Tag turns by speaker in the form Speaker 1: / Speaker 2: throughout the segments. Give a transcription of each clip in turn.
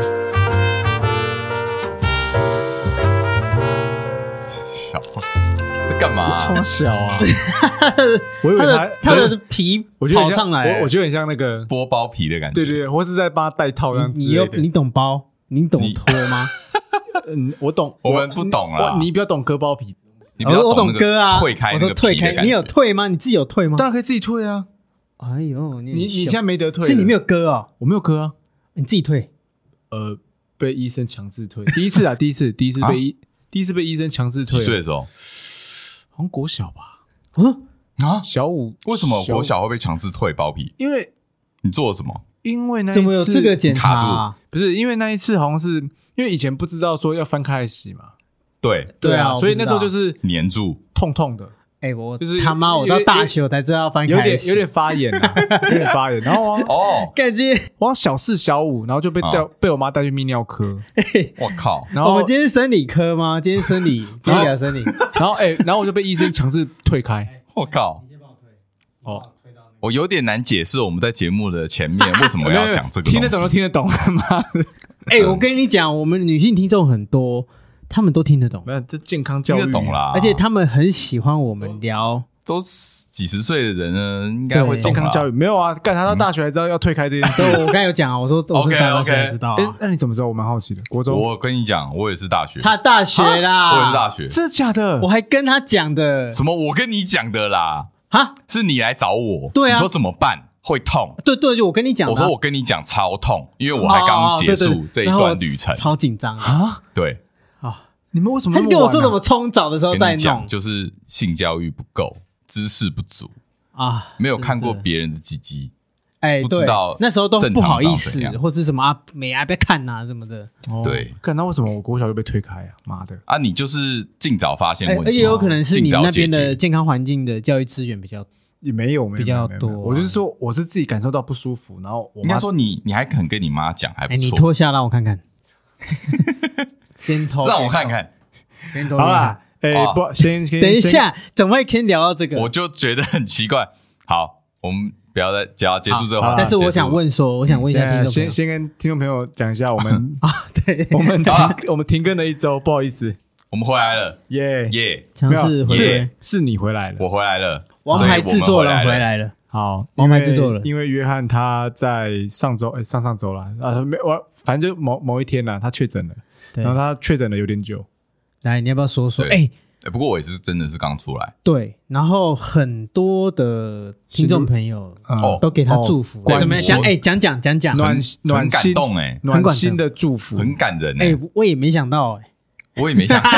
Speaker 1: 嘛？
Speaker 2: 超小 啊！我以为
Speaker 3: 他
Speaker 2: 他
Speaker 3: 的他的皮
Speaker 2: 我觉得
Speaker 3: 跑
Speaker 2: 很像
Speaker 3: 上来，
Speaker 2: 我我觉得很像那个，
Speaker 1: 剥包皮的感觉。
Speaker 2: 对对对，或是在帮他戴套这样之
Speaker 3: 你又
Speaker 2: 类的。
Speaker 3: 你懂包，你懂
Speaker 1: 你
Speaker 3: 脱吗？
Speaker 2: 嗯，我懂，
Speaker 1: 我们不懂啦
Speaker 2: 我你比较懂割包皮，
Speaker 1: 你比较
Speaker 3: 我我
Speaker 1: 那个
Speaker 3: 哥啊，
Speaker 1: 退开
Speaker 3: 我
Speaker 1: 那
Speaker 3: 说
Speaker 1: 个
Speaker 3: 退
Speaker 1: 皮的
Speaker 3: 开，
Speaker 1: 感
Speaker 3: 你有
Speaker 1: 觉。
Speaker 3: 退吗？你自己有退吗？
Speaker 2: 当然可以自己退啊。
Speaker 3: 哎呦，你
Speaker 2: 你你现在
Speaker 3: 在
Speaker 2: 没得退了，
Speaker 3: 是你没有割哦，
Speaker 2: 我没有割啊，
Speaker 3: 你自己退。
Speaker 2: 呃，被医生强制退，第一次啊，第一次，第一次被医，第一次被医生强制退
Speaker 1: 几岁
Speaker 2: 啊，
Speaker 1: 的时候
Speaker 2: 好像国小吧，
Speaker 3: 嗯，
Speaker 1: 啊？
Speaker 2: 小五。
Speaker 1: 为什么
Speaker 2: 五
Speaker 1: 国？小会被强制退包皮？
Speaker 2: 因为
Speaker 1: 你做了什么？
Speaker 2: 因为那一
Speaker 3: 怎么有
Speaker 2: 次
Speaker 3: 这个检查
Speaker 1: 卡
Speaker 3: 啊？
Speaker 2: 不是因为那一次好像是因为以前不知道说要翻开来洗嘛，
Speaker 1: 对，
Speaker 3: 对啊
Speaker 2: 啊，
Speaker 3: 我不
Speaker 2: 所以那时候
Speaker 3: 知
Speaker 2: 就
Speaker 3: 道
Speaker 2: 是
Speaker 1: 粘住
Speaker 2: 痛痛的，
Speaker 3: 哎，我
Speaker 2: 就是
Speaker 3: 他妈，
Speaker 2: 有
Speaker 3: 我到大学我才知道翻开
Speaker 2: 有点
Speaker 3: 始
Speaker 2: 有点发炎 啊，有点发炎。然后我好像
Speaker 1: 哦。
Speaker 3: 感觉。
Speaker 2: 我好像小四小五，然后就被带
Speaker 1: 啊
Speaker 2: 被我妈带去泌尿 科，
Speaker 1: 我靠！
Speaker 2: 然
Speaker 3: 哦我
Speaker 2: 后
Speaker 3: 们今天是生理科吗？今天是 生理，今天聊生理。
Speaker 2: 然后哎，然后我就被医生强制退 开。
Speaker 1: 我靠！
Speaker 2: 哦，
Speaker 1: 我有点难解释我们在节目的前面为什么要讲这个东西。
Speaker 2: 听得懂就听得懂， 妈的，
Speaker 3: 哎，我跟你讲，我们女性听众很多，她们都听得懂，
Speaker 2: 没有啊这健康教
Speaker 1: 听
Speaker 2: 育
Speaker 1: 得懂，啦，
Speaker 3: 而且她们很喜欢我们聊。
Speaker 1: 都几十岁的人呢，应该会
Speaker 3: 对
Speaker 1: 懂
Speaker 2: 健
Speaker 1: 啦
Speaker 2: 康教育没有啊？干他到大学才知道要退开这件
Speaker 1: 嗯
Speaker 2: 事
Speaker 3: 所以。我刚才有讲啊，我说我
Speaker 1: OK，
Speaker 3: 是大学才
Speaker 1: OK
Speaker 3: 知道啊
Speaker 2: 哎，那你怎么知道？我蛮好奇的。国中，
Speaker 1: 我跟你讲，我也是大学，
Speaker 3: 他大学啦，
Speaker 1: 我也是大学。
Speaker 2: 真的假的？
Speaker 3: 我还跟他讲的
Speaker 1: 什么？我跟你讲的啦，
Speaker 3: 啊，
Speaker 1: 是你来找我，
Speaker 3: 对啊
Speaker 1: 你说怎么办？会痛。
Speaker 3: 对对，就我跟你讲的
Speaker 1: 我
Speaker 3: 啊，
Speaker 1: 说我跟你讲超痛，因为我还刚
Speaker 3: 哦
Speaker 1: 结
Speaker 3: 对对
Speaker 1: 束
Speaker 3: 对
Speaker 1: 这一
Speaker 3: 然后
Speaker 1: 段
Speaker 3: 我
Speaker 1: 旅程。
Speaker 3: 超紧张啊！
Speaker 2: 啊，
Speaker 1: 对，
Speaker 2: 你们为什么那
Speaker 3: 他
Speaker 2: 晚
Speaker 3: 是
Speaker 2: 啊？
Speaker 3: 跟我说什么冲澡的时候
Speaker 1: 跟
Speaker 3: 再
Speaker 1: 你讲
Speaker 3: 弄
Speaker 1: 就是性教育不够，知识不足，
Speaker 3: 啊，
Speaker 1: 没有看过
Speaker 3: 真的
Speaker 1: 别人的鸡鸡。
Speaker 3: 哎，
Speaker 1: 不知道
Speaker 3: 对那时候都不好意
Speaker 1: 正常长
Speaker 3: 思
Speaker 1: 怎样
Speaker 3: 或是什么啊，没啊，不要看呐什么的，
Speaker 2: 哦？
Speaker 1: 对
Speaker 2: 干，那为什么我国小就被推开啊？妈的！
Speaker 1: 啊，你就是尽早发现
Speaker 3: 哎
Speaker 1: 问题，
Speaker 3: 而且有可能是你
Speaker 1: 尽早
Speaker 3: 那边
Speaker 1: 解决
Speaker 3: 的健康环境的教育资源比较
Speaker 2: 也没有，没有
Speaker 3: 比较
Speaker 2: 没有没有
Speaker 3: 多啊
Speaker 2: 我就是说，我是自己感受到不舒服，然后我
Speaker 1: 应该
Speaker 2: 妈
Speaker 1: 说你你还肯跟你妈讲，还不
Speaker 3: 哎，你
Speaker 1: 错。
Speaker 3: 脱下让我看看，边 偷
Speaker 1: 让我看，看，
Speaker 3: 边偷
Speaker 2: 好
Speaker 3: 边
Speaker 2: 啦
Speaker 3: 看。，
Speaker 2: 哎
Speaker 1: 哇，
Speaker 2: 不，先先
Speaker 3: 等一，下，怎么会先聊到这个？
Speaker 1: 我就觉得很奇怪。好，我们不要再只要结束这个
Speaker 2: 好
Speaker 1: 话
Speaker 2: 好
Speaker 1: 题。
Speaker 3: 但是我想问说，我想问一
Speaker 2: 先
Speaker 3: 下
Speaker 2: 等一
Speaker 3: 听
Speaker 2: 下
Speaker 3: 众
Speaker 2: 嗯先
Speaker 3: 朋友
Speaker 2: 先跟听众朋友讲一下，我 们，
Speaker 3: 啊，对
Speaker 2: 我们停
Speaker 1: 好啊
Speaker 2: 我们停更了一周，不好意思，
Speaker 1: 结束，我们回来了，
Speaker 2: 耶，
Speaker 1: 耶、
Speaker 3: 强势
Speaker 2: 没有
Speaker 3: 回
Speaker 2: 是
Speaker 3: 归
Speaker 1: 耶，
Speaker 2: 是你回来了，
Speaker 1: 我回来了，
Speaker 3: 王
Speaker 1: 所
Speaker 3: 牌
Speaker 1: 以
Speaker 3: 制
Speaker 1: 我
Speaker 3: 作
Speaker 1: 们
Speaker 3: 人
Speaker 1: 回
Speaker 3: 回
Speaker 1: 了。
Speaker 3: 来了。
Speaker 2: 好，
Speaker 3: 王
Speaker 2: 因为
Speaker 3: 牌制作人
Speaker 2: 因为约翰他在上周哎上上周啦，啊没我反正就某某一天啦，他确诊了，
Speaker 3: 对
Speaker 2: 然，后他确诊了有点久，
Speaker 3: 来，你要不要说说？
Speaker 1: 对
Speaker 3: 哎，
Speaker 1: 哎不过我也是真的是刚出来，
Speaker 3: 对，然后很多的听众朋友
Speaker 2: 嗯
Speaker 1: 哦
Speaker 3: 都给他祝福
Speaker 2: 哦，
Speaker 3: 怎么样讲？
Speaker 1: 关
Speaker 3: 哎，讲讲讲讲。
Speaker 2: 暖暖
Speaker 1: 很感
Speaker 2: 心
Speaker 1: 动哎、
Speaker 2: 暖
Speaker 3: 很感
Speaker 2: 心
Speaker 3: 动
Speaker 2: 的祝福，
Speaker 1: 很感人哎、
Speaker 3: 哎，我也没想到，哎，
Speaker 1: 我也没想到，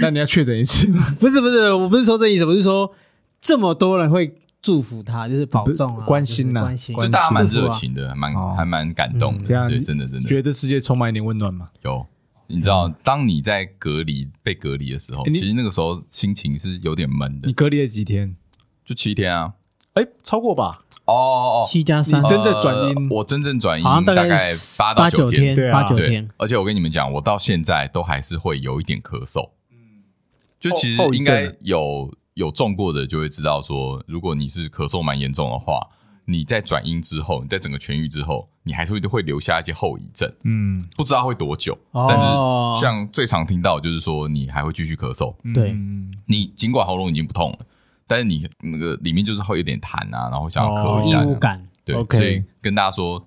Speaker 2: 那你要确诊一次吗？
Speaker 3: 不是不是，我不是说这意思，我是说这么多人会祝福他，就是保重啊，
Speaker 2: 关心
Speaker 3: 呐，
Speaker 2: 啊
Speaker 3: 关心，
Speaker 1: 就大家蛮
Speaker 3: 祝福
Speaker 1: 热
Speaker 3: 啊。
Speaker 1: 情的，还蛮、
Speaker 2: 哦
Speaker 1: 还蛮感动
Speaker 3: 嗯
Speaker 1: 的，
Speaker 2: 这样
Speaker 1: 对，真的真的
Speaker 2: 觉得这世界充满一点温暖吗？
Speaker 1: 有。你知道，当你在隔离被隔离的时候，
Speaker 2: 哎你
Speaker 1: 其实那个时候心情是有点闷的
Speaker 2: 你，隔离了几天？
Speaker 1: 就七天啊。
Speaker 2: 哎，超过吧？
Speaker 1: 哦哦哦，
Speaker 3: 七加三
Speaker 2: 你，真的
Speaker 1: 呃
Speaker 2: 转阴
Speaker 1: 我真正转阴
Speaker 3: 好像
Speaker 1: 大
Speaker 3: 概
Speaker 1: 概八到九
Speaker 3: 九
Speaker 1: 天，
Speaker 2: 对啊
Speaker 3: 八九
Speaker 1: 对，
Speaker 3: 天。
Speaker 1: 而且我跟你们讲，我到现在都还是会有一点咳嗽。就其实
Speaker 2: 嗯后后遗
Speaker 1: 应
Speaker 2: 症
Speaker 1: 该
Speaker 2: 啊
Speaker 1: 有有中过的就会知道说，如果你是咳嗽蛮严重的话，你在转阴之后，你在整个痊愈之后，你还是会会留下一些后遗症，
Speaker 2: 嗯，
Speaker 1: 不知道会多久。
Speaker 3: 哦
Speaker 1: 但是像最常听到的就是说，你还会继续咳嗽，
Speaker 3: 对
Speaker 2: 嗯
Speaker 1: 你尽管喉咙已经不痛了。但是你那个里面就是会有点痰啊，然后想要咳一
Speaker 3: 异
Speaker 1: 下，
Speaker 3: 物感，
Speaker 1: 对
Speaker 2: OK
Speaker 1: 所以跟大家说，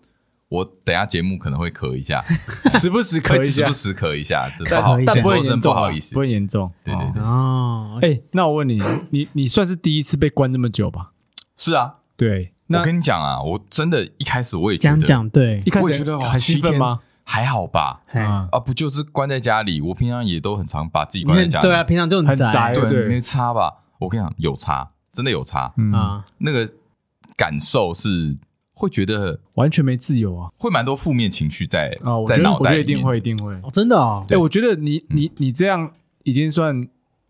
Speaker 1: 我等一下节目可能会咳一下，
Speaker 2: 嗯时不 时咳一
Speaker 1: 时
Speaker 2: 下
Speaker 1: 不，时咳一下，这
Speaker 3: 但
Speaker 1: 不好意思，
Speaker 2: 但不会
Speaker 1: 说
Speaker 2: 严
Speaker 1: 声
Speaker 2: 重
Speaker 1: 不
Speaker 2: 啊，
Speaker 1: 好意思
Speaker 2: 不。会严重。
Speaker 1: 对对对
Speaker 2: 哦
Speaker 3: 哦，
Speaker 2: 哎，那我问你，你你算是第一次被关这么久吧？
Speaker 1: 是啊，
Speaker 2: 对，
Speaker 1: 我
Speaker 2: 那
Speaker 1: 跟你讲啊，我真的一开始我也觉
Speaker 3: 讲
Speaker 1: 得，
Speaker 3: 讲对
Speaker 2: 一，开
Speaker 1: 我也
Speaker 2: 始
Speaker 1: 觉得哇
Speaker 2: 很兴奋吗？？
Speaker 1: 还好吧，
Speaker 3: 嘿
Speaker 2: 啊，
Speaker 1: 啊，不就是关在家里？我平常也都很常把自己
Speaker 3: 你
Speaker 1: 关在
Speaker 3: 看
Speaker 1: 家里，
Speaker 3: 对啊，平常就
Speaker 2: 很宅
Speaker 3: 宅
Speaker 1: 对，
Speaker 2: 对
Speaker 1: 没差吧？我跟你讲，有差，真的有差，
Speaker 2: 嗯，
Speaker 3: 啊，
Speaker 1: 那个感受是会觉得
Speaker 2: 完全没自由啊！
Speaker 1: 会蛮多负面情绪在
Speaker 2: 啊，我
Speaker 1: 在
Speaker 2: 觉得
Speaker 1: 脑
Speaker 2: 我
Speaker 1: 袋
Speaker 2: 觉
Speaker 1: 里
Speaker 2: 得一
Speaker 1: 面，嗯
Speaker 2: 定会一定会。
Speaker 3: 哦，真的哦，
Speaker 2: 哎，我觉得你你你这样已经算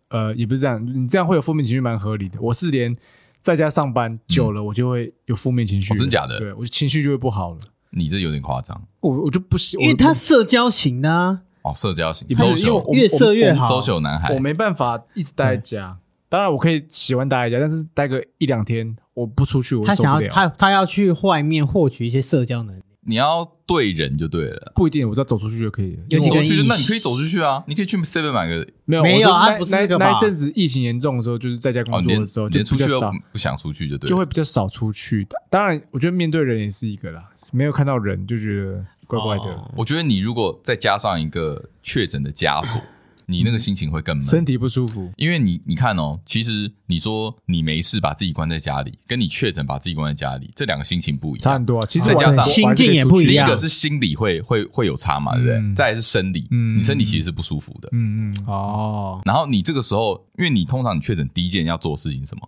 Speaker 2: 呃，也不是这样，你这样会有负面情绪蛮合理的。我是连在家上班久了，我就会有负面情
Speaker 1: 嗯
Speaker 2: 绪
Speaker 1: 哦
Speaker 2: 了，
Speaker 1: 真假的
Speaker 2: 对我情绪就会不好了。
Speaker 1: 你这有点夸张
Speaker 2: 我我就不喜，
Speaker 3: 因为
Speaker 2: 我
Speaker 3: 他社交型的啊，
Speaker 1: 哦，社交型，
Speaker 2: 也不是
Speaker 1: social
Speaker 2: 因为我
Speaker 3: 越社越好。
Speaker 1: social 男孩
Speaker 2: 我，没办法一直待在家。嗯当然，我可以喜欢待在家，但是待个一两天，我不出去，我
Speaker 3: 他
Speaker 2: 受不
Speaker 3: 想要
Speaker 2: 了。
Speaker 3: 他他要去外面获取一些社交能力，
Speaker 1: 你要对人就对了。
Speaker 2: 不一定，我只要走出去嗯就可以了。
Speaker 3: 有几
Speaker 1: 走
Speaker 3: 个
Speaker 1: 出去，
Speaker 3: 亿
Speaker 1: 那你可以走出去啊，你可以去 Seven 买个
Speaker 2: 没有
Speaker 3: 没有
Speaker 2: 我说
Speaker 3: 啊
Speaker 2: 那
Speaker 3: 不是
Speaker 2: 那
Speaker 3: 这个吧
Speaker 2: 那一阵子疫情严重的时候，就是在家
Speaker 1: 哦，你
Speaker 2: 工作
Speaker 1: 连
Speaker 2: 的时候，就
Speaker 1: 连出
Speaker 2: 比
Speaker 1: 去
Speaker 2: 较
Speaker 1: 都
Speaker 2: 少，
Speaker 1: 不想出去就对了，
Speaker 2: 就会比较少出去。当然，我觉得面对人也是一个啦，没有看到人就觉得怪怪的，
Speaker 3: 哦
Speaker 1: 我觉得你如果再加上一个确诊的枷锁，你那个心情会更闷。
Speaker 2: 嗯身体不舒服。
Speaker 1: 因为你你看哦，其实你说你没事把自己关在家里，跟你确诊把自己关在家里，这两个心情不一
Speaker 2: 差
Speaker 1: 样
Speaker 2: 很。多啊。其实
Speaker 1: 再
Speaker 2: 我
Speaker 1: 加上
Speaker 2: 我还是
Speaker 3: 心境也
Speaker 2: 可以出
Speaker 3: 不
Speaker 2: 去啊
Speaker 1: 第
Speaker 3: 一
Speaker 1: 一
Speaker 3: 样
Speaker 1: 个是心理会会会有差嘛，对不对？
Speaker 2: 嗯
Speaker 1: 再来是生理，
Speaker 2: 嗯
Speaker 1: 你身体其实是不舒服的。
Speaker 2: 嗯嗯，
Speaker 3: 哦，
Speaker 1: 然后你这个时候，因为你通常你确诊第一件要做的事情是什么？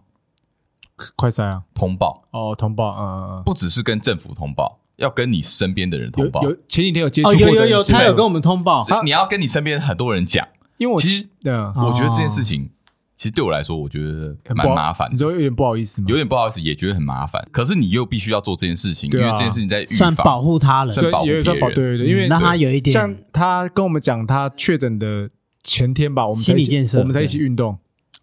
Speaker 2: 快塞啊！
Speaker 1: 通报，
Speaker 2: 哦，通报，嗯嗯
Speaker 1: 不只是跟政府通报，要跟你身边的人通
Speaker 2: 嗯，
Speaker 1: 报
Speaker 2: 有，有前几天有接触
Speaker 3: 哦，
Speaker 2: 过的
Speaker 3: 有
Speaker 2: 人
Speaker 3: 有有，
Speaker 2: 进来
Speaker 3: 他有跟我们通
Speaker 2: 哦
Speaker 3: 报，
Speaker 1: 所以你要跟你身边很多人讲。
Speaker 2: 因为我
Speaker 1: 其实
Speaker 2: 嗯
Speaker 3: 哦
Speaker 1: 我觉得这件事情，其实对我来说，我觉得
Speaker 2: 很不
Speaker 1: 蛮
Speaker 2: 好
Speaker 1: 麻烦的
Speaker 2: 你知。道有点不好意思吗？
Speaker 1: 有点不好意思，也觉得很麻烦。可是你又必须要做这件事情，因
Speaker 2: 对啊
Speaker 1: 为这件事情在预
Speaker 3: 算
Speaker 1: 防。
Speaker 3: 保护他人
Speaker 1: 算，保护
Speaker 2: 有
Speaker 1: 别
Speaker 2: 点算保
Speaker 1: 人
Speaker 2: 对对对，因为
Speaker 3: 嗯让他有一点
Speaker 2: 像他跟我们讲他确诊的前天吧，我们才
Speaker 3: 心理
Speaker 2: 一起
Speaker 3: 建设
Speaker 2: 我们才一起运动，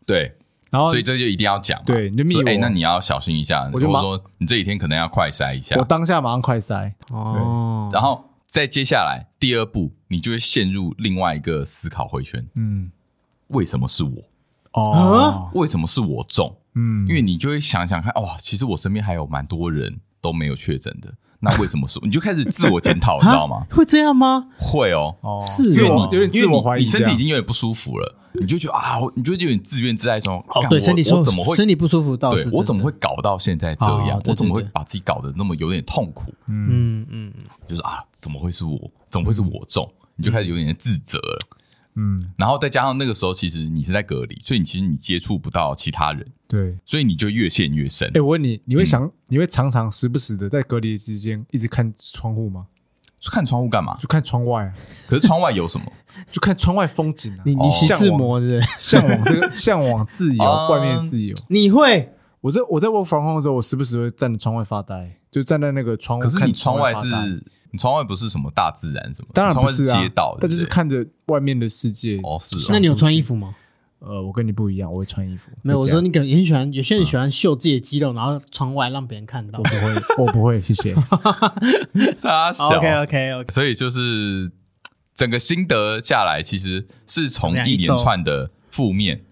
Speaker 1: 对，
Speaker 2: 然后
Speaker 1: 所以这就一定要讲嘛。
Speaker 2: 哦对你就密
Speaker 1: 说
Speaker 2: 我
Speaker 1: 哎，那你要小心一下，或
Speaker 2: 我就
Speaker 1: 者
Speaker 2: 忙
Speaker 1: 说你这几天可能要快筛一下
Speaker 2: 我。当下马上快塞，
Speaker 3: 哦，
Speaker 1: 然后再接下来第二步，你就会陷入另外一个思考回圈：
Speaker 2: 嗯，
Speaker 1: 为什么是我？
Speaker 3: 啊
Speaker 2: 哦，
Speaker 1: 为什么是我中？
Speaker 2: 嗯，
Speaker 1: 因为你就会想想看，哇，其实我身边还有蛮多人都没有确诊的，那为什么是我？你就开始自我检 讨，你知道吗
Speaker 3: 啊？会这样吗？
Speaker 1: 会哦，
Speaker 2: 哦
Speaker 3: 是
Speaker 2: 自
Speaker 1: 因为
Speaker 2: 我
Speaker 1: 你
Speaker 2: 有点
Speaker 1: 因
Speaker 2: 自
Speaker 1: 为
Speaker 2: 我怀疑
Speaker 1: 你，你
Speaker 2: 这
Speaker 1: 身体
Speaker 2: 样，
Speaker 1: 已经有点不舒服了，你就觉得啊，我你就有点自怨自艾说，
Speaker 3: 哦
Speaker 1: 干，
Speaker 3: 对，
Speaker 1: 我
Speaker 3: 身体
Speaker 1: 我
Speaker 3: 舒
Speaker 1: 怎么会
Speaker 3: 身体不舒服倒是
Speaker 1: 对
Speaker 3: 真的
Speaker 1: 我怎么会搞到现在这样
Speaker 2: 啊
Speaker 3: 哦？对
Speaker 1: 我怎么
Speaker 3: 对
Speaker 1: 会
Speaker 3: 对
Speaker 1: 把自己搞得那么有点痛苦？
Speaker 2: 嗯，
Speaker 3: 嗯嗯嗯
Speaker 1: 就是啊，怎么会是我？怎么会是我中？你就开始有点自责了。
Speaker 2: 嗯，
Speaker 1: 然后再加上那个时候，其实你是在隔离，所以你其实你接触不到其他人，
Speaker 2: 对。
Speaker 1: 所以你就越陷越深
Speaker 2: 哎，。我问你，你会
Speaker 1: 嗯
Speaker 2: 想，你会常常时不时的在隔离期间一直看窗户吗？
Speaker 1: 看窗户干嘛？
Speaker 2: 就看窗外啊，
Speaker 1: 可是窗外有什 么？
Speaker 2: 就看窗外风景啊。
Speaker 3: 你
Speaker 1: 哦
Speaker 3: 你徐志摩的，
Speaker 2: 向往这个向往 自由，
Speaker 1: 嗯
Speaker 2: 外面自由。
Speaker 3: 你会
Speaker 2: 我在我在 work from home 的时候，我时不时会站在窗外发呆，就站在那个窗户。
Speaker 1: 可是你
Speaker 2: 看
Speaker 1: 窗外
Speaker 2: 外发
Speaker 1: 是
Speaker 2: 呆，
Speaker 1: 你窗外不是什么大自然什么？
Speaker 2: 当然
Speaker 1: 窗
Speaker 2: 不
Speaker 1: 外
Speaker 2: 啊，
Speaker 1: 街道，
Speaker 2: 但
Speaker 1: 对
Speaker 2: 就
Speaker 1: 不
Speaker 2: 是
Speaker 1: 对
Speaker 2: 看着外面的世界。
Speaker 1: 哦是哦
Speaker 3: 那你有穿衣服吗？
Speaker 2: 呃，我跟你不一样，我会穿衣服。
Speaker 3: 没有，我
Speaker 2: 在家
Speaker 3: 说你可能很喜欢，有些人喜欢秀自己的肌肉，然后窗外让别人看到
Speaker 2: 我。不会，我不会，谢 谢。
Speaker 1: 傻小
Speaker 3: OK OK OK，
Speaker 1: 所以就是整个心得下来，其实是从一连串的负面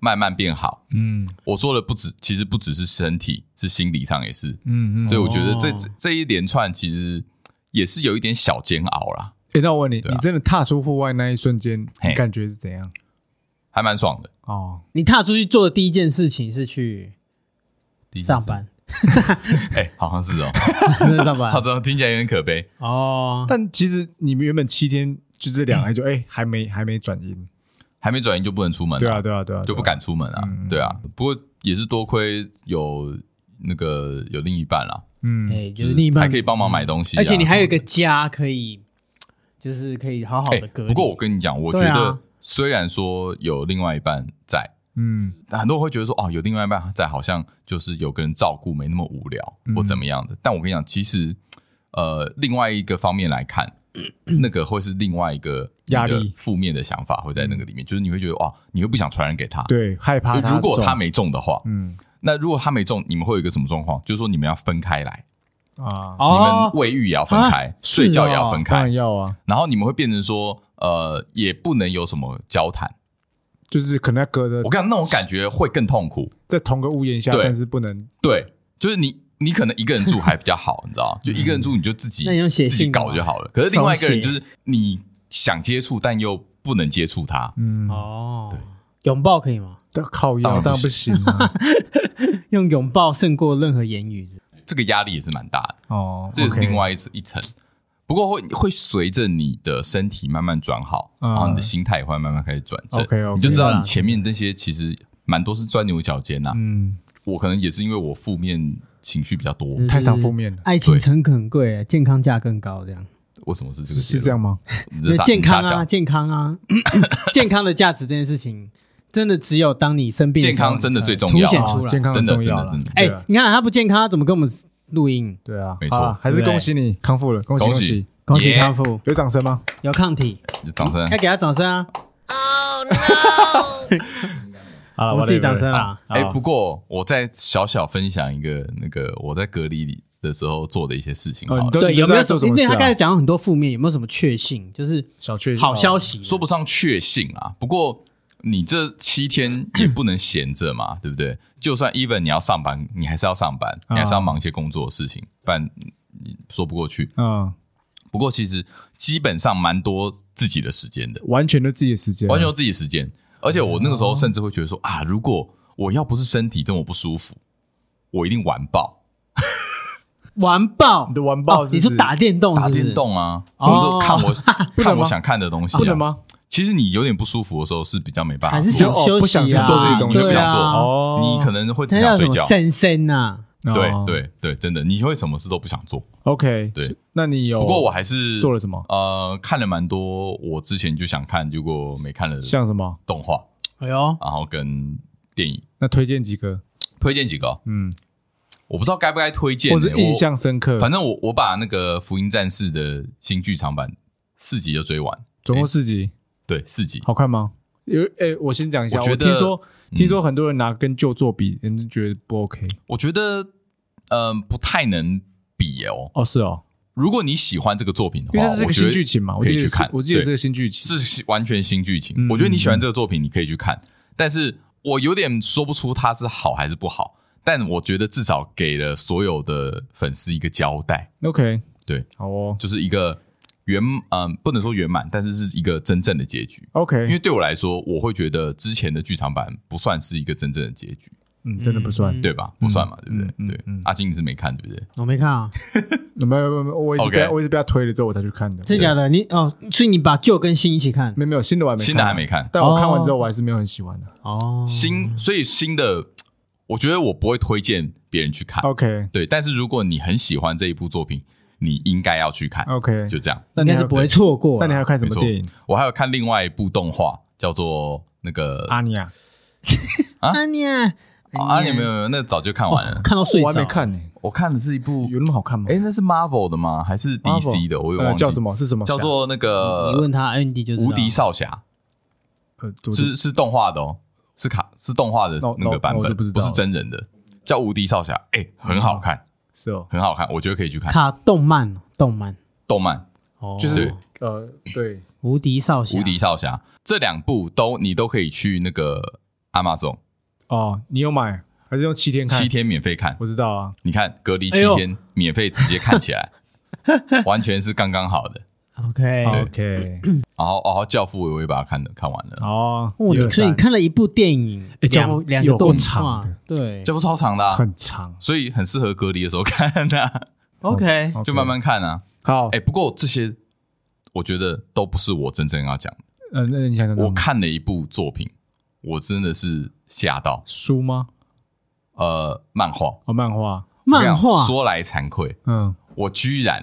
Speaker 1: 慢慢变好。
Speaker 2: 嗯
Speaker 1: 我说的不止，其实不只是身体，是心理上也是。
Speaker 2: 嗯嗯。
Speaker 1: 所以我觉得这、
Speaker 3: 哦
Speaker 1: 这这一连串其实也是有一点小煎熬啦，
Speaker 2: 诶那我问你，
Speaker 1: 对啊
Speaker 2: 你真的踏出户外那一瞬间，
Speaker 1: 嘿
Speaker 2: 你感觉是怎样？
Speaker 1: 还蛮爽的。
Speaker 2: 哦，
Speaker 3: 你踏出去做的第一件事情是去
Speaker 1: 第一件
Speaker 3: 上
Speaker 1: 事，
Speaker 3: 班，
Speaker 1: 哎、好像是哦，
Speaker 3: 真的上
Speaker 1: 好
Speaker 3: 班
Speaker 1: 像听起来有点可悲。
Speaker 3: 哦。
Speaker 2: 但其实你们原本七天就这两个就哎还没还没转阴。
Speaker 1: 还没转移就不能出门、
Speaker 2: 对啊，，对啊，对啊，
Speaker 1: 嗯就不
Speaker 2: 对啊。
Speaker 1: 敢出门啊，
Speaker 2: 嗯
Speaker 1: 对啊。不过也是多亏有那个有另一半啦，
Speaker 2: 嗯，
Speaker 3: 哎，就是另一半
Speaker 1: 还可以帮忙买东西啊、
Speaker 3: 而且你还有一个
Speaker 1: 什么的
Speaker 3: 家可以，就是可以好好
Speaker 1: 哎，
Speaker 3: 的隔离。
Speaker 1: 不过我跟你讲，我觉
Speaker 3: 对啊
Speaker 1: 得虽然说有另外一半在，
Speaker 2: 嗯
Speaker 1: 但很多人会觉得说哦，有另外一半在，好像就是有个人照顾，没那么无聊
Speaker 2: 嗯
Speaker 1: 或怎么样的。但我跟你讲，其实呃，另外一个方面来看。那个会是另外一个
Speaker 2: 压力
Speaker 1: 你的负面的想法会在那个里面，就是你会觉得哇，你会不想传染给他。，
Speaker 2: 对，害
Speaker 3: 啊
Speaker 2: 怕他
Speaker 1: 如果
Speaker 2: 中
Speaker 1: 他，没中的话，
Speaker 2: 嗯
Speaker 1: 那如果他没中，你们会有一个什么状况？就是说你们要分开来，
Speaker 2: 啊，
Speaker 1: 你
Speaker 3: 哦
Speaker 1: 们，卫浴也要分开，
Speaker 3: 啊
Speaker 1: 睡觉也
Speaker 3: 是
Speaker 1: 要
Speaker 3: 哦
Speaker 1: 分
Speaker 2: 当
Speaker 1: 开，
Speaker 2: 然要啊，
Speaker 1: 然后你们会变成说，呃，也不能有什么交谈。
Speaker 2: 就是可能要隔着
Speaker 1: 我跟你讲，那种感觉会更痛苦。
Speaker 2: 在同个屋檐下，
Speaker 1: 对
Speaker 2: 但是不能
Speaker 1: 对，就是你，你可能一个人住还比较好，你知道吗？就一个人住你就自己，
Speaker 3: 嗯那你用写
Speaker 1: 自己
Speaker 3: 信的吗
Speaker 1: 搞就好了。可是另外一个人
Speaker 3: 手
Speaker 1: 就
Speaker 3: 写
Speaker 1: 是你想接触，但又不能接触他。
Speaker 2: 嗯，
Speaker 3: 哦
Speaker 1: 对，
Speaker 3: 拥抱可以吗？
Speaker 2: 但靠
Speaker 1: 当
Speaker 2: 腰
Speaker 1: 然
Speaker 2: 当然不行啊。
Speaker 3: 用拥抱胜过任何言语。
Speaker 1: 这个压力也是蛮大的，
Speaker 2: 哦，
Speaker 1: 这也是
Speaker 2: OK
Speaker 1: 另外一层一层。不过会会随着你的身体慢慢转好，
Speaker 2: 嗯
Speaker 1: 然后你的心态也会慢慢开始转正，
Speaker 2: OK，OK
Speaker 1: 你就知道你前面那些其实蛮多是钻牛角尖呐、啊
Speaker 2: 嗯，
Speaker 1: 我可能也是因为我负面情绪比较多，
Speaker 3: 嗯
Speaker 2: 太常负面了，
Speaker 3: 爱情诚恳贵，健康价更高，这样。
Speaker 1: 为什么是这个结
Speaker 2: 是
Speaker 1: 论
Speaker 2: 这样？吗？
Speaker 1: 你这傻
Speaker 3: 健康啊，
Speaker 1: 你
Speaker 3: 健康 啊，健康的价值这件事情，真的只有当你生病的
Speaker 1: 健
Speaker 3: 时候，
Speaker 1: 康真的最重
Speaker 3: 凸
Speaker 1: 要
Speaker 3: 显
Speaker 1: 啊
Speaker 3: 出
Speaker 2: 哦
Speaker 3: 来
Speaker 2: 健康很
Speaker 1: 真的
Speaker 2: 重要
Speaker 1: 真的
Speaker 2: 了
Speaker 1: 真的。
Speaker 3: 哎、
Speaker 2: 对啊
Speaker 3: 你看他不健康，他怎么跟我们录音？
Speaker 2: 对啊，
Speaker 1: 没错
Speaker 2: 好啦还是
Speaker 3: 对不对
Speaker 2: 恭喜你康复了，恭喜
Speaker 1: 恭
Speaker 2: 恭
Speaker 1: 喜
Speaker 2: 喜！
Speaker 3: 恭喜
Speaker 1: 耶
Speaker 3: 康复，
Speaker 2: 有掌声吗？
Speaker 3: 有抗体，
Speaker 1: 傻就掌声
Speaker 3: 要。给他掌声啊！
Speaker 2: 好了，
Speaker 3: 啊
Speaker 1: 哎
Speaker 3: 我们自己掌声啦。
Speaker 1: 哎，不过我再小小分享一个那个我在隔离里的时候做的一些事情好
Speaker 2: 哦
Speaker 1: 了
Speaker 2: 你都
Speaker 3: 对，
Speaker 2: 你都
Speaker 3: 有没有
Speaker 2: 在做什
Speaker 3: 因
Speaker 2: 么
Speaker 3: 为
Speaker 2: 事
Speaker 3: 他
Speaker 2: 啊
Speaker 3: 刚才讲了很多负面，有没有什么确信？就是
Speaker 2: 小确
Speaker 3: 好消息，
Speaker 1: 说不上确信啊，不过你这七 天也不能闲着嘛，对不对？就算 even 你要上班，你还是要上班，
Speaker 2: 啊
Speaker 1: 你还是要忙一些工作的事情，不然你说不过去。
Speaker 2: 啊，
Speaker 1: 不过其实基本上蛮多自己的时间的，
Speaker 2: 完全都自己的时间，啊
Speaker 1: 完全有自己时间。而且我那个
Speaker 3: 哦
Speaker 1: 时候甚至会觉得说啊，如果我要不是身体这么不舒服，我一定完爆
Speaker 3: 完爆
Speaker 2: 哦你，的完爆
Speaker 3: 哦
Speaker 2: 是不
Speaker 3: 你
Speaker 2: 是
Speaker 3: 说打电动是
Speaker 1: 打
Speaker 3: 不是，
Speaker 1: 电动啊，
Speaker 3: 哦
Speaker 1: 或者说看我
Speaker 2: 不能
Speaker 1: 看
Speaker 2: 吗
Speaker 1: 我想看的东西、啊。
Speaker 2: 不能？吗？
Speaker 1: 其实你有点不舒服的时候是比较没办法
Speaker 3: 还
Speaker 1: 做
Speaker 3: 是
Speaker 1: 的，
Speaker 3: 想
Speaker 2: 哦
Speaker 3: 休
Speaker 2: 不
Speaker 3: 息
Speaker 2: 想
Speaker 3: 啊？
Speaker 2: 去做自己的东西
Speaker 1: 你就不
Speaker 3: 对
Speaker 1: 想
Speaker 3: 啊
Speaker 1: 做，
Speaker 2: 哦
Speaker 1: 你可能会只
Speaker 3: 那
Speaker 1: 想
Speaker 3: 叫什
Speaker 1: 睡
Speaker 3: 么
Speaker 1: 觉。
Speaker 3: 森森啊呐，
Speaker 1: 对
Speaker 2: 哦
Speaker 1: 对对，真的，你会什么事都不想做。
Speaker 2: ，OK，
Speaker 1: 对。
Speaker 2: 那你有
Speaker 1: 不过我还是
Speaker 2: 哦做了什么？
Speaker 1: 呃，看了蛮多我之前就想看，结果没看的
Speaker 2: 像什么？
Speaker 1: 动画，
Speaker 3: 哎呦，
Speaker 1: 然后跟电影，
Speaker 2: 那推荐几个？
Speaker 1: 推荐几个哦、
Speaker 2: 嗯，
Speaker 1: 我不知道该不该推荐、
Speaker 2: 或
Speaker 1: 欸，
Speaker 2: 是印象深刻
Speaker 1: 我。，反正我我把那个《福音战士》的新剧场版四集就追完，
Speaker 2: 总共
Speaker 1: 诶
Speaker 2: 四集，
Speaker 1: 对四集，
Speaker 2: 好看吗？有诶，我先讲一下，
Speaker 1: 欸我觉
Speaker 2: 我
Speaker 1: 得
Speaker 2: 听说
Speaker 1: 嗯
Speaker 2: 听说很多人拿跟旧作比，人家觉得不 OK。
Speaker 1: 我觉得嗯、呃不太能比哦。
Speaker 2: 哦，是哦，
Speaker 1: 如果你喜欢这个作品的
Speaker 2: 因为
Speaker 1: 话，
Speaker 2: 它是
Speaker 1: 我
Speaker 2: 个
Speaker 1: 觉
Speaker 2: 新
Speaker 1: 得
Speaker 2: 剧情嘛，我
Speaker 1: 可
Speaker 2: 记
Speaker 1: 以
Speaker 2: 得
Speaker 1: 去
Speaker 2: 是
Speaker 1: 看，
Speaker 2: 我记得
Speaker 1: 对
Speaker 2: 是个新剧情。
Speaker 1: 是完全新剧情。
Speaker 2: 嗯
Speaker 1: 我觉得你喜欢这个作品，你可以去看，但是我有点说不出它是好还是不好。但我觉得至少给了所有的粉丝一个交代，
Speaker 2: OK，
Speaker 1: 对，
Speaker 2: 好哦
Speaker 1: 就是一个圆，嗯、不能说圆满，但是是一个真正的结局。
Speaker 2: ，OK，
Speaker 1: 因为对我来说，我会觉得之前的剧场版不算是一个真正的结局，
Speaker 2: 嗯，真的不算
Speaker 3: 嗯。
Speaker 1: 对吧？不算嘛，对
Speaker 2: 嗯
Speaker 1: 不对？
Speaker 2: 嗯嗯
Speaker 1: 对
Speaker 2: 嗯，
Speaker 1: 阿金你是没看，对不对？
Speaker 3: 我没看啊，
Speaker 2: 没有没有没有，我一直
Speaker 1: OK
Speaker 2: 被我一直被他推了之后我才去看的。
Speaker 3: 真假的？你哦，所以你把旧跟新一起看
Speaker 2: 没有没有新的我还没看啊
Speaker 1: 新的还没看，
Speaker 2: 但我看完之后我还是没有很喜欢的。
Speaker 3: 哦，
Speaker 1: 新，所以新的，我觉得我不会推荐别人去看。
Speaker 2: OK
Speaker 1: 对，但是如果你很喜欢这一部作品，你应该要去看，
Speaker 2: OK，
Speaker 1: 就这样。
Speaker 2: 那
Speaker 3: 应
Speaker 2: 你
Speaker 3: 该
Speaker 2: 还
Speaker 3: 是
Speaker 2: 有
Speaker 3: 不会错过
Speaker 2: 那
Speaker 3: 啦。
Speaker 2: 你还要看什么
Speaker 1: 没错呃
Speaker 2: 电影？
Speaker 1: 我还有看另外一部动画，叫做那个
Speaker 2: 阿尼亚，
Speaker 1: 啊
Speaker 3: 阿尼啊，哦
Speaker 1: 哦啊，你没有没有，那早就看完了。
Speaker 3: 看到睡
Speaker 2: 我
Speaker 3: 着，
Speaker 2: 还没看呢，
Speaker 1: 我看的是一部，
Speaker 2: 哦有那么好看吗？
Speaker 1: 哎，那是 Marvel 的吗？还是 DC 的？我有点
Speaker 2: 呃
Speaker 1: 忘记
Speaker 2: 叫什，么？是什么侠？
Speaker 1: 叫做那
Speaker 3: 你
Speaker 1: 个
Speaker 3: 问他，Andy 就知道
Speaker 1: 无敌少侠，
Speaker 2: 呃，我
Speaker 1: 是是动画的哦，是卡是动画的
Speaker 2: 那我
Speaker 1: 那个版
Speaker 2: 那哦我
Speaker 1: 本，
Speaker 2: 就不知道了
Speaker 1: 是真人的，叫无敌少侠，哎，很好看，
Speaker 2: 是哦，
Speaker 1: 很好看，我觉得可以去看。
Speaker 3: 卡动漫，哦动漫
Speaker 1: 动漫
Speaker 3: 哦，
Speaker 2: 就是
Speaker 1: 对
Speaker 2: 呃，对，
Speaker 3: 无敌少
Speaker 1: 《
Speaker 2: 啊
Speaker 3: 侠，
Speaker 1: 无敌少侠》这两部都你都可以去那个 Amazon
Speaker 2: 哦，你有买还是用七天看？
Speaker 1: 七，天免费看，
Speaker 2: 我知道啊。
Speaker 1: 你看隔离七
Speaker 3: 哎呦
Speaker 1: 天免费直接看起 来，完全是刚刚好的。
Speaker 3: OK。
Speaker 2: OK，
Speaker 1: 然后，然后《教父》我也把它看了看完了，
Speaker 2: 哦，
Speaker 3: 哦，你所以你看了一部电影，
Speaker 2: 哎这
Speaker 3: 两
Speaker 2: 部
Speaker 3: 两
Speaker 2: 有
Speaker 3: 个
Speaker 2: 够
Speaker 3: 动
Speaker 2: 长
Speaker 3: 画
Speaker 2: 的，
Speaker 3: 对
Speaker 1: 《教父》超长的啊、
Speaker 2: 很长
Speaker 1: 所以很适合隔离的时候看的、啊，
Speaker 3: ，OK，
Speaker 2: ，OK
Speaker 1: 就慢慢看啊。
Speaker 2: 好
Speaker 1: 哎、。不过这些我觉得都不是我真正要讲的。
Speaker 2: 呃，那你想想，
Speaker 1: 我看了一部作品，我真的是吓到。
Speaker 2: 书吗？
Speaker 1: 呃，漫画，
Speaker 2: 哦，漫画，
Speaker 3: 漫
Speaker 1: 我跟你
Speaker 3: 画
Speaker 1: 讲说来惭愧，
Speaker 2: 嗯，
Speaker 1: 我居然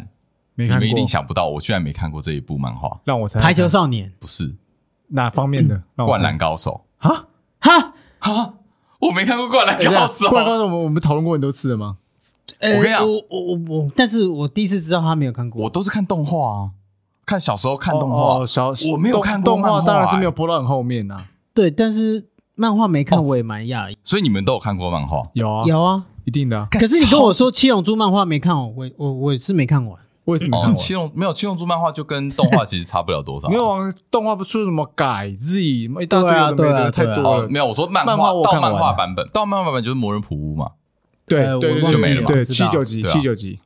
Speaker 2: 没
Speaker 1: 你
Speaker 2: 看
Speaker 1: 们一
Speaker 2: 过
Speaker 1: 定，想不到，我居然没看过这一部漫画，
Speaker 2: 让我猜
Speaker 3: 《
Speaker 2: 猜
Speaker 3: 排球
Speaker 2: 看
Speaker 3: 少年
Speaker 1: 不是《
Speaker 2: 哪方面 的？让我
Speaker 1: 灌
Speaker 2: 猜
Speaker 1: 篮高手
Speaker 2: 啊，》
Speaker 3: 哈，
Speaker 1: 啊！我没看过《灌篮
Speaker 2: 等一下
Speaker 1: 高手
Speaker 2: 啊灌篮》高手，我们我们讨论过很多次了吗？
Speaker 3: 呃
Speaker 1: 我跟你讲
Speaker 3: 我我我我，但是我第一次知道他没有看过，
Speaker 1: 我都是看动画啊，看小时候看动
Speaker 2: 哦
Speaker 1: 画啊
Speaker 2: 哦，小
Speaker 1: 我没有看过
Speaker 2: 动动画，
Speaker 1: 漫画
Speaker 2: 当然是
Speaker 1: 哎
Speaker 2: 没有播到很后面啊呐。
Speaker 3: 对，但是漫画没
Speaker 1: 哦
Speaker 3: 看，我也蛮讶异。
Speaker 1: 所以你们都有看过漫画？
Speaker 2: 有啊，
Speaker 3: 有啊，
Speaker 2: 一定的啊。
Speaker 3: 可是你跟我说《七龙珠》漫画没看完，我我我是没看完。
Speaker 2: 我也是没看
Speaker 1: 哦，
Speaker 2: 完。
Speaker 1: 七龙没有七龙珠漫画就跟动画其实差不了多少。
Speaker 2: 没有啊，动画不出什么改 Z 一大堆
Speaker 3: 对啊
Speaker 2: 有的没
Speaker 3: 对啊
Speaker 2: 的，太多
Speaker 1: 哦
Speaker 2: 了，。
Speaker 1: 没有，我说漫画
Speaker 2: 漫画我
Speaker 1: 到
Speaker 2: 看完
Speaker 1: 漫
Speaker 2: 了
Speaker 1: 画版本，到漫画版本就是《魔人普乌》嘛。
Speaker 2: 对
Speaker 3: 呃
Speaker 2: 对
Speaker 3: 我
Speaker 2: 对
Speaker 3: 忘
Speaker 1: 记
Speaker 2: 对
Speaker 1: 了
Speaker 2: 对，
Speaker 3: 知道
Speaker 2: 七九集
Speaker 1: 对啊
Speaker 2: 七九集，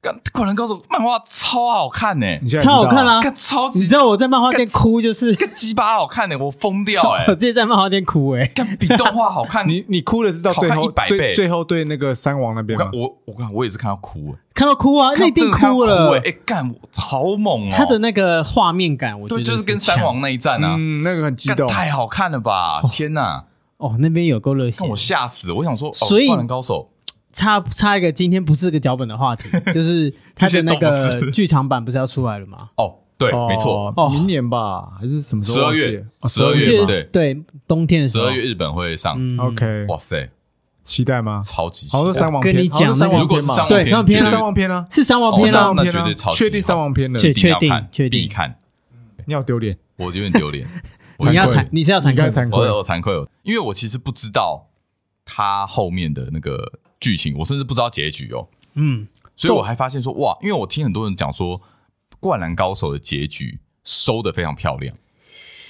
Speaker 1: 干《灌篮高手》漫画超好看呢、
Speaker 2: 你现在
Speaker 3: 超好看
Speaker 2: 啊！
Speaker 3: 啊！
Speaker 1: 看超
Speaker 3: 你
Speaker 1: 级
Speaker 3: 知道我在漫画店哭，就是
Speaker 1: 干鸡巴好看呢、我疯掉哎、
Speaker 3: 我直接在漫画店哭哎、
Speaker 1: 干比动画好看。
Speaker 2: 你你哭的是到最
Speaker 1: 好
Speaker 2: 后
Speaker 1: 看100倍
Speaker 2: 最最后对那个三王那
Speaker 1: 我
Speaker 2: 边吗
Speaker 1: 看？我我看我也是看到哭、欸，
Speaker 3: 看到哭啊，那一定
Speaker 1: 看到
Speaker 3: 哭
Speaker 1: 真的看到哭
Speaker 3: 了。
Speaker 1: 哎、欸干、好猛哦、
Speaker 3: 他的那个画面感，我觉
Speaker 1: 对，
Speaker 3: 得
Speaker 1: 就是跟三
Speaker 3: 强
Speaker 1: 王那一战啊，
Speaker 2: 嗯，那个很激
Speaker 1: 干
Speaker 2: 动。
Speaker 1: 太好看了吧！天哪，
Speaker 3: 哦那边有够热血
Speaker 1: 看。我吓死！我想说，哦
Speaker 3: 所以
Speaker 1: 灌篮高手
Speaker 3: 插插一个，今天不是个脚本的 话题，就是他的
Speaker 1: 这些都
Speaker 3: 那
Speaker 1: 不
Speaker 3: 个
Speaker 1: 是
Speaker 3: 剧场版不是要出来了吗？
Speaker 1: 哦，对，没错，
Speaker 2: 哦
Speaker 3: 哦
Speaker 2: 明年吧，还是什么时候忘记了？
Speaker 1: 12月
Speaker 2: 哦
Speaker 1: 12
Speaker 3: 我
Speaker 1: 月
Speaker 3: 记
Speaker 1: 嘛
Speaker 3: 得
Speaker 2: 吧
Speaker 3: 是对冬天的时
Speaker 1: 十
Speaker 3: 候，
Speaker 1: 二月日本会上，
Speaker 3: 嗯
Speaker 2: OK，
Speaker 1: 哇塞，
Speaker 2: 期待吗？
Speaker 1: 超级喜
Speaker 2: 好
Speaker 1: 欢！
Speaker 2: 像是三王篇，
Speaker 3: 跟你讲
Speaker 2: 好像是三
Speaker 3: 那个
Speaker 2: 王
Speaker 1: 如
Speaker 2: 篇嘛
Speaker 1: 果是三王
Speaker 3: 对上篇
Speaker 2: 是
Speaker 3: 啊
Speaker 2: 三王篇啊，
Speaker 3: 是三王
Speaker 1: 哦
Speaker 2: 是
Speaker 3: 篇
Speaker 1: 那
Speaker 2: 三
Speaker 3: 啊
Speaker 2: 王
Speaker 1: 那
Speaker 2: 篇
Speaker 1: 绝对
Speaker 2: 啊
Speaker 1: 超，级
Speaker 2: 确定三王篇了，
Speaker 3: 确
Speaker 1: 一定要
Speaker 3: 定
Speaker 1: 看
Speaker 3: 确定
Speaker 1: 必看，
Speaker 2: 你好丢脸，
Speaker 1: 我有点丢脸，我
Speaker 3: 你要
Speaker 2: 惭愧
Speaker 3: 惭，你是要
Speaker 2: 你
Speaker 3: 惭
Speaker 2: 该
Speaker 3: 愧吗，
Speaker 2: 惭
Speaker 1: 我
Speaker 2: 愧。
Speaker 1: 我惭愧，因为我其实不知道他后面的那个剧情，我甚至不知道结局哦。
Speaker 3: 嗯，
Speaker 1: 所以我还发现说，哇，因为我听很多人讲说，《灌篮高手》的结局收的非常漂亮。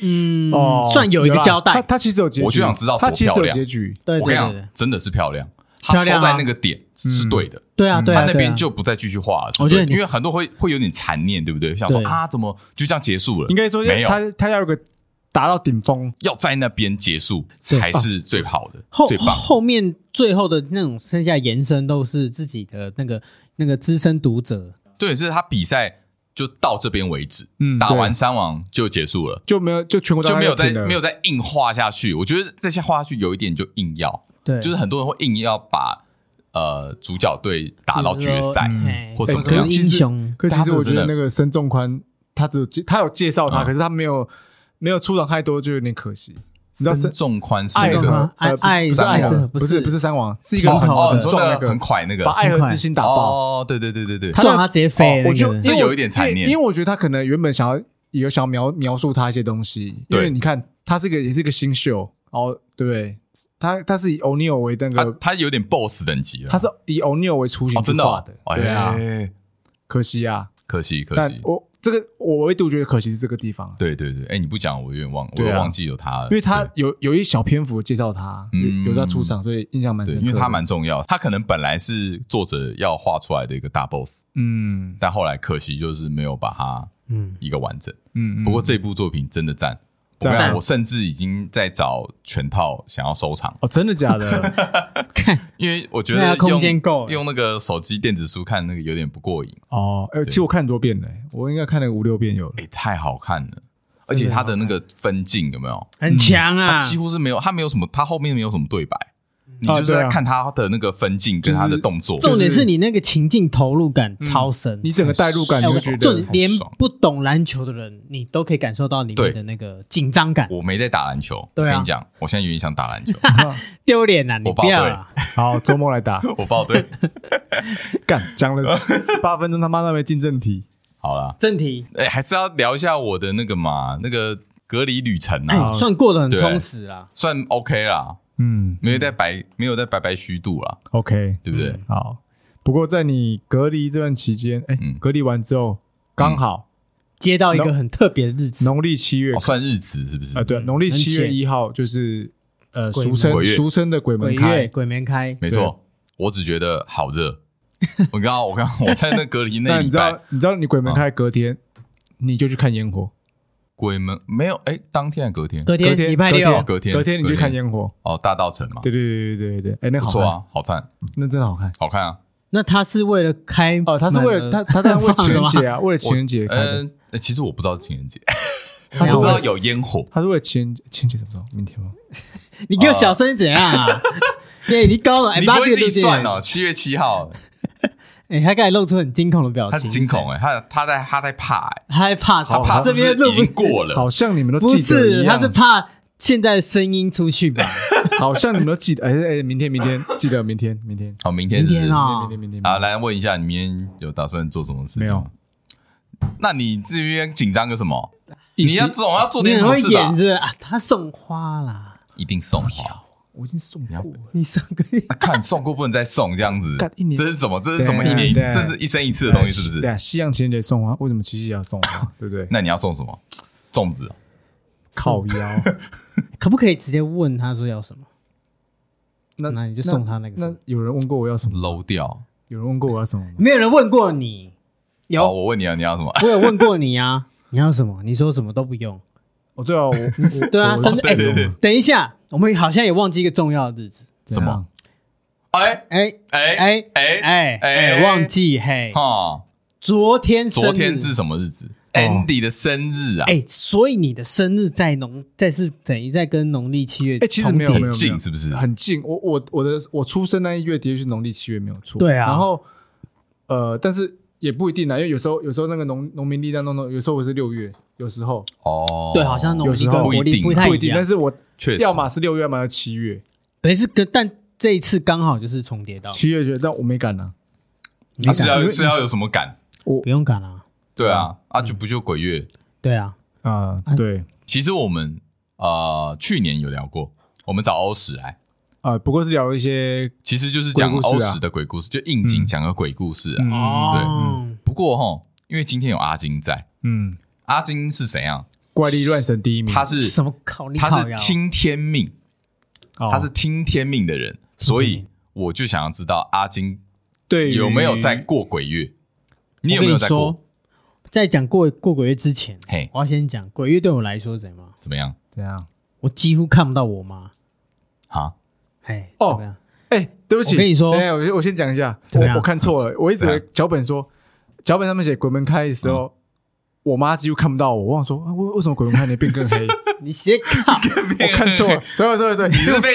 Speaker 3: 嗯，
Speaker 2: 哦，
Speaker 3: 算有一个
Speaker 2: 啦
Speaker 3: 交
Speaker 2: 他嗯
Speaker 3: 代。
Speaker 2: 他其实有结局，
Speaker 1: 我就想知道多
Speaker 2: 他其实
Speaker 1: 漂
Speaker 2: 有
Speaker 1: 亮
Speaker 2: 结局，
Speaker 3: 对
Speaker 1: 我跟
Speaker 3: 对
Speaker 1: 你
Speaker 3: 对啊对
Speaker 1: 讲，真的是漂亮，它
Speaker 3: 漂
Speaker 1: 收
Speaker 3: 亮啊
Speaker 1: 在那个点是对的。
Speaker 3: 对啊对
Speaker 1: 他
Speaker 3: 啊
Speaker 1: 那
Speaker 3: 对啊
Speaker 1: 边，就不再继续画了，是
Speaker 3: 我觉得
Speaker 1: 对
Speaker 3: 你
Speaker 1: 因为很多会会有点残念，对不对？想说
Speaker 3: 对
Speaker 1: 啊，怎么就这样结束了？
Speaker 2: 应该说
Speaker 1: 没有，
Speaker 2: 他他要有个达到顶峰，
Speaker 1: 要在那边结束
Speaker 3: 对
Speaker 1: 才是最好的，
Speaker 3: 后
Speaker 1: 最棒。
Speaker 3: 后面最后的那种剩下延伸都是自己的那个那个资深读者，
Speaker 1: 对，是他比赛就到这边为止，
Speaker 2: 嗯
Speaker 1: 打
Speaker 2: 对
Speaker 1: 完三王就结束了，
Speaker 2: 就没有就全国大
Speaker 1: 就
Speaker 2: 赛
Speaker 1: 没有再
Speaker 2: 停了
Speaker 1: 没有再硬画下去。我觉得再下画下去有一点就硬要，
Speaker 3: 对，
Speaker 1: 就是很多人会硬要把呃主角队打到决赛
Speaker 2: 嗯，
Speaker 3: 哎
Speaker 1: 或
Speaker 2: 者
Speaker 3: 可
Speaker 2: 怎么样
Speaker 3: 能英雄，
Speaker 2: 可其
Speaker 1: 大家
Speaker 2: 实
Speaker 1: 真的
Speaker 2: 我觉得
Speaker 1: 真的
Speaker 2: 那个申仲宽，他只有介他有介绍他，
Speaker 1: 嗯
Speaker 2: 可是他没有没有出场太多，就有点可惜。你知道
Speaker 1: 孙
Speaker 2: 申
Speaker 1: 仲宽是
Speaker 2: 爱
Speaker 1: 那
Speaker 3: 仲
Speaker 1: 个
Speaker 3: 宽
Speaker 2: 河
Speaker 3: 爱
Speaker 2: 呃
Speaker 3: 爱
Speaker 2: 不是
Speaker 1: 是爱
Speaker 3: 河
Speaker 2: 不
Speaker 3: 不
Speaker 2: 是
Speaker 3: 是
Speaker 2: 不是三王，是一个
Speaker 3: 头
Speaker 2: 很
Speaker 3: 头
Speaker 1: 哦，
Speaker 2: 很
Speaker 1: 你说
Speaker 2: 壮
Speaker 1: 那
Speaker 2: 那
Speaker 1: 个很
Speaker 2: 个，
Speaker 1: 快那个
Speaker 2: 把爱河之心打爆。
Speaker 1: 哦，对对对对对，
Speaker 3: 他撞他直接飞
Speaker 2: 哦我
Speaker 3: 那
Speaker 2: 就
Speaker 3: 个，
Speaker 1: 这
Speaker 2: 因为
Speaker 1: 有一点残
Speaker 2: 因为
Speaker 1: 念
Speaker 2: 因为我觉得他可能原本想要有想要描描述他一些东西，因
Speaker 1: 对
Speaker 2: 为你看他这个也是个新秀，哦，对不对？他他是以 O'Neal 为那
Speaker 1: 他
Speaker 2: 个，
Speaker 1: 他有点 BOSS 等级了，
Speaker 2: 他是以 O'Neal 为雏
Speaker 1: 啊哦
Speaker 2: 形
Speaker 1: 真的
Speaker 2: 画
Speaker 1: 哦
Speaker 2: 的，
Speaker 1: 哎
Speaker 2: 对啊，
Speaker 1: 呀，
Speaker 2: 可惜啊，
Speaker 1: 可惜可
Speaker 2: 但
Speaker 1: 惜，
Speaker 2: 我这个我唯独觉得可惜是这个地方，
Speaker 1: 对对对，哎，你不讲我有点忘，我
Speaker 2: 对啊
Speaker 1: 忘记有他了，
Speaker 2: 因为他
Speaker 1: 对
Speaker 2: 有有一小篇幅介绍他，
Speaker 1: 嗯
Speaker 2: 有有他出场，所以印象蛮
Speaker 1: 对，
Speaker 2: 深刻
Speaker 1: 因
Speaker 2: 的。
Speaker 1: 为他蛮重要，他可能本来是作者要画出来的一个大 boss，
Speaker 2: 嗯
Speaker 1: 但后来可惜就是没有把它
Speaker 3: 嗯，
Speaker 1: 一个完整。
Speaker 2: 嗯，嗯
Speaker 1: 不过这部作品真的赞，我
Speaker 2: 赞
Speaker 1: 跟你讲我甚至已经在找全套想要收藏，
Speaker 2: 哦，真的假 的？
Speaker 3: 看
Speaker 1: 因为我觉
Speaker 3: 对
Speaker 1: 得
Speaker 3: 啊空间
Speaker 1: 用
Speaker 3: 够了
Speaker 1: 用那个手机电子书看那个有点不过瘾，
Speaker 2: 哦，哎，其实我看很多遍了，我应该看了五六遍有 了。
Speaker 1: 哎，太好看了，而且它的那个分镜有没有？
Speaker 3: 很强啊哦
Speaker 1: 它，嗯几乎是没有，它没有什么，它后面没有什么对白。你就是
Speaker 2: 啊对
Speaker 1: 在
Speaker 2: 啊
Speaker 1: 看他的那个分镜跟他的动作，
Speaker 3: 重点是你那个情境投入感超深，
Speaker 2: 你整个代入感，
Speaker 3: 哎
Speaker 2: 你
Speaker 3: 我
Speaker 2: 会
Speaker 3: 跟
Speaker 2: 觉
Speaker 3: 你重
Speaker 2: 得
Speaker 3: 点连
Speaker 1: 很爽
Speaker 3: 不懂篮球的人，你都可以感受到里
Speaker 1: 对
Speaker 3: 面的那个紧张感，
Speaker 1: 我没在打篮球，
Speaker 3: 对啊
Speaker 1: 我跟你讲，我现在有点想打篮 球，
Speaker 3: 丢脸啊！你
Speaker 1: 我
Speaker 3: 不要
Speaker 1: 报
Speaker 3: 啊，
Speaker 2: 好，周末来打
Speaker 1: 我报对，
Speaker 2: 干，讲了十八分钟，他妈都没进正 题。
Speaker 1: 好啦，
Speaker 3: 正题，
Speaker 1: 哎、还是要聊一下我的那个嘛，那个隔离旅程
Speaker 3: 哎
Speaker 1: 啊，，
Speaker 3: 算过得很
Speaker 1: 对
Speaker 3: 充实啊啦。
Speaker 1: 算 OK 啦，
Speaker 2: 嗯嗯
Speaker 1: 没有在白、没有在白白虚度啦，
Speaker 2: ，OK，
Speaker 1: 对不对？
Speaker 2: 好。不过在你隔离这段期间，哎
Speaker 1: 嗯，
Speaker 2: 隔离完之后刚好
Speaker 3: 接到一个很特别的日子，
Speaker 2: 农历七月
Speaker 1: 哦、算日子是不是？
Speaker 2: 啊，对，农历
Speaker 3: 很
Speaker 2: 七月
Speaker 3: 浅
Speaker 2: 一号就是呃
Speaker 3: 鬼
Speaker 2: 俗
Speaker 3: 门
Speaker 2: 称
Speaker 1: 鬼月
Speaker 2: 俗称的鬼
Speaker 3: 鬼
Speaker 2: 门
Speaker 3: 月
Speaker 2: 开，
Speaker 3: 鬼门开，
Speaker 1: 没错，我只觉得好热。我刚刚我刚我在那 隔离那
Speaker 2: 那你
Speaker 1: 礼
Speaker 2: 知道
Speaker 1: 拜，啊
Speaker 2: 你知道你鬼门开隔天，你就去看烟火，
Speaker 1: 鬼门没有哎、当天还隔天
Speaker 3: 隔天
Speaker 2: 隔天
Speaker 3: 礼
Speaker 1: 哦
Speaker 3: 拜六，
Speaker 1: 隔天
Speaker 2: 隔天你去看烟火，
Speaker 1: 哦大道城嘛，
Speaker 2: 对对对对对对，哎，那
Speaker 1: 不
Speaker 2: 好
Speaker 1: 错
Speaker 2: 看，
Speaker 1: 啊，好看
Speaker 2: 那真的好看。
Speaker 1: 好看啊，
Speaker 3: 那他是为了开
Speaker 2: 哦，他是为了他，
Speaker 3: 门
Speaker 2: 他当然为了情人
Speaker 3: 放
Speaker 2: 节啊，为了情人节开的，
Speaker 1: 嗯、呃其实我不知道是情人节，
Speaker 2: 他
Speaker 1: 我
Speaker 2: 是
Speaker 1: 知
Speaker 2: 为
Speaker 1: 道
Speaker 2: 了
Speaker 1: 有烟火，
Speaker 2: 他是为了情人节情人节什么时候？明天吗？
Speaker 3: 而你给我小声一点啊！ 对，你高了，哎
Speaker 1: 你不
Speaker 3: 八
Speaker 1: 会
Speaker 3: 戒
Speaker 1: 自
Speaker 3: 都
Speaker 1: 己算哦，七月七号，
Speaker 3: 哎，他刚才露出很惊恐的表
Speaker 1: 他
Speaker 3: 情，
Speaker 1: 惊恐哎、他他在他在怕哎、
Speaker 3: 他害怕什
Speaker 1: 他
Speaker 3: 么？
Speaker 1: 怕
Speaker 3: 这
Speaker 1: 是不是
Speaker 3: 边录
Speaker 1: 已经过了，
Speaker 2: 好像你们都
Speaker 3: 不
Speaker 2: 记得
Speaker 3: 是，
Speaker 2: 一
Speaker 3: 他
Speaker 2: 样，
Speaker 3: 是怕现在的声音出去吧？
Speaker 2: 好像你们都记得，哎哎，明天 明天记得明天明天
Speaker 1: 好，明天
Speaker 3: 明
Speaker 1: 是
Speaker 3: 天
Speaker 2: 明
Speaker 3: 啊
Speaker 2: 天，明天哦明
Speaker 1: 啊，
Speaker 2: 天，
Speaker 1: 来问一下，你明天有打算做什么事情？
Speaker 2: 没有。
Speaker 1: 那你这边紧张个什么？
Speaker 2: 一时
Speaker 1: 你要总要做
Speaker 3: 你
Speaker 1: 点什
Speaker 3: 很
Speaker 1: 么
Speaker 3: 会
Speaker 1: 事
Speaker 3: 演
Speaker 1: 吧？
Speaker 3: 是不是啊？他送花啦，
Speaker 1: 一定送花，
Speaker 2: 我已经送过了，
Speaker 3: 你送个
Speaker 1: 那看送过不能再送这样子
Speaker 2: 干一，年
Speaker 1: 这是什么？这是什么？
Speaker 2: 对
Speaker 1: 一年一
Speaker 2: 对
Speaker 1: 这是一生一次的东西是不
Speaker 2: 对
Speaker 1: 是？
Speaker 2: 啊，西洋情人节送花，为什么七夕也要送 花？对不对？
Speaker 1: 那你要送什么？粽子哦？
Speaker 2: 靠腰。
Speaker 3: 可不可以直接问他说要什么？
Speaker 2: 那
Speaker 3: 那你就送他那个什么
Speaker 2: 那有人问过我要什么？
Speaker 1: 搂掉？
Speaker 2: 有人问过我要什么吗？
Speaker 3: 没有人问过你，有
Speaker 1: 好，我问你啊，你要什么？
Speaker 3: 我有问过你啊，你要什么？你说什么都不用。
Speaker 2: 哦，对啊，我 我
Speaker 3: 对啊，
Speaker 2: 我
Speaker 3: 甚至哎
Speaker 1: 对对对，
Speaker 3: 等一下，我们好像也忘记一个重要的日子。
Speaker 2: 怎样？
Speaker 1: 哎
Speaker 3: 哎
Speaker 1: 哎
Speaker 3: 哎
Speaker 1: 哎
Speaker 3: 哎
Speaker 1: 哎
Speaker 3: 哎，忘记嘿，
Speaker 1: 哈，
Speaker 3: 昨天生日
Speaker 1: 昨天是什么日子？Andy
Speaker 2: 哦
Speaker 1: 的生日啊，
Speaker 3: 哎，所以你的生日在农，在是等于在跟农历七月
Speaker 2: 哎，其实没有
Speaker 3: 重
Speaker 2: 没有
Speaker 3: 叠
Speaker 2: 没有
Speaker 1: 近是不是
Speaker 2: 很近。我我我的我出生那一月的确是农历七月没有错。
Speaker 3: 对啊
Speaker 2: 然后呃，但是也不一定啊，因为有时候有时候那个农农民历当中，有时候我是六月，有时候
Speaker 1: 哦，
Speaker 3: 对，好像农
Speaker 2: 有
Speaker 3: 历
Speaker 2: 时
Speaker 3: 跟
Speaker 2: 候
Speaker 3: 国
Speaker 1: 不一
Speaker 3: 历
Speaker 1: 定
Speaker 3: 不太
Speaker 2: 不一
Speaker 3: 一
Speaker 2: 定。但
Speaker 3: 样，
Speaker 2: 是我
Speaker 1: 确实
Speaker 2: 要么是六月，要么是七月。
Speaker 3: 等于是跟但这一次刚好就是重叠到，
Speaker 2: 七月觉得但我没敢啊，
Speaker 3: 没
Speaker 1: 啊
Speaker 3: 敢
Speaker 1: 是要是要有什么感？
Speaker 2: 我
Speaker 3: 不用赶啊，
Speaker 1: 对
Speaker 2: 嗯
Speaker 1: 啊，啊就不就鬼月？
Speaker 3: 对啊，
Speaker 2: 啊
Speaker 3: 啊
Speaker 2: 对
Speaker 1: 其实我们呃去年有聊过，我们找欧史来，
Speaker 2: 呃，不过是聊一些
Speaker 1: 其实就是讲
Speaker 2: 鬼故
Speaker 1: 欧
Speaker 2: 事啊
Speaker 1: 史的鬼故事，就应景讲个鬼故事啊。
Speaker 2: 嗯
Speaker 3: 哦，
Speaker 1: 不过哈，因为今天有阿金在，
Speaker 2: 嗯
Speaker 1: 阿金是怎样？
Speaker 2: 怪力乱神第一名，
Speaker 1: 他
Speaker 3: 对
Speaker 1: 嗯是
Speaker 3: 什么考虑？
Speaker 1: 他是听天命，
Speaker 2: 哦
Speaker 1: 他是听天命的人，所以我就想要知道阿金
Speaker 2: 对于
Speaker 1: 有没有在过鬼月？你有没有在
Speaker 3: 我跟你
Speaker 1: 过？
Speaker 3: 说？在讲过过鬼月之前，
Speaker 1: 嘿，
Speaker 3: 我要先讲鬼月对我来说是怎样吗？
Speaker 1: 怎么样？
Speaker 2: 怎样？
Speaker 3: 我几乎看不到我妈。
Speaker 1: 啊？
Speaker 3: 哎，
Speaker 2: 哦
Speaker 3: 怎么样？
Speaker 2: 哎，对不起，
Speaker 3: 我跟你说
Speaker 2: 哎，我先我先讲一下，
Speaker 3: 怎么样
Speaker 2: 我我看错了，我一直以为
Speaker 1: 怎
Speaker 2: 脚本说脚本上面写鬼门开的时候，我妈几乎看不到我，我想说啊为为什么鬼门开你变更 黑？
Speaker 3: 你斜靠，
Speaker 1: 我
Speaker 2: 我看错 了，，所以所以所以
Speaker 1: 你。是被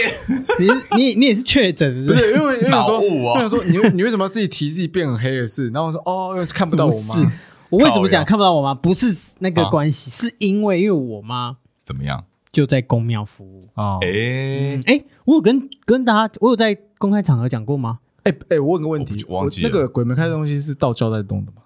Speaker 3: 你是你你也是确诊是
Speaker 2: 不
Speaker 3: 不是？
Speaker 2: 是，因为因为想
Speaker 1: 脑
Speaker 2: 说，
Speaker 1: 雾
Speaker 2: 因
Speaker 1: 哦
Speaker 2: 为想说，你你为什么要自己提自己变很黑的事？然后我说，哦，因为看不到我妈
Speaker 3: 不。是我为什么
Speaker 1: 靠
Speaker 3: 讲
Speaker 1: 腰
Speaker 3: 看不到我妈？不是那个
Speaker 1: 啊
Speaker 3: 关系，是因为因为我妈
Speaker 1: 怎么样？
Speaker 3: 就在公庙服务。
Speaker 2: 哦，哎
Speaker 1: 哎，
Speaker 3: 哎，我有跟跟大家，我有在公开场合讲过吗？
Speaker 2: 哎哎，我问个问题，
Speaker 1: 我忘记
Speaker 2: 那
Speaker 1: 了
Speaker 2: 个鬼门开的东西是道教在动的吗？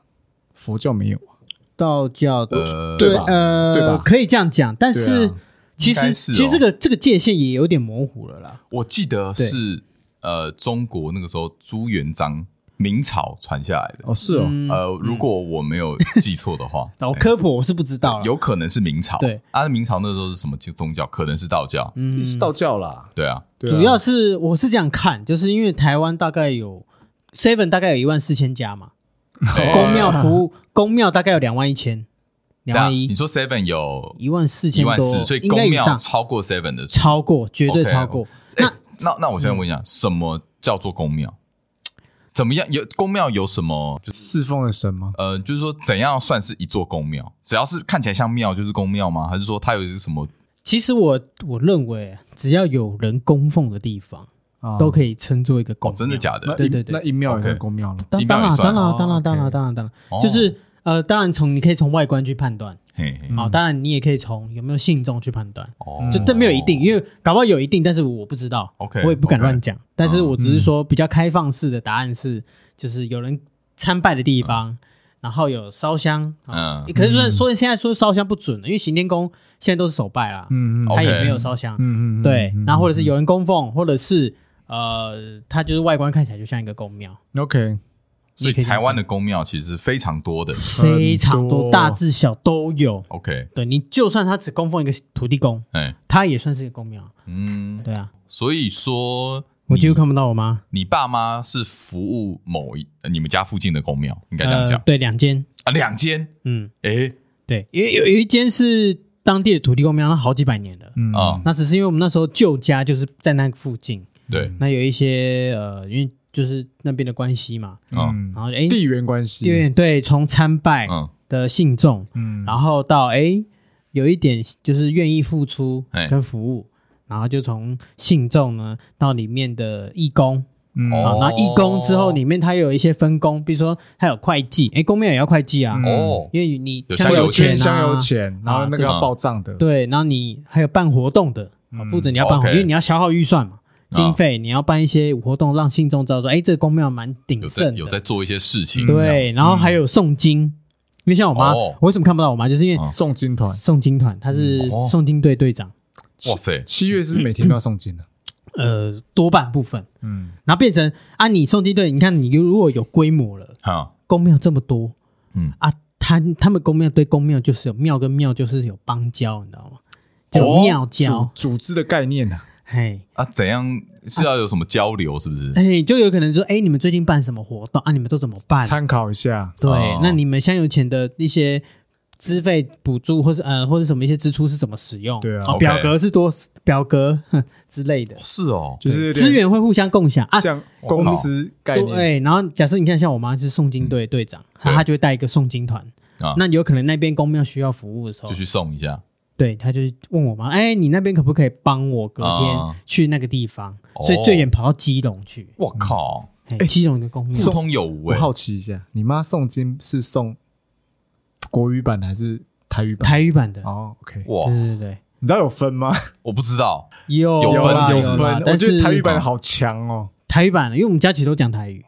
Speaker 2: 佛教没有啊？
Speaker 3: 道教的
Speaker 1: 呃，
Speaker 2: 对吧
Speaker 3: 呃，
Speaker 2: 对吧
Speaker 3: 可以这样讲，但
Speaker 2: 对
Speaker 3: 是
Speaker 2: 啊
Speaker 3: 其
Speaker 1: 应该
Speaker 3: 实
Speaker 1: 是
Speaker 3: 其
Speaker 1: 哦
Speaker 3: 实这个这个界限也有点模糊了啦。
Speaker 1: 我记得是呃，中国那个时候朱元璋明朝传下来的。
Speaker 2: 哦，是哦，
Speaker 3: 嗯，
Speaker 1: 呃，如果我没有记错的话
Speaker 3: 然后科普我是不知道
Speaker 1: 哎
Speaker 3: 了，
Speaker 1: 有可能是明朝。
Speaker 3: 对
Speaker 1: 啊，明朝那时候是什么宗教？可能是道教。
Speaker 3: 嗯
Speaker 2: 是道教啦。
Speaker 1: 对啊，
Speaker 2: 对啊
Speaker 3: 主要是我是这样看，就是因为台湾大概有 Seven 大概有一万四千家嘛，
Speaker 1: 哎
Speaker 3: 公哦庙服务 公庙大概有两万一千，两
Speaker 1: 那
Speaker 3: 万
Speaker 1: 啊你
Speaker 3: 一，
Speaker 1: 说 Seven 有
Speaker 3: 一万四
Speaker 1: 一
Speaker 3: 千
Speaker 1: 万
Speaker 3: 多
Speaker 1: 四，所以，
Speaker 3: 应该
Speaker 1: 公
Speaker 3: 以
Speaker 1: 庙
Speaker 3: 上，
Speaker 1: 超过 Seven 的数。
Speaker 3: 超过绝对
Speaker 1: OK，
Speaker 3: 超过。
Speaker 1: 哎
Speaker 3: 那嗯
Speaker 1: 那那我现在问一下，什么叫做公庙？怎么样？有公庙有什么？就是
Speaker 2: 侍奉的神吗？
Speaker 1: 呃，就是说怎样算是一座公庙？只要是看起来像庙，就是公庙吗？还是说它有一个什么？哦
Speaker 3: 其实我我认为，只要有人供奉的地方，
Speaker 2: 啊
Speaker 3: 都可以称作一个公
Speaker 1: 哦，
Speaker 3: 庙。
Speaker 1: 真的假的
Speaker 2: 那？
Speaker 3: 对
Speaker 2: 一
Speaker 3: 对对
Speaker 2: 那一庙也
Speaker 1: OK
Speaker 2: 算公庙了。
Speaker 3: 当
Speaker 1: 一
Speaker 3: 当
Speaker 1: 庙也
Speaker 3: 然，
Speaker 1: 算
Speaker 3: 当然，
Speaker 2: 哦
Speaker 3: 当然，当然，
Speaker 2: ，OK
Speaker 3: 当然，当然，
Speaker 1: 哦
Speaker 3: 就是嗯呃，当然从你可以从外观去判断，
Speaker 1: 嘿嘿，
Speaker 3: 好，当然你也可以从有没有信众去判断，
Speaker 1: 哦
Speaker 3: 就但没有一定，因为搞不好有一定，但是我不知道
Speaker 1: OK，
Speaker 3: 我也不敢
Speaker 1: OK
Speaker 3: 乱讲。但是
Speaker 1: 嗯
Speaker 3: 我只是说比较开放式的答案是，就是有人参拜的地方，然后有烧香，嗯
Speaker 1: 嗯，
Speaker 3: 可是说
Speaker 2: 嗯
Speaker 3: 说现在说烧香不准了，因为行天宫现在都是手拜啦，
Speaker 2: 嗯嗯
Speaker 1: 哦
Speaker 3: 他也
Speaker 1: OK
Speaker 3: 没有烧香，
Speaker 2: 嗯嗯，
Speaker 3: 啊对，然后或者是
Speaker 2: 有
Speaker 3: 有人供奉，或者是呃，它就是外观看起来就像一个宫庙。
Speaker 2: OK，
Speaker 1: 所以
Speaker 3: 你可以这
Speaker 1: 台
Speaker 3: 样
Speaker 1: 湾的公庙其实非常多的。
Speaker 3: 非常
Speaker 2: 很多
Speaker 3: 多，大至小都有。
Speaker 1: OK，
Speaker 3: 对你，就算他只供奉一个土地公，
Speaker 1: 哎，
Speaker 3: 他也算是一个公庙。
Speaker 1: 嗯，
Speaker 3: 对啊，
Speaker 1: 所以说
Speaker 3: 我几
Speaker 1: 你
Speaker 3: 乎看不到我妈。
Speaker 1: 你爸妈是服务某一呃你们家附近的公庙，应该这样
Speaker 3: 呃，
Speaker 1: 讲
Speaker 3: 对，两间，
Speaker 1: 啊，两间，
Speaker 3: 嗯，
Speaker 1: 哎，
Speaker 3: 对，因为有有一间是当地的土地公庙，那好几百年了。
Speaker 2: 嗯
Speaker 1: 啊
Speaker 3: 那只是因为我们那时候旧家就是在那附近，
Speaker 1: 对，
Speaker 3: 那有一些呃，因为就是那边的关系嘛，
Speaker 1: 嗯
Speaker 3: 然后哎，
Speaker 2: 地缘关系，
Speaker 3: 地缘对，从参拜
Speaker 1: 嗯，
Speaker 3: 的信众，
Speaker 2: 嗯，
Speaker 3: 然后到哎有一点就是愿意付出
Speaker 1: 哎
Speaker 3: 跟服务，然后就从信众呢到里面的义工，
Speaker 2: 嗯
Speaker 1: 哦
Speaker 3: 啊，然后义工之后里面它有一些分工，比如说它有会计，哎，公庙也要会计啊，
Speaker 2: 嗯
Speaker 1: 哦，
Speaker 3: 因为你
Speaker 1: 有
Speaker 3: 香
Speaker 1: 香油
Speaker 3: 钱
Speaker 2: 圈
Speaker 1: 钱
Speaker 3: 啊，
Speaker 2: 香油钱，然后那个
Speaker 1: 啊
Speaker 2: 要报账的，
Speaker 3: 对，然后你还有办活动的，啊
Speaker 2: 嗯
Speaker 3: 负责你要办活，
Speaker 1: OK 啊
Speaker 3: 因为你要消耗预算嘛。经费你要办一些活动，让信众知道说，哎，这个公庙蛮鼎
Speaker 1: 有在
Speaker 3: 盛
Speaker 1: 有
Speaker 3: 的
Speaker 1: 在，做一些事情，
Speaker 3: 对。然后还有诵经，因为像我妈，
Speaker 1: 哦
Speaker 3: 我为什么看不到我妈，就是因为
Speaker 1: 哦
Speaker 2: 诵经团，
Speaker 3: 诵经团，她是
Speaker 1: 哦
Speaker 3: 诵经队队长，
Speaker 1: 哇塞，
Speaker 2: 七月是不是每天都要诵经的，
Speaker 3: 呃，多半部分，
Speaker 2: 嗯，
Speaker 3: 然后变成啊，你诵经队，你看你如果有规模了，
Speaker 1: 哈，
Speaker 3: 公庙这么多
Speaker 1: 嗯，
Speaker 3: 啊，他他们公庙对公庙就是有庙跟庙就是有邦交，你知道吗？就
Speaker 1: 哦
Speaker 3: 庙
Speaker 2: 组
Speaker 3: 交，
Speaker 2: 组织的概念呢，
Speaker 3: 嘿，
Speaker 1: 啊，怎样是要有什么交流，是不是？
Speaker 3: 哎，就有可能说，哎，你们最近办什么活动啊？你们都怎么办？
Speaker 2: 参考一下，
Speaker 3: 对，
Speaker 1: 哦
Speaker 3: 那你们香油钱的一些资费补助，或是呃，或者什么一些支出是怎么使用？
Speaker 2: 对啊
Speaker 3: 哦
Speaker 1: OK
Speaker 3: 表格是多表格哼之类的，
Speaker 1: 是哦，
Speaker 2: 就是有点
Speaker 3: 资源会互相共享啊。哦
Speaker 2: 像公司概念，
Speaker 3: 对，然后假设你看，像我妈是诵经队队长，她
Speaker 1: 对
Speaker 3: 她就会带一个诵经团
Speaker 1: 啊。
Speaker 3: 那有可能那边公庙需要服务的时候
Speaker 1: 就，去送一
Speaker 3: 嗯
Speaker 1: 下，
Speaker 3: 对，她就是问我妈，哎，你那边可不可以帮我隔天
Speaker 1: 啊
Speaker 3: 去那个地方？
Speaker 1: 哦
Speaker 3: 所以最远跑到基隆去，
Speaker 1: 我靠，
Speaker 3: 哎，基隆的公庙
Speaker 1: 互通有无
Speaker 2: 我
Speaker 1: 哎，
Speaker 2: 好奇一下，你妈诵经是诵国语版的还是台语版？
Speaker 3: 台语版的，
Speaker 2: 哦，OK，
Speaker 1: 哇
Speaker 3: 对，对对，
Speaker 2: 你知道有分吗？
Speaker 1: 我不知道，
Speaker 3: 有
Speaker 1: 有分
Speaker 3: 啦
Speaker 2: 有
Speaker 1: 有
Speaker 3: 啦
Speaker 2: 分，我
Speaker 3: 但
Speaker 2: 觉得
Speaker 3: 是
Speaker 2: 台语版的好强哦，
Speaker 3: 台语版的，因为我们家其实都讲台语，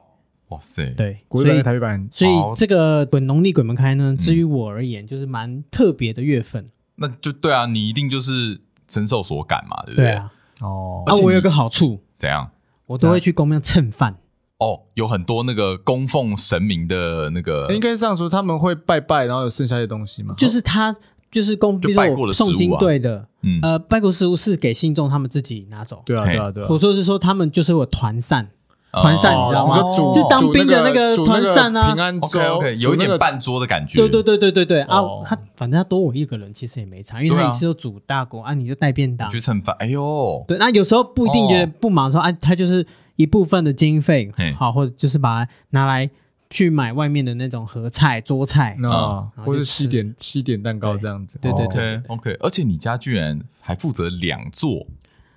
Speaker 1: 哇塞，
Speaker 3: 对，
Speaker 2: 国语
Speaker 3: 所
Speaker 2: 版跟
Speaker 3: 以
Speaker 2: 台语哦嗯版
Speaker 3: 所
Speaker 1: 好
Speaker 3: 以这个滚农历鬼门开呢，至于我而言，就是蛮特别的月份，
Speaker 1: 那就对啊，你一定就是深受所感嘛，对不
Speaker 3: 对啊，
Speaker 2: 哦
Speaker 1: 而
Speaker 3: 啊，
Speaker 1: 且
Speaker 3: 我有
Speaker 1: 你
Speaker 3: 个好处，
Speaker 1: 怎样？
Speaker 3: 我
Speaker 2: 啊
Speaker 3: 都会去公庙蹭饭。
Speaker 1: 哦，有很多那个供奉神明的那个，
Speaker 2: 应该是这样说，他们会拜拜，然后有剩下一些东西嘛。
Speaker 3: 就是他就是供，
Speaker 1: 就
Speaker 3: 比如说
Speaker 1: 拜过
Speaker 3: 我
Speaker 1: 的食物啊
Speaker 3: 诵经队的，
Speaker 1: 嗯，
Speaker 3: 呃，拜过食物是给信众他们自己拿走。
Speaker 2: 对啊，
Speaker 1: 嘿
Speaker 2: 对啊，对啊。
Speaker 3: 我说是说他们就是有团扇，
Speaker 1: 哦
Speaker 3: 团扇你知道
Speaker 2: 然
Speaker 3: 吗
Speaker 2: 后
Speaker 1: 哦
Speaker 2: 就煮
Speaker 3: 就当兵的那个
Speaker 2: 煮那个
Speaker 3: 团扇啊
Speaker 2: 平安粥
Speaker 1: OK OK，有一点半桌的感觉，
Speaker 3: 对对对对对对啊
Speaker 2: 哦，
Speaker 3: 他反正他多我一个人其实也没差，因为
Speaker 1: 对啊
Speaker 3: 他一次都煮大锅啊，你就带便当
Speaker 1: 去。蹭饭，哎呦，
Speaker 3: 对，那有时候不一定
Speaker 1: 哦
Speaker 3: 觉得不忙的时候，啊，他就是一部分的经费
Speaker 1: 嘿，
Speaker 3: 好，或者就是把它拿来去买外面的那种盒菜、桌菜，
Speaker 2: 啊，
Speaker 3: 嗯
Speaker 2: 或
Speaker 3: 然后
Speaker 2: 者
Speaker 3: 就
Speaker 2: 西
Speaker 3: 吃
Speaker 2: 点西点蛋糕这样子。哦
Speaker 3: 对对对
Speaker 1: OK OK，而且你家居然还负责两座，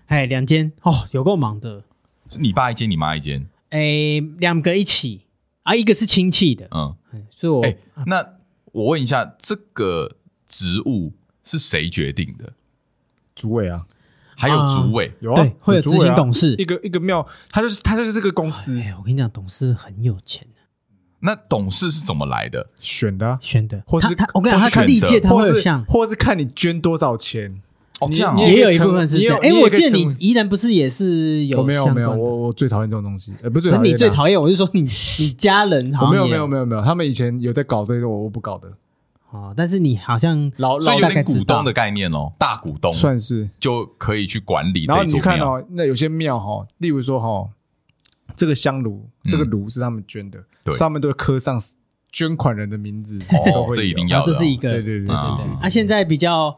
Speaker 3: 哎，两间哦，有够忙的，
Speaker 1: 是你爸一间，你妈一间，
Speaker 3: 哎，两个一起啊，一个是亲戚的，
Speaker 1: 嗯，
Speaker 3: 哎所以我
Speaker 1: 哎，那我问一下，这个职务是谁决定的？
Speaker 2: 主委啊，
Speaker 1: 还有主委，
Speaker 2: 有啊
Speaker 3: 对，会有
Speaker 2: 主
Speaker 3: 执
Speaker 2: 委啊
Speaker 3: 行董事
Speaker 2: 一。个一个庙，他就是他就是这个公司
Speaker 3: 哎，我跟你讲，董事很有钱啊的，
Speaker 1: 那董事是怎么来的？
Speaker 2: 选的啊，
Speaker 3: 选的。
Speaker 2: 或
Speaker 3: 他
Speaker 2: 是
Speaker 3: 他，我跟你
Speaker 1: 或
Speaker 3: 讲，
Speaker 1: 是
Speaker 3: 他
Speaker 1: 选
Speaker 3: 历
Speaker 1: 的
Speaker 3: 届他
Speaker 2: 或
Speaker 3: 会有
Speaker 2: 是
Speaker 3: 像，
Speaker 2: 或是看你捐多少钱。
Speaker 1: 哦，这样
Speaker 2: 你
Speaker 1: 哦，
Speaker 3: 也有一部分是这样。
Speaker 2: 你
Speaker 3: 哎，
Speaker 2: 有
Speaker 3: 我
Speaker 2: 你有
Speaker 3: 记
Speaker 2: 一
Speaker 3: 得
Speaker 2: 个
Speaker 3: 你
Speaker 2: 成
Speaker 3: 宜兰不是也是有
Speaker 2: 我哦没有
Speaker 3: 相
Speaker 2: 没有，
Speaker 3: 关的
Speaker 2: 我我最讨厌这种东西，呃，不是
Speaker 3: 可
Speaker 2: 最讨厌啊
Speaker 3: 是你最讨厌，我是说你你家人
Speaker 2: 我
Speaker 3: 好像
Speaker 2: 没有
Speaker 3: 也
Speaker 2: 没有没有没有，他们以前有在搞这个，我我不搞的，
Speaker 3: 哦，但是你好像
Speaker 2: 老
Speaker 1: 所
Speaker 2: 老
Speaker 1: 以有
Speaker 3: 大概
Speaker 1: 点股
Speaker 3: 知道
Speaker 1: 东的概念哦，大股东
Speaker 2: 算是。
Speaker 1: 就可以去管理
Speaker 2: 然后
Speaker 1: 这
Speaker 2: 你
Speaker 1: 座
Speaker 2: 去看
Speaker 1: 庙。
Speaker 2: 哦，那有些庙哈，例如说哈，这个香炉，这个炉是他们捐的，
Speaker 1: 嗯对
Speaker 2: 上面都会刻上捐款人的名字， 都
Speaker 1: 哦
Speaker 2: 会，有
Speaker 1: 这一定
Speaker 3: 啊
Speaker 1: 要，的
Speaker 3: 这
Speaker 1: 哦，
Speaker 3: 是一个
Speaker 2: 对对对对
Speaker 1: 啊
Speaker 2: 对，
Speaker 3: 啊，现在比较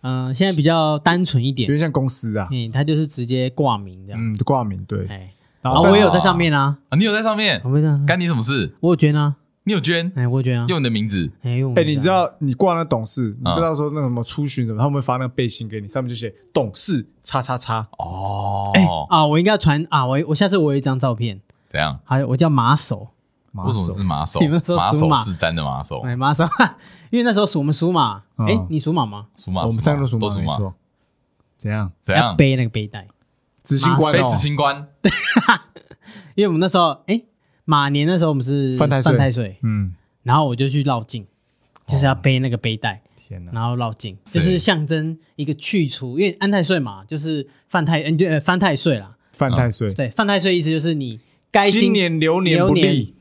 Speaker 3: 嗯，现在比较单纯一
Speaker 2: 有点
Speaker 3: 点，
Speaker 2: 像公司啊，
Speaker 3: 嗯，他就是直接挂名这样，
Speaker 2: 嗯，挂名对。
Speaker 3: 哎，
Speaker 2: 然
Speaker 3: 啊，
Speaker 2: 后
Speaker 3: 我也
Speaker 2: 但
Speaker 3: 有在上面啊，
Speaker 1: 啊，你有在上面
Speaker 3: 我，不是啊，
Speaker 1: 干你什么事？
Speaker 3: 我有捐啊，
Speaker 1: 你有捐，
Speaker 3: 哎，我有捐啊，
Speaker 1: 用你的名字，
Speaker 3: 哎，用我
Speaker 2: 哎，
Speaker 3: 们
Speaker 2: 你
Speaker 3: 家
Speaker 2: 知道你挂那董事，你
Speaker 1: 啊
Speaker 2: 知道说那什么出巡什么，他们会发那个背心给你，上面就写董事叉叉叉，
Speaker 1: 哦，
Speaker 2: 哎
Speaker 3: 啊？我应该传啊，我我下次我有一张照片，
Speaker 1: 怎样？
Speaker 3: 还有我叫马首，
Speaker 2: 马
Speaker 1: 为什
Speaker 2: 首
Speaker 1: 么是马首？
Speaker 3: 你们说
Speaker 1: 马
Speaker 3: 属
Speaker 1: 首
Speaker 3: 马
Speaker 1: 是山的马首，
Speaker 3: 哎，马首，因为那时候属我们属马，
Speaker 2: 哦嗯
Speaker 3: 哎，你属马吗？
Speaker 1: 属马。
Speaker 2: 我们三个都
Speaker 1: 都
Speaker 2: 马，
Speaker 1: 属
Speaker 2: 没
Speaker 1: 马，
Speaker 2: 错。怎样？
Speaker 1: 怎
Speaker 3: 要
Speaker 1: 样？
Speaker 3: 背那个背带，
Speaker 2: 执行官
Speaker 1: 谁
Speaker 2: 哦
Speaker 1: 执，行官？
Speaker 3: 因为我们那时候哎马年那时候我们是
Speaker 2: 犯太岁
Speaker 3: 犯太岁，
Speaker 2: 嗯，
Speaker 3: 然后我就去绕境，就是要背那个背带，
Speaker 2: 天哪，
Speaker 3: 然后绕境，
Speaker 1: 是
Speaker 3: 就是象征一个去除，因为安太岁嘛，就是犯太 呃就呃犯太岁啦。
Speaker 2: 犯
Speaker 1: 嗯
Speaker 2: 太岁，
Speaker 3: 对，犯太岁意思就是你该
Speaker 2: 今
Speaker 3: 心
Speaker 2: 年流年不
Speaker 3: 流
Speaker 2: 利，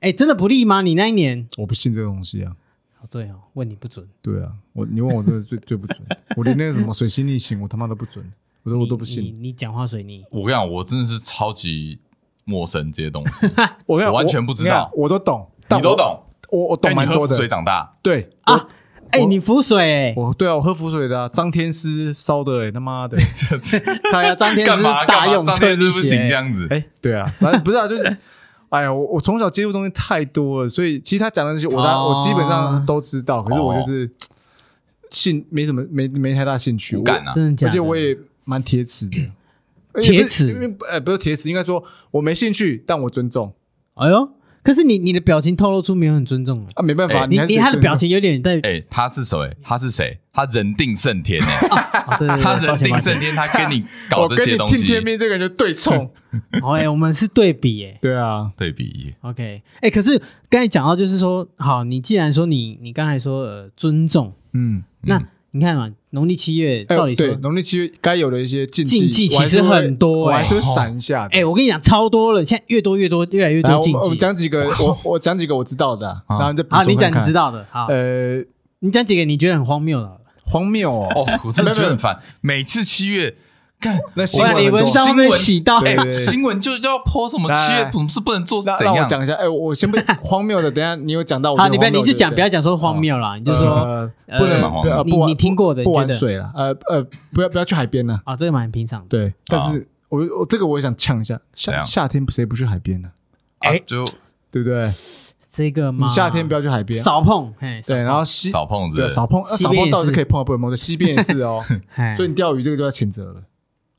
Speaker 3: 哎真的不利吗？你那一年
Speaker 2: 我不信这个东西啊。
Speaker 3: 哦对哦，问你不准，
Speaker 2: 对啊，我你问我这个最最不准，我连那个什么水星逆行，我他妈都不准，我都我都不
Speaker 3: 你
Speaker 2: 信。
Speaker 3: 你讲话水逆，
Speaker 1: 我跟你讲，我真的是超级陌生这些东西，
Speaker 2: 我跟你
Speaker 1: 我
Speaker 2: 讲
Speaker 1: 完全不知道
Speaker 2: 我跟你讲我都懂， 但
Speaker 1: 你都
Speaker 2: 我，
Speaker 1: 懂，
Speaker 2: 我我
Speaker 1: 因
Speaker 2: 懂
Speaker 1: 为
Speaker 2: 蛮
Speaker 1: 你喝
Speaker 2: 多
Speaker 1: 浮水
Speaker 2: 的。
Speaker 1: 长大。
Speaker 2: 对
Speaker 3: 啊，哎、
Speaker 2: 我
Speaker 3: 你浮水、欸，
Speaker 2: 我对啊，我喝浮水的啊，张天师烧的，哎他妈的，
Speaker 3: 他要张天
Speaker 1: 干
Speaker 3: 师
Speaker 1: 嘛？
Speaker 3: 大
Speaker 1: 干
Speaker 3: 用
Speaker 1: 嘛？张
Speaker 3: 车
Speaker 1: 天
Speaker 3: 力
Speaker 1: 师不行这
Speaker 3: 学，
Speaker 1: 样子。
Speaker 2: 哎，对啊，反正不是啊，就是。哎呀，我我从小接触东西太多了，所以其实他讲的那些我大、
Speaker 3: 哦
Speaker 2: 我基本上都知道，可是
Speaker 1: 哦
Speaker 2: 我就是兴没什么没没太大兴趣，
Speaker 1: 无
Speaker 2: 我
Speaker 1: 感啊！
Speaker 3: 真的
Speaker 2: 而
Speaker 3: 假的？
Speaker 2: 且我也蛮铁齿 的，而且
Speaker 3: 铁
Speaker 2: 不是
Speaker 3: 齿
Speaker 2: 因为呃不是铁齿，应该说我没兴趣，但我尊重
Speaker 3: 哎呦，可是你你的表情透露出没有很尊重了，
Speaker 2: 啊，没办法，
Speaker 1: 哎
Speaker 3: 你
Speaker 2: 还是
Speaker 3: 你
Speaker 2: 得
Speaker 3: 他的
Speaker 2: 尊
Speaker 3: 表
Speaker 2: 重
Speaker 3: 情有点在，
Speaker 1: 哎，他是谁？他是谁？他人定胜天 哎，
Speaker 3: 哦、对对对，
Speaker 1: 他
Speaker 3: 抱
Speaker 1: 人
Speaker 3: 歉
Speaker 1: 定
Speaker 3: 抱歉
Speaker 1: 胜天，他跟你搞这些东
Speaker 2: 我跟你听天
Speaker 1: 西
Speaker 2: 命这个人就对冲，
Speaker 3: 哦哎、我们是对比哎、
Speaker 2: 对啊，
Speaker 1: 对比，
Speaker 3: OK，哎、可是刚才讲到就是说，好，你既然说你你刚才说呃尊重，
Speaker 2: 嗯，
Speaker 3: 那你看嘛，农历七月
Speaker 2: 哎
Speaker 3: 照理说，
Speaker 2: 对
Speaker 3: 哎、
Speaker 2: 农历七月该有的一些禁忌，
Speaker 3: 禁忌
Speaker 2: 我还是会
Speaker 3: 其实很多
Speaker 2: 我
Speaker 3: 哎
Speaker 2: 还是会闪一下的。
Speaker 3: 我跟你讲超多了，现在越多越多，越来越
Speaker 2: 来，
Speaker 3: 多
Speaker 2: 我
Speaker 3: 禁
Speaker 2: 们我们
Speaker 3: 忌。
Speaker 2: 讲几 个，我我讲几个我知道的啊，
Speaker 1: 好
Speaker 2: 然后你再补
Speaker 3: 好，
Speaker 2: 充
Speaker 3: 你讲
Speaker 2: 看
Speaker 3: 你知
Speaker 2: 看。
Speaker 3: 道的，好，
Speaker 2: 呃，
Speaker 3: 你讲几个你觉得很荒谬的好了。
Speaker 2: 荒谬哦，
Speaker 1: 哦，我真的
Speaker 2: 没有
Speaker 1: 觉得很烦。每次七月，干
Speaker 2: 那新
Speaker 3: 我
Speaker 2: 闻
Speaker 3: 看
Speaker 2: 很
Speaker 3: 你
Speaker 2: 多
Speaker 3: 文
Speaker 1: 闻
Speaker 3: 章被
Speaker 1: 新闻
Speaker 3: 洗到，
Speaker 2: 对
Speaker 1: 哎，新闻就就要泼什么
Speaker 2: 来
Speaker 1: 七
Speaker 2: 来
Speaker 1: 月
Speaker 2: 来
Speaker 1: 什么事不能做是
Speaker 2: 让
Speaker 1: 怎
Speaker 2: 让我
Speaker 1: 样？啊
Speaker 2: 讲一下，哎，我先不 荒谬的，等一下你有讲到，我
Speaker 3: 好，
Speaker 2: 觉得
Speaker 3: 你不要
Speaker 2: 荒谬
Speaker 3: 你就
Speaker 2: 对
Speaker 3: 讲，
Speaker 2: 对
Speaker 3: 不要讲说荒谬啦，你就说
Speaker 2: 呃
Speaker 3: 呃
Speaker 2: 不
Speaker 1: 这个蛮
Speaker 2: 能
Speaker 1: 荒
Speaker 2: 不要
Speaker 3: 你
Speaker 2: 不玩
Speaker 3: 你听过的，
Speaker 2: 不
Speaker 3: 你觉
Speaker 2: 玩
Speaker 3: 得
Speaker 2: 水了，呃呃，不要不要去海边了。
Speaker 3: 啊，这个蛮平常的。
Speaker 2: 对，但是我我这个我也想呛一下，夏
Speaker 1: 样
Speaker 2: 夏天谁不去海边呢？哎
Speaker 1: 啊，就
Speaker 2: 对不对？
Speaker 3: 这个嘛，
Speaker 2: 你夏天不要去海边，
Speaker 3: 少碰，嘿，少
Speaker 2: 对，然后西
Speaker 1: 少碰子
Speaker 2: 对少碰，呃
Speaker 3: 西
Speaker 2: 少
Speaker 3: 边
Speaker 2: 碰
Speaker 3: 也
Speaker 2: 倒是
Speaker 3: 是
Speaker 2: 可以碰到不能碰的，西边也是 哦。
Speaker 3: 嘿
Speaker 2: 所以你钓鱼这个就要谴责了。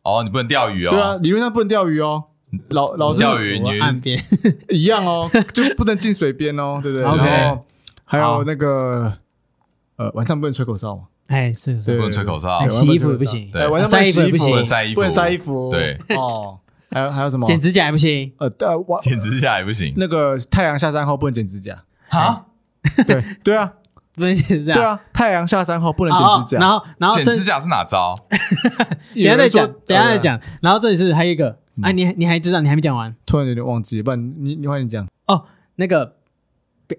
Speaker 1: 哦，你不能钓鱼哦。
Speaker 2: 对啊，理论上不能钓鱼哦。老老师
Speaker 1: 钓鱼
Speaker 2: 我
Speaker 1: 你
Speaker 3: 岸边
Speaker 2: 一样哦，就不能进水边哦，对不对？
Speaker 3: OK
Speaker 2: 然后还有
Speaker 3: 好
Speaker 2: 那个呃，晚上不能吹口哨嘛，
Speaker 3: 哎，是
Speaker 2: 对
Speaker 3: 是，
Speaker 1: 不能吹口哨
Speaker 3: 哎，
Speaker 2: 对，
Speaker 3: 洗衣服也不行，
Speaker 1: 对
Speaker 2: 哎晚上
Speaker 3: 晒衣服
Speaker 2: 不
Speaker 3: 也
Speaker 2: 能
Speaker 3: 不
Speaker 2: 洗衣服，
Speaker 3: 行
Speaker 1: 不能晒衣服
Speaker 2: 不能晒衣服，
Speaker 1: 对
Speaker 2: 哦。还有还有什么？
Speaker 3: 剪指甲也不行，
Speaker 2: 呃呃，我
Speaker 1: 剪指甲也不行
Speaker 2: 那个太阳下山后不能剪指甲。
Speaker 1: 啊？
Speaker 2: 对对啊，
Speaker 3: 不能剪指甲，
Speaker 2: 对啊，太阳下山后不能剪指
Speaker 3: 哦哦然
Speaker 2: 甲。
Speaker 3: 后然后
Speaker 1: 剪
Speaker 3: 甚
Speaker 1: 指甲是哪 招？
Speaker 2: 有
Speaker 3: 等一下
Speaker 2: 人
Speaker 3: 再
Speaker 2: 说
Speaker 3: 讲，等一下再。
Speaker 2: 呃
Speaker 3: 讲。然后这里是还有一个，哎、啊，你你还知道，你还没讲完
Speaker 2: 突然有点忘记，不然你你换你讲。
Speaker 3: 哦。那个，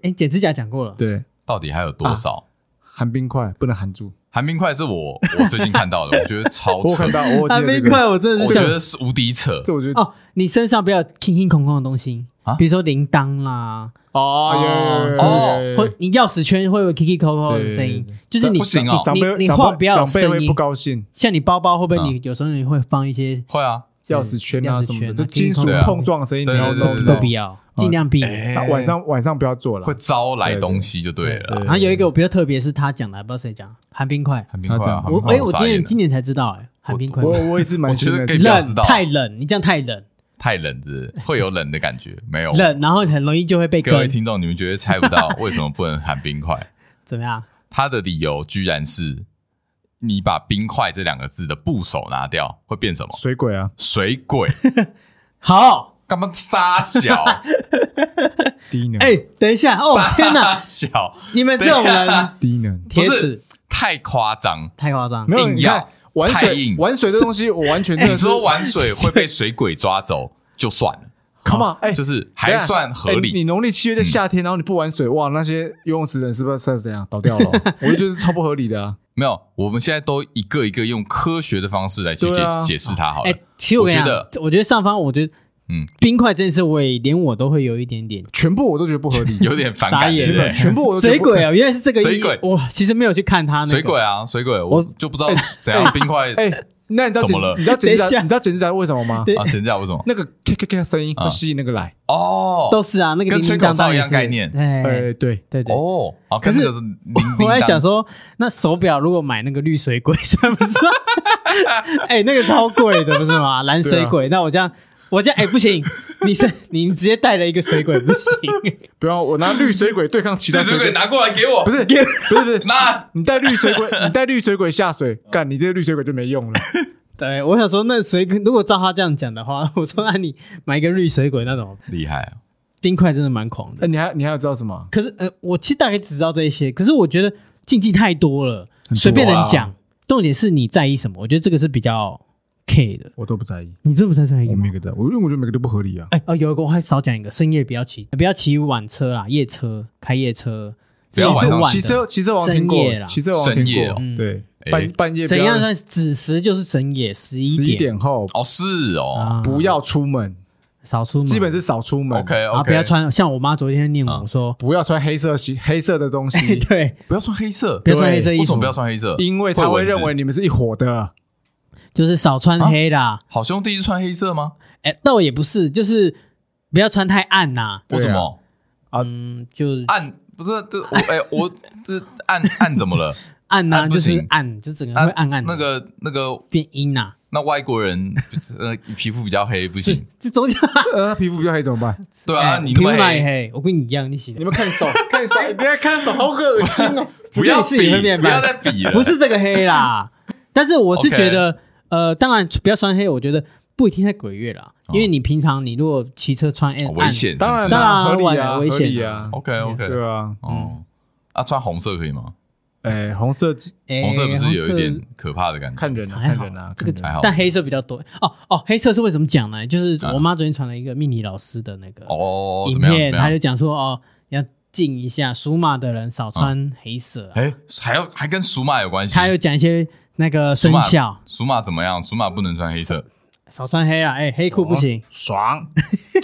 Speaker 3: 哎，剪指甲讲过了，
Speaker 2: 对，
Speaker 1: 到底还有多
Speaker 2: 啊
Speaker 1: 少？
Speaker 2: 寒冰块不能含住。
Speaker 1: 寒冰块是我我最近看 到的，我觉得超
Speaker 2: 我有
Speaker 1: 扯
Speaker 2: 看，到，我有记
Speaker 3: 寒
Speaker 2: 得这
Speaker 3: 冰
Speaker 2: 个。
Speaker 3: 块，我真的
Speaker 1: 我
Speaker 3: 是
Speaker 1: 觉
Speaker 3: 想
Speaker 1: 得是无敌扯。
Speaker 2: 这我觉得
Speaker 3: 哦，你身上不要轻轻空空的东西
Speaker 1: 啊，
Speaker 3: 比如说铃铛啦，
Speaker 2: 哦，有有有
Speaker 1: 哦
Speaker 2: 有有有
Speaker 3: 或
Speaker 2: 有，
Speaker 3: 你钥匙圈会不会 k i k i 扣扣的声
Speaker 2: 对
Speaker 3: 音
Speaker 2: 对对？
Speaker 3: 就是你
Speaker 1: 不行哦
Speaker 2: 长
Speaker 3: 你
Speaker 2: 辈
Speaker 3: 你
Speaker 2: 长
Speaker 3: 话
Speaker 2: 辈
Speaker 3: 不要有
Speaker 2: 长辈
Speaker 3: 声
Speaker 2: 会
Speaker 3: 音
Speaker 2: 不。高啊兴，
Speaker 3: 像你包包会不会你有时候你会放一些
Speaker 1: 会啊，
Speaker 2: 钥匙圈啊
Speaker 3: 钥匙
Speaker 2: 什么
Speaker 3: 圈
Speaker 2: 的，
Speaker 3: 啊
Speaker 2: 就金属
Speaker 1: 对啊
Speaker 2: 碰撞的声音，你
Speaker 1: 对
Speaker 2: 要
Speaker 1: 对对
Speaker 2: 弄
Speaker 1: 对
Speaker 3: 都
Speaker 2: 到
Speaker 1: 对
Speaker 3: 不要，尽量避
Speaker 1: 哎
Speaker 3: 免。
Speaker 2: 啊晚上晚上不要做了
Speaker 1: 会，招来东西就对了啦。
Speaker 2: 对
Speaker 3: 然后啊有一个我比较特别，是他讲的，不知道谁讲寒冰块。
Speaker 1: 寒冰块啊，
Speaker 2: 他
Speaker 1: 寒
Speaker 2: 讲
Speaker 1: 冰
Speaker 3: 我
Speaker 1: 块
Speaker 3: 哎，我
Speaker 1: 傻
Speaker 3: 今
Speaker 1: 眼
Speaker 3: 年
Speaker 1: 了
Speaker 3: 今年才知道，哎，寒冰块
Speaker 2: 我我也是蛮新
Speaker 1: 我
Speaker 2: 的
Speaker 1: 觉得可以，不要知
Speaker 3: 冷
Speaker 1: 道
Speaker 3: 太冷，你这样太冷
Speaker 1: 太冷是会有冷的感 觉，没有。
Speaker 3: 冷，然后很容易就会被
Speaker 1: 哦各位
Speaker 3: 跟
Speaker 1: 听众，你们绝对猜不到 为什么不能含冰块？
Speaker 3: 怎么样？
Speaker 1: 他的理由居然是你把“冰块”这两个字的部首拿掉，会变什么？
Speaker 2: 水鬼啊，
Speaker 1: 水鬼？
Speaker 3: 好，
Speaker 1: 干嘛撒小？
Speaker 2: 低
Speaker 1: 嗯
Speaker 2: 能，
Speaker 3: 哎，等一下，哦 天哪
Speaker 1: 撒，小
Speaker 3: 你们这种人
Speaker 2: 低能，
Speaker 3: 铁
Speaker 1: 啊不是
Speaker 3: 齿
Speaker 1: 太夸张。
Speaker 3: 太夸张
Speaker 2: 没，有
Speaker 1: 硬
Speaker 2: 你
Speaker 1: 要
Speaker 2: 看玩
Speaker 1: 太
Speaker 2: 水
Speaker 1: 硬
Speaker 2: 玩水这东西，我完全
Speaker 1: 哎
Speaker 2: 真
Speaker 1: 你
Speaker 2: 的是
Speaker 1: 说玩水会被水鬼抓走就算了，
Speaker 2: ，come on，哎，
Speaker 1: 就是
Speaker 2: 等一
Speaker 3: 啊
Speaker 2: 下
Speaker 1: 还算合
Speaker 2: 哎你
Speaker 1: 理。嗯
Speaker 2: 农历七月在夏天，然后你不玩水，哇，那些游泳池人是不是是怎样倒掉了？ 我就觉得是超不合理的啊。
Speaker 1: 没有，我们现在都一个一个用科学的方式来去
Speaker 2: 对
Speaker 1: 解
Speaker 2: 啊
Speaker 1: 解释它好
Speaker 3: 哎、
Speaker 1: 了。
Speaker 3: 其实我
Speaker 1: 我
Speaker 3: 跟你
Speaker 1: 觉
Speaker 3: 讲
Speaker 1: 得，
Speaker 3: 我觉得上方，我觉得，
Speaker 1: 嗯，
Speaker 3: 冰块这件事，我也连我都会有一点点
Speaker 2: 全部我都觉得不合理，
Speaker 1: 有点反
Speaker 3: 傻
Speaker 1: 感，
Speaker 3: 眼
Speaker 1: 对不对？
Speaker 2: 全部我都觉得
Speaker 3: 水
Speaker 2: 不合
Speaker 3: 鬼
Speaker 2: 理。
Speaker 3: 啊，原来是这个意义
Speaker 1: 水鬼
Speaker 3: 我其实没有去看他那个
Speaker 1: 水鬼啊，水鬼，我就不知
Speaker 3: 哎
Speaker 1: 道怎样冰块
Speaker 2: 哎，那你知道
Speaker 1: 怎
Speaker 2: 剪
Speaker 1: 么了
Speaker 2: 你知道剪指甲
Speaker 3: 等一下
Speaker 2: 你知道剪指甲为什么吗？
Speaker 3: 对
Speaker 1: 啊，真假为 什么？
Speaker 2: 那个咔咔咔声音
Speaker 1: 啊
Speaker 2: 会吸引那个来。
Speaker 1: 哦，
Speaker 3: 都是啊，那个
Speaker 1: 跟
Speaker 3: 叮叮
Speaker 1: 吹
Speaker 3: 当
Speaker 1: 口
Speaker 3: 当
Speaker 1: 哨
Speaker 3: 也
Speaker 1: 一样
Speaker 3: 是
Speaker 1: 概念
Speaker 3: 哎、
Speaker 2: 哎，对，
Speaker 3: 对 对。
Speaker 1: 哦，啊，
Speaker 3: 可
Speaker 1: 可
Speaker 3: 是
Speaker 1: 是是铃
Speaker 3: 我在
Speaker 1: 铃
Speaker 3: 想
Speaker 1: 铛
Speaker 3: 说，那手表如果买那个绿水鬼 算不算？哎、那个超贵的，不是吗？蓝水
Speaker 2: 啊
Speaker 3: 鬼，那我这样，我这样，哎、不行，你是你直接带了一个水鬼不行，
Speaker 2: 不要我拿绿水鬼对抗其他
Speaker 1: 对，水鬼
Speaker 2: 鬼，
Speaker 1: 拿过来给我，
Speaker 2: 不是不是不是，
Speaker 1: 拿，
Speaker 2: 你带绿水鬼，你带绿水鬼下水，干你这个绿水鬼就没用了。
Speaker 3: 对，我想说，那水鬼如果照他这样讲的话，我说那你买一个绿水鬼那种
Speaker 1: 厉害啊！
Speaker 3: 冰块真的蛮狂
Speaker 2: 哎，
Speaker 3: 的。
Speaker 2: 你还你还要知道什么？
Speaker 3: 可是呃，我其实大概只知道这一些，可是我觉得禁忌太多了，
Speaker 2: 多啊
Speaker 3: 随便人讲。重点是你在意什么，我觉得这个是比较 K 的。
Speaker 2: 我都不在意，
Speaker 3: 你真的不太在意
Speaker 2: 我
Speaker 3: 吗
Speaker 2: 每？个在，我因为我觉得每个都不合理啊。
Speaker 3: 哎哦，有一个我还少讲一个，深夜不要骑，不要骑晚车啦，夜车开夜车，
Speaker 1: 不要
Speaker 3: 骑
Speaker 1: 晚上
Speaker 3: 晚的
Speaker 2: 骑车骑车王听
Speaker 3: 深夜
Speaker 2: 过，
Speaker 3: 啦嗯
Speaker 2: 骑车王听
Speaker 1: 深夜哦
Speaker 2: 过，对，
Speaker 1: 哎
Speaker 2: 半半夜不
Speaker 3: 怎
Speaker 2: 要
Speaker 3: 样算子时就是深夜十一
Speaker 2: 十一点后
Speaker 1: 哦，是哦
Speaker 3: 啊，
Speaker 2: 不要出门，
Speaker 3: 少出门，
Speaker 2: 基本是少出门。
Speaker 1: ，OK
Speaker 3: 然后不要
Speaker 1: OK，
Speaker 3: 穿。像我妈昨天念我说，
Speaker 2: 不要穿黑色西黑色的东西，
Speaker 3: 对，
Speaker 1: 不要穿黑色
Speaker 3: 不，要穿黑色衣
Speaker 1: 为什
Speaker 3: 服
Speaker 1: 么不，要穿黑色？
Speaker 2: 因为他会
Speaker 1: 蚊子
Speaker 2: 认为你们是一伙的。
Speaker 3: 就是少穿黑啦。
Speaker 1: 好兄弟是穿黑色吗？
Speaker 3: 哎，倒也不是，就是不要穿太暗呐、
Speaker 2: 对啊
Speaker 1: 为什么
Speaker 3: 嗯，就是
Speaker 1: 暗？不是这我哎我这暗暗怎么 了？
Speaker 3: 暗呐、
Speaker 1: 暗
Speaker 3: 就
Speaker 1: 不
Speaker 3: 是
Speaker 1: 行
Speaker 3: 暗，就整个人
Speaker 1: 啊
Speaker 3: 会暗暗的
Speaker 1: 那个那个
Speaker 3: 变阴呐、
Speaker 1: 那外国人呃皮肤比较黑不
Speaker 3: 就
Speaker 1: 行，
Speaker 3: 这中间
Speaker 2: 呃，他皮肤比较黑怎么办？
Speaker 1: 对啊， 你
Speaker 3: 哎皮
Speaker 1: 那么
Speaker 3: 肤哪里
Speaker 1: 黑，
Speaker 3: 黑？我跟你一样，你洗
Speaker 2: 你
Speaker 3: 的
Speaker 2: 们看 手，看手，你别看手，好恶心 哦！
Speaker 1: 不要
Speaker 3: 不是你自己会
Speaker 1: 比，
Speaker 3: 变
Speaker 1: 不要
Speaker 3: 白
Speaker 1: 再比了，
Speaker 3: 不是这个 黑啦。但是我是
Speaker 1: OK
Speaker 3: 觉得呃，当然不要穿黑，我觉得不一定在鬼月啦，因为你平常你如果骑车穿哎黑
Speaker 1: 哦好危。险，
Speaker 2: 当然
Speaker 1: 是不是
Speaker 3: 当然
Speaker 2: 啦，
Speaker 3: 啊
Speaker 2: 合理啊，
Speaker 3: 危
Speaker 2: 合
Speaker 3: 险啊
Speaker 2: 理啊，
Speaker 1: ，OK OK，
Speaker 2: 对啊，
Speaker 1: 哦，啊，穿红色可以吗？
Speaker 2: 哎，红色
Speaker 3: 哎
Speaker 1: 红色不是有一
Speaker 3: 红色
Speaker 1: 点可怕的感觉？
Speaker 2: 看人啊，
Speaker 3: 还
Speaker 2: 看
Speaker 3: 好
Speaker 2: 人啊，
Speaker 3: 这个
Speaker 2: 看人
Speaker 1: 还好
Speaker 3: 但黑色比较多哦哦，黑色是为什么讲呢？就是
Speaker 1: 啊
Speaker 3: 我妈昨天传了一个命理老师的那个
Speaker 1: 哦，
Speaker 3: 影
Speaker 1: 怎么样？
Speaker 3: 片，
Speaker 1: 怎么
Speaker 3: 他就
Speaker 1: 样？
Speaker 3: 讲说哦，要禁一下属马的人少穿黑色啊、
Speaker 1: 哎，还要还跟属马有关系？
Speaker 3: 他有讲一些那个生肖，
Speaker 1: 属马怎么样？属马不能穿黑色，
Speaker 3: 少穿黑啊，哎、黑裤不行。
Speaker 2: 爽，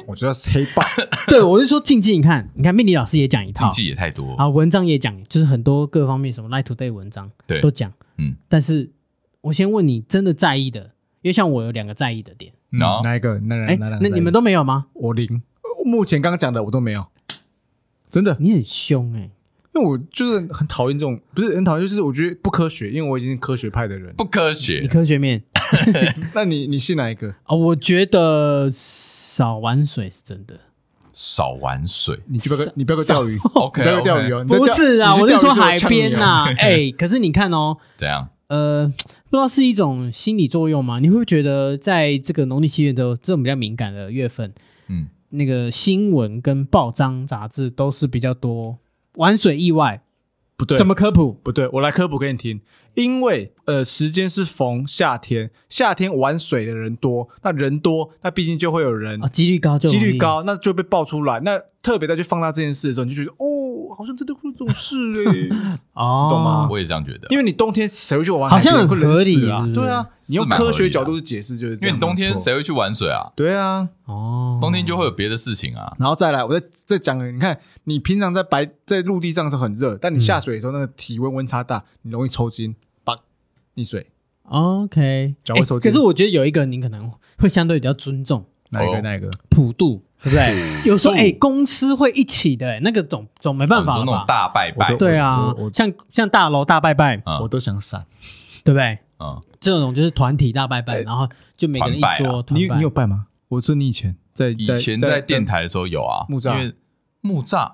Speaker 2: 我觉得是黑豹
Speaker 3: 对，我是说禁忌，你看，你看命理老师也讲一
Speaker 1: 禁
Speaker 3: 套
Speaker 1: 忌也太多。
Speaker 3: 啊，文章也讲，就是很多各方面什么 Light Today 文章
Speaker 1: 对
Speaker 3: 都讲，
Speaker 1: 嗯，
Speaker 3: 但是我先问你，真的在意的，因为像我有两个在意的点，
Speaker 2: 嗯
Speaker 1: 然后
Speaker 2: 哪一个？哪哪
Speaker 3: 哎、
Speaker 2: 哪两
Speaker 3: 那
Speaker 2: 个
Speaker 3: 你们都没有吗？
Speaker 2: 我零，呃目前刚刚讲的我都没有，真的，
Speaker 3: 你很凶哎、
Speaker 2: 因为我就是很讨厌这种，不是很讨厌，就是我觉得不科学，因为我已经是科学派的人。
Speaker 1: 不科
Speaker 3: 你
Speaker 1: 学，
Speaker 3: 科学面
Speaker 2: 那你你信哪一个？
Speaker 3: 啊、我觉得少玩水是真的，
Speaker 1: 少玩水。
Speaker 2: 你去不要跟你不要跟我钓鱼，你
Speaker 1: OK，
Speaker 2: 不要跟我钓鱼哦。你在
Speaker 3: 不
Speaker 2: 钓
Speaker 3: 是啊，
Speaker 2: 你
Speaker 3: 我
Speaker 2: 去钓
Speaker 3: 是
Speaker 2: 鱼
Speaker 3: 说
Speaker 2: 我
Speaker 3: 海
Speaker 2: 呛你
Speaker 3: 边
Speaker 2: 哦
Speaker 3: 呐、哎、可是你看哦，
Speaker 1: 怎样？
Speaker 3: 呃，不知道是一种心理作用吗？你会不会觉得在这个农历七月的这种比较敏感的月份，
Speaker 1: 嗯，
Speaker 3: 那个新闻跟报章杂志都是比较多玩水意外，
Speaker 2: 不对，
Speaker 3: 怎么科普？
Speaker 2: 不对？我来科普给你听，因为呃，时间是逢夏天，夏天玩水的人多，那人多，那毕竟就会有人
Speaker 3: 哦，几率高就
Speaker 2: 几
Speaker 3: 容
Speaker 2: 率
Speaker 3: 易，
Speaker 2: 高，那就被爆出来。那特别再去放大这件事的时候，你就觉得哦，好像真的会有这种事哎、
Speaker 3: 哦，
Speaker 2: 懂吗
Speaker 1: 我也这样觉得，
Speaker 2: 因为你冬天谁会去玩
Speaker 3: 好
Speaker 2: 海边？
Speaker 3: 像很
Speaker 2: 会冷
Speaker 3: 合理
Speaker 2: 死啊
Speaker 3: 是！不是
Speaker 2: 对啊，你用
Speaker 1: 是蛮合理
Speaker 2: 科
Speaker 1: 的
Speaker 2: 学角度去解释就是
Speaker 1: 因
Speaker 2: 这
Speaker 1: 为
Speaker 2: 样。啊
Speaker 1: 你冬
Speaker 2: 没
Speaker 1: 天
Speaker 2: 错？
Speaker 1: 谁会去玩水啊？
Speaker 2: 对啊，
Speaker 3: 哦，
Speaker 1: 冬天就会有别的事情啊。
Speaker 2: 然后再来，我再再讲个，你看你平常在白在陆地上是很热，但你下水的时候那个体温温差大，你容易抽筋，把溺水，
Speaker 3: OK，
Speaker 2: 脚会抽筋
Speaker 3: 可是我觉得有一个你可能会相对比较尊重
Speaker 2: 哪一个、
Speaker 1: 哦
Speaker 2: 哪一个？
Speaker 3: 普渡，对不对？有时候
Speaker 1: 普
Speaker 3: 哎、
Speaker 1: 渡
Speaker 3: 公司会一起的、哎那个总总没办法
Speaker 1: 哦
Speaker 3: 了
Speaker 1: 你说那
Speaker 3: 吧
Speaker 1: 种？大拜
Speaker 2: 我
Speaker 1: 拜
Speaker 2: 都，
Speaker 3: 对啊
Speaker 2: 我我，
Speaker 3: 像像大楼大拜拜，
Speaker 1: 嗯
Speaker 2: 我都想闪。
Speaker 3: 对不对？
Speaker 1: 嗯，
Speaker 3: 这种就是团体大拜拜，然后就每个人一
Speaker 1: 团拜
Speaker 3: 桌
Speaker 1: 啊
Speaker 3: 团
Speaker 2: 你
Speaker 3: 拜。
Speaker 2: 你有拜吗？我说你以前在
Speaker 1: 以前在电，台的时候有啊，
Speaker 2: 木栅
Speaker 1: 因为木栅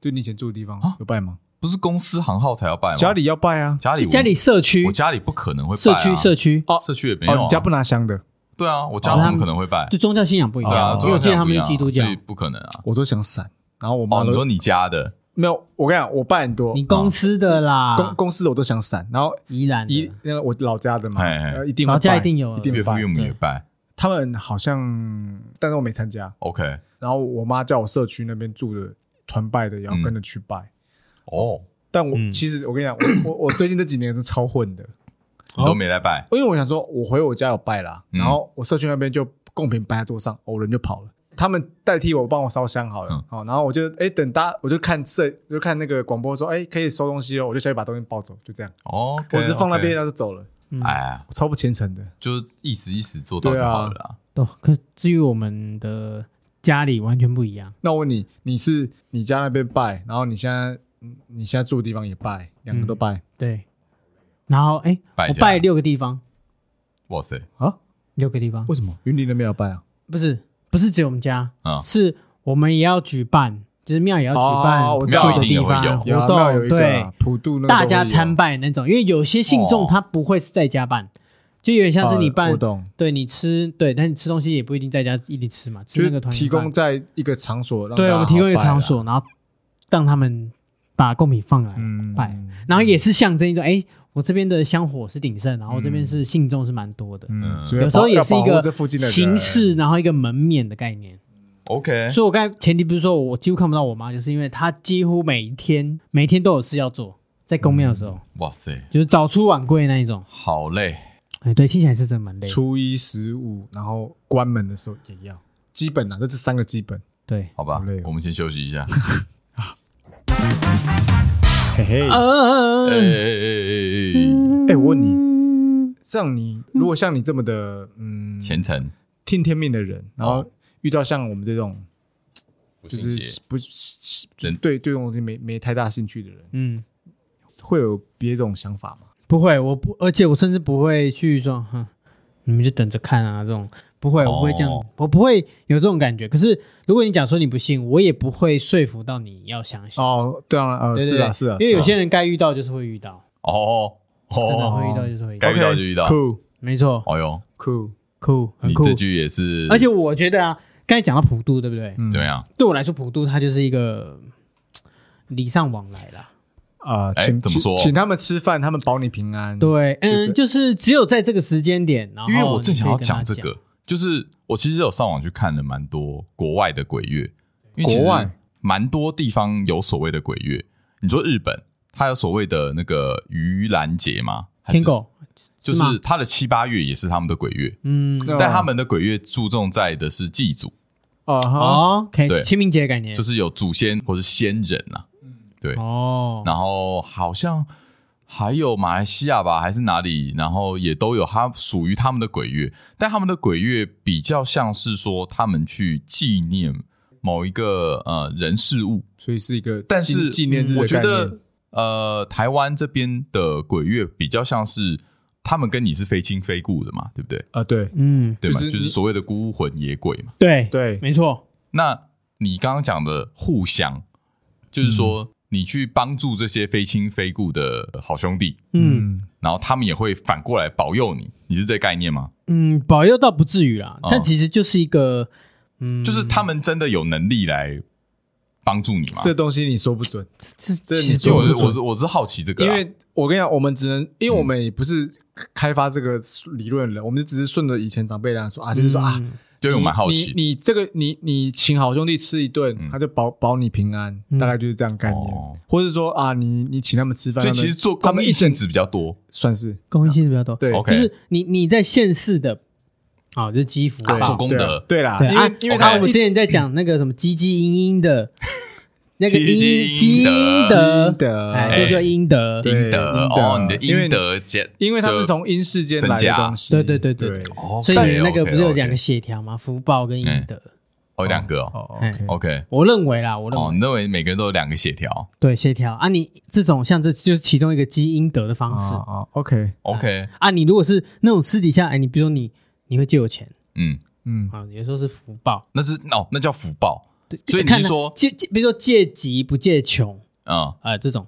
Speaker 2: 就你以前住的地方
Speaker 1: 啊
Speaker 2: 有拜吗？
Speaker 1: 不是公司行号才要拜吗？
Speaker 2: 家里要拜啊，
Speaker 1: 家里
Speaker 3: 就
Speaker 1: 我
Speaker 3: 家里社区
Speaker 1: 我家里不可能会拜
Speaker 3: 社
Speaker 1: 啊
Speaker 3: 区社区，
Speaker 2: 哦
Speaker 1: 社区也没
Speaker 2: 哦，
Speaker 1: 有啊
Speaker 2: 你家不拿香的，
Speaker 1: 对啊，我
Speaker 3: 哦
Speaker 1: 家怎
Speaker 3: 他
Speaker 1: 么
Speaker 3: 们
Speaker 1: 可能会拜？
Speaker 3: 就宗教信仰不一
Speaker 1: 对
Speaker 3: 样。
Speaker 1: 啊，
Speaker 2: 哦
Speaker 3: 因为我记得他们是基督教
Speaker 1: 所，以不可能啊。
Speaker 2: 我都想闪。然后我
Speaker 1: 哦，
Speaker 2: 妈
Speaker 1: 你
Speaker 2: 都
Speaker 1: 说你家的
Speaker 2: 没有，我跟你讲，我拜很多
Speaker 3: 你公司的啦，
Speaker 2: 公公司的我都想闪，然后
Speaker 3: 宜兰的
Speaker 2: 一那个我老家的嘛，
Speaker 1: 哎哎
Speaker 2: 呃一定会
Speaker 3: 老家
Speaker 2: 拜
Speaker 3: 一定有
Speaker 2: 一定
Speaker 1: 岳父
Speaker 2: 拜
Speaker 1: 岳母也拜
Speaker 2: 他们好像，但是我没参加。
Speaker 1: ，OK，
Speaker 2: 然后我妈叫我社区那边住的团拜的，也要跟着去拜。
Speaker 1: 哦，
Speaker 2: 但我、
Speaker 3: 嗯
Speaker 2: 其实我跟你讲，我我我最近这几年是超混的，
Speaker 1: 你都没来拜，
Speaker 2: 因为我想说，我回我家有拜啦，
Speaker 1: 嗯
Speaker 2: 然后我社区那边就贡品摆在桌上，我人就跑了。他们代替我帮我烧香好了
Speaker 1: 嗯，
Speaker 2: 好、然后我就哎等大家，我就看社，就看那个广播说，哎可以收东西了，我就下去把东西抱走，就这样，
Speaker 1: 哦，
Speaker 2: 我只放那边，然后就走了，
Speaker 3: 嗯
Speaker 1: 哎呀，
Speaker 2: 我超不虔诚的。
Speaker 1: 就是一时一时做到就好了啦。
Speaker 3: 哦，可是至于我们的家里完全不一样，
Speaker 2: 那我问你，你是你家那边拜，然后你现在嗯你现在住的地方也拜，两
Speaker 3: 嗯
Speaker 2: 个都拜、
Speaker 3: 对。然后哎，
Speaker 1: 拜
Speaker 3: 我
Speaker 1: 家
Speaker 3: 拜六个地方，
Speaker 1: 哇塞，
Speaker 2: 啊？
Speaker 3: 六个地方
Speaker 2: 为什么云林那边有拜啊？
Speaker 3: 不是不是只有我们家，
Speaker 1: 嗯
Speaker 3: 是我们也要举办，就是庙也要举
Speaker 2: 哦
Speaker 3: 办
Speaker 2: 我
Speaker 3: 普
Speaker 2: 知道
Speaker 3: 渡的地
Speaker 1: 庙
Speaker 3: 方
Speaker 1: 一
Speaker 2: 有
Speaker 3: 活
Speaker 2: 啊，那有
Speaker 3: 动，
Speaker 2: 一个
Speaker 3: 对
Speaker 2: 啊，普渡那个
Speaker 3: 大
Speaker 2: 都
Speaker 3: 家
Speaker 2: 会有
Speaker 3: 参拜那种，因为有些信众
Speaker 1: 哦
Speaker 3: 他不会是在家办，就有点像是你
Speaker 2: 啊
Speaker 3: 办
Speaker 2: 我，懂，
Speaker 3: 对你吃，对，但你吃东西也不一定在家一定吃嘛，吃
Speaker 2: 就
Speaker 3: 那
Speaker 2: 是
Speaker 3: 个团
Speaker 2: 提
Speaker 3: 圆饭
Speaker 2: 供在一个场所让大
Speaker 3: 对
Speaker 2: 家
Speaker 3: 我
Speaker 2: 好啊
Speaker 3: 们提供一个场所，然后让他们把贡品放来，
Speaker 2: 拜啦，嗯
Speaker 3: 拜然后也是象征一种，哎，我这边的香火是鼎盛，然后这边是信众是蛮多的，
Speaker 2: 嗯，
Speaker 1: 嗯
Speaker 2: 所以要
Speaker 3: 有时候
Speaker 2: 保
Speaker 3: 也是一
Speaker 2: 要保护
Speaker 3: 个
Speaker 2: 这附近的人
Speaker 3: 形式，然后一个门面的概念。
Speaker 1: ，OK，
Speaker 3: 所以我刚才前提不是说我几乎看不到我妈，就是因为她几乎每一天每一天都有事要做，在公庙的
Speaker 2: 嗯
Speaker 3: 时候、
Speaker 1: 哇塞，
Speaker 3: 就是早出晚归那一种。
Speaker 1: 好累，
Speaker 3: 哎，对，听起来是真的蛮累的。
Speaker 2: 初一十五，然后关门的时候也要基本啊，这是三个基本。
Speaker 3: 对，
Speaker 1: 好吧
Speaker 2: 好累哦，
Speaker 1: 我们先休息一下。
Speaker 2: 嘿嘿，
Speaker 3: 啊
Speaker 1: 哎哎哎哎哎
Speaker 2: 哎，我问你，嗯像你如果像你这么的，嗯
Speaker 1: 哎，，虔诚，
Speaker 2: 听天命的人，然
Speaker 3: 哦
Speaker 2: 后遇到像我们这种就
Speaker 1: 不信
Speaker 2: 是
Speaker 1: 邪
Speaker 2: 不是就是
Speaker 1: 人
Speaker 2: 对对这种东西没没太大兴趣的人，
Speaker 3: 嗯，
Speaker 2: 会有别种想法吗？
Speaker 3: 不会，我不，而且我甚至不会去说，哼，你们就等着看啊这种。不会，我不会这样，
Speaker 1: 哦
Speaker 3: 我不会有这种感觉。可是如果你讲说你不信，我也不会说服到你要相信。
Speaker 2: 哦，对啊，呃，
Speaker 3: 对对
Speaker 2: 是
Speaker 3: 对
Speaker 2: 啊，是啊，
Speaker 3: 因为有
Speaker 2: 是啊
Speaker 3: 些人该遇到就是会遇到，
Speaker 1: 哦哦，
Speaker 3: 真的会遇到就是会遇到
Speaker 2: 哦
Speaker 1: 该。遇到就遇到，
Speaker 2: 酷
Speaker 3: 没错，
Speaker 1: 哦哟，
Speaker 2: 酷，
Speaker 3: 酷，很
Speaker 1: 你
Speaker 3: 酷
Speaker 1: 这。句也是，
Speaker 3: 而且我觉得啊，刚才讲到普渡，对不对？
Speaker 2: 嗯
Speaker 1: 怎么样？
Speaker 3: 对我来说，普渡它就是一个嘖礼尚往来啦。
Speaker 2: 啊？
Speaker 1: 哎
Speaker 2: 请
Speaker 1: 怎么说
Speaker 2: 请请他们吃饭，他们保你平安。，
Speaker 3: 对，
Speaker 2: 是
Speaker 3: 嗯，就是只有在这个时间点，然后
Speaker 1: 因为我正想要
Speaker 3: 你可以跟他
Speaker 1: 讲这个，就是我其实有上网去看了蛮多国外的鬼月，因为其实
Speaker 2: 国外
Speaker 1: 蛮多地方有所谓的鬼月。你说日本，它有所谓的那个盂兰节吗？还是
Speaker 3: 天，狗，
Speaker 1: 就是啊
Speaker 3: 吗
Speaker 1: 是它的七八月也是他们的鬼月，
Speaker 3: 嗯，
Speaker 2: 嗯
Speaker 1: 但他们的鬼月注重在的是祭祖，
Speaker 2: 啊哈，
Speaker 3: 哦，OK，
Speaker 1: 对
Speaker 3: 清明节的概念，
Speaker 1: 就是有祖先或是先人啊。对
Speaker 3: 哦，
Speaker 1: 然后好像还有马来西亚吧，还是哪里，然后也都有它属于他们的鬼月，但他们的鬼月比较像是说他们去纪念某一个呃人事物，
Speaker 2: 所以是一个
Speaker 1: 但是
Speaker 2: 纪纪念日的
Speaker 1: 我觉
Speaker 2: 概念
Speaker 1: 得呃台湾这边的鬼月比较像是他们跟你是非亲非故的嘛，对不对？
Speaker 2: 啊，对
Speaker 3: 嗯，
Speaker 1: 对嘛，
Speaker 2: 就是
Speaker 1: 就
Speaker 2: 你
Speaker 1: 是所谓的孤魂野鬼嘛。
Speaker 3: 对，
Speaker 2: 对，
Speaker 3: 没错，
Speaker 1: 那你刚刚讲的互相，就是
Speaker 2: 嗯
Speaker 1: 说你去帮助这些非亲非故的好兄弟，
Speaker 3: 嗯
Speaker 1: 然后他们也会反过来保佑你，你是这概念吗？
Speaker 3: 嗯，保佑倒不至于啦，
Speaker 1: 哦
Speaker 3: 但其实就是一个，嗯，
Speaker 1: 就是他们真的有能力来帮助你嘛？
Speaker 2: 这东西你说不准，
Speaker 3: 这
Speaker 2: 这
Speaker 3: 其实
Speaker 1: 因为我是
Speaker 2: 说不
Speaker 1: 我
Speaker 2: 准
Speaker 1: 是我是好奇这个啊
Speaker 2: 因
Speaker 1: 啦，
Speaker 2: 为我跟你讲，我们只能，因为我们也不是开发这个理论的人，我们就只是顺着以前长辈那样说啊，就是说啊，
Speaker 3: 嗯
Speaker 1: 就我蛮好奇
Speaker 2: 你你你这个你你请好兄弟吃一顿
Speaker 1: 嗯，
Speaker 2: 他就保保你平安，
Speaker 3: 嗯
Speaker 2: 大概就是这样概念
Speaker 1: 哦，
Speaker 2: 或是说啊，你你请他们吃饭，
Speaker 1: 所以
Speaker 2: 他们
Speaker 1: 其实做
Speaker 2: 他
Speaker 1: 公
Speaker 2: 们
Speaker 1: 益
Speaker 2: 一
Speaker 1: 性
Speaker 2: 整
Speaker 1: 质比较多。
Speaker 2: 算是
Speaker 3: 公益性质比较多，
Speaker 2: 对
Speaker 1: OK
Speaker 3: 就是你你在县市的，哦，就是积福
Speaker 1: 啊做
Speaker 3: 报，
Speaker 1: 功
Speaker 2: 对啊
Speaker 1: 德
Speaker 2: 对啦，
Speaker 3: 对
Speaker 2: 因
Speaker 3: 啊
Speaker 2: 为因为
Speaker 1: OK
Speaker 2: 他
Speaker 3: 我
Speaker 2: 们
Speaker 3: 之前在讲那个 什么积积阴阴的，那个
Speaker 1: 积积
Speaker 3: 阴
Speaker 1: 阴德
Speaker 3: 德
Speaker 2: 阴，德
Speaker 3: 哎，这就阴德，
Speaker 2: 对
Speaker 1: 阴德
Speaker 2: 阴德啊
Speaker 1: 哦，你的
Speaker 2: 因为
Speaker 1: 阴德结，
Speaker 2: 因为他们
Speaker 1: 就
Speaker 2: 从阴世间来
Speaker 1: 增
Speaker 2: 的
Speaker 1: 加
Speaker 2: 东西，
Speaker 3: 对对对对
Speaker 2: 对
Speaker 3: 对，
Speaker 1: 哦
Speaker 3: 所以你那个
Speaker 1: OK，OK，
Speaker 3: 不是有两个
Speaker 1: OK
Speaker 3: 协调吗？福报跟阴德，
Speaker 1: 哦，有两个哦
Speaker 2: 哦
Speaker 3: 哎
Speaker 2: OK，
Speaker 1: ，OK，
Speaker 3: 我认为啦，我认
Speaker 1: 哦，
Speaker 3: 为
Speaker 1: 你认为每个人都有两个协调
Speaker 3: 对协调啊，你这种像这就是其中一个积阴德的方式
Speaker 2: 哦哦 OK，
Speaker 1: ？OK，
Speaker 3: 啊。你如果是那种私底下，哎，你比如说你你会借我钱
Speaker 1: 嗯，
Speaker 2: 嗯，
Speaker 3: 啊，有时候是福报，
Speaker 1: 那是哦，那叫福报，
Speaker 3: 对
Speaker 1: 所以你
Speaker 3: 看
Speaker 1: 是
Speaker 3: 他
Speaker 1: 说
Speaker 3: 借借比如说借急不借穷
Speaker 1: 嗯，
Speaker 3: 啊，这种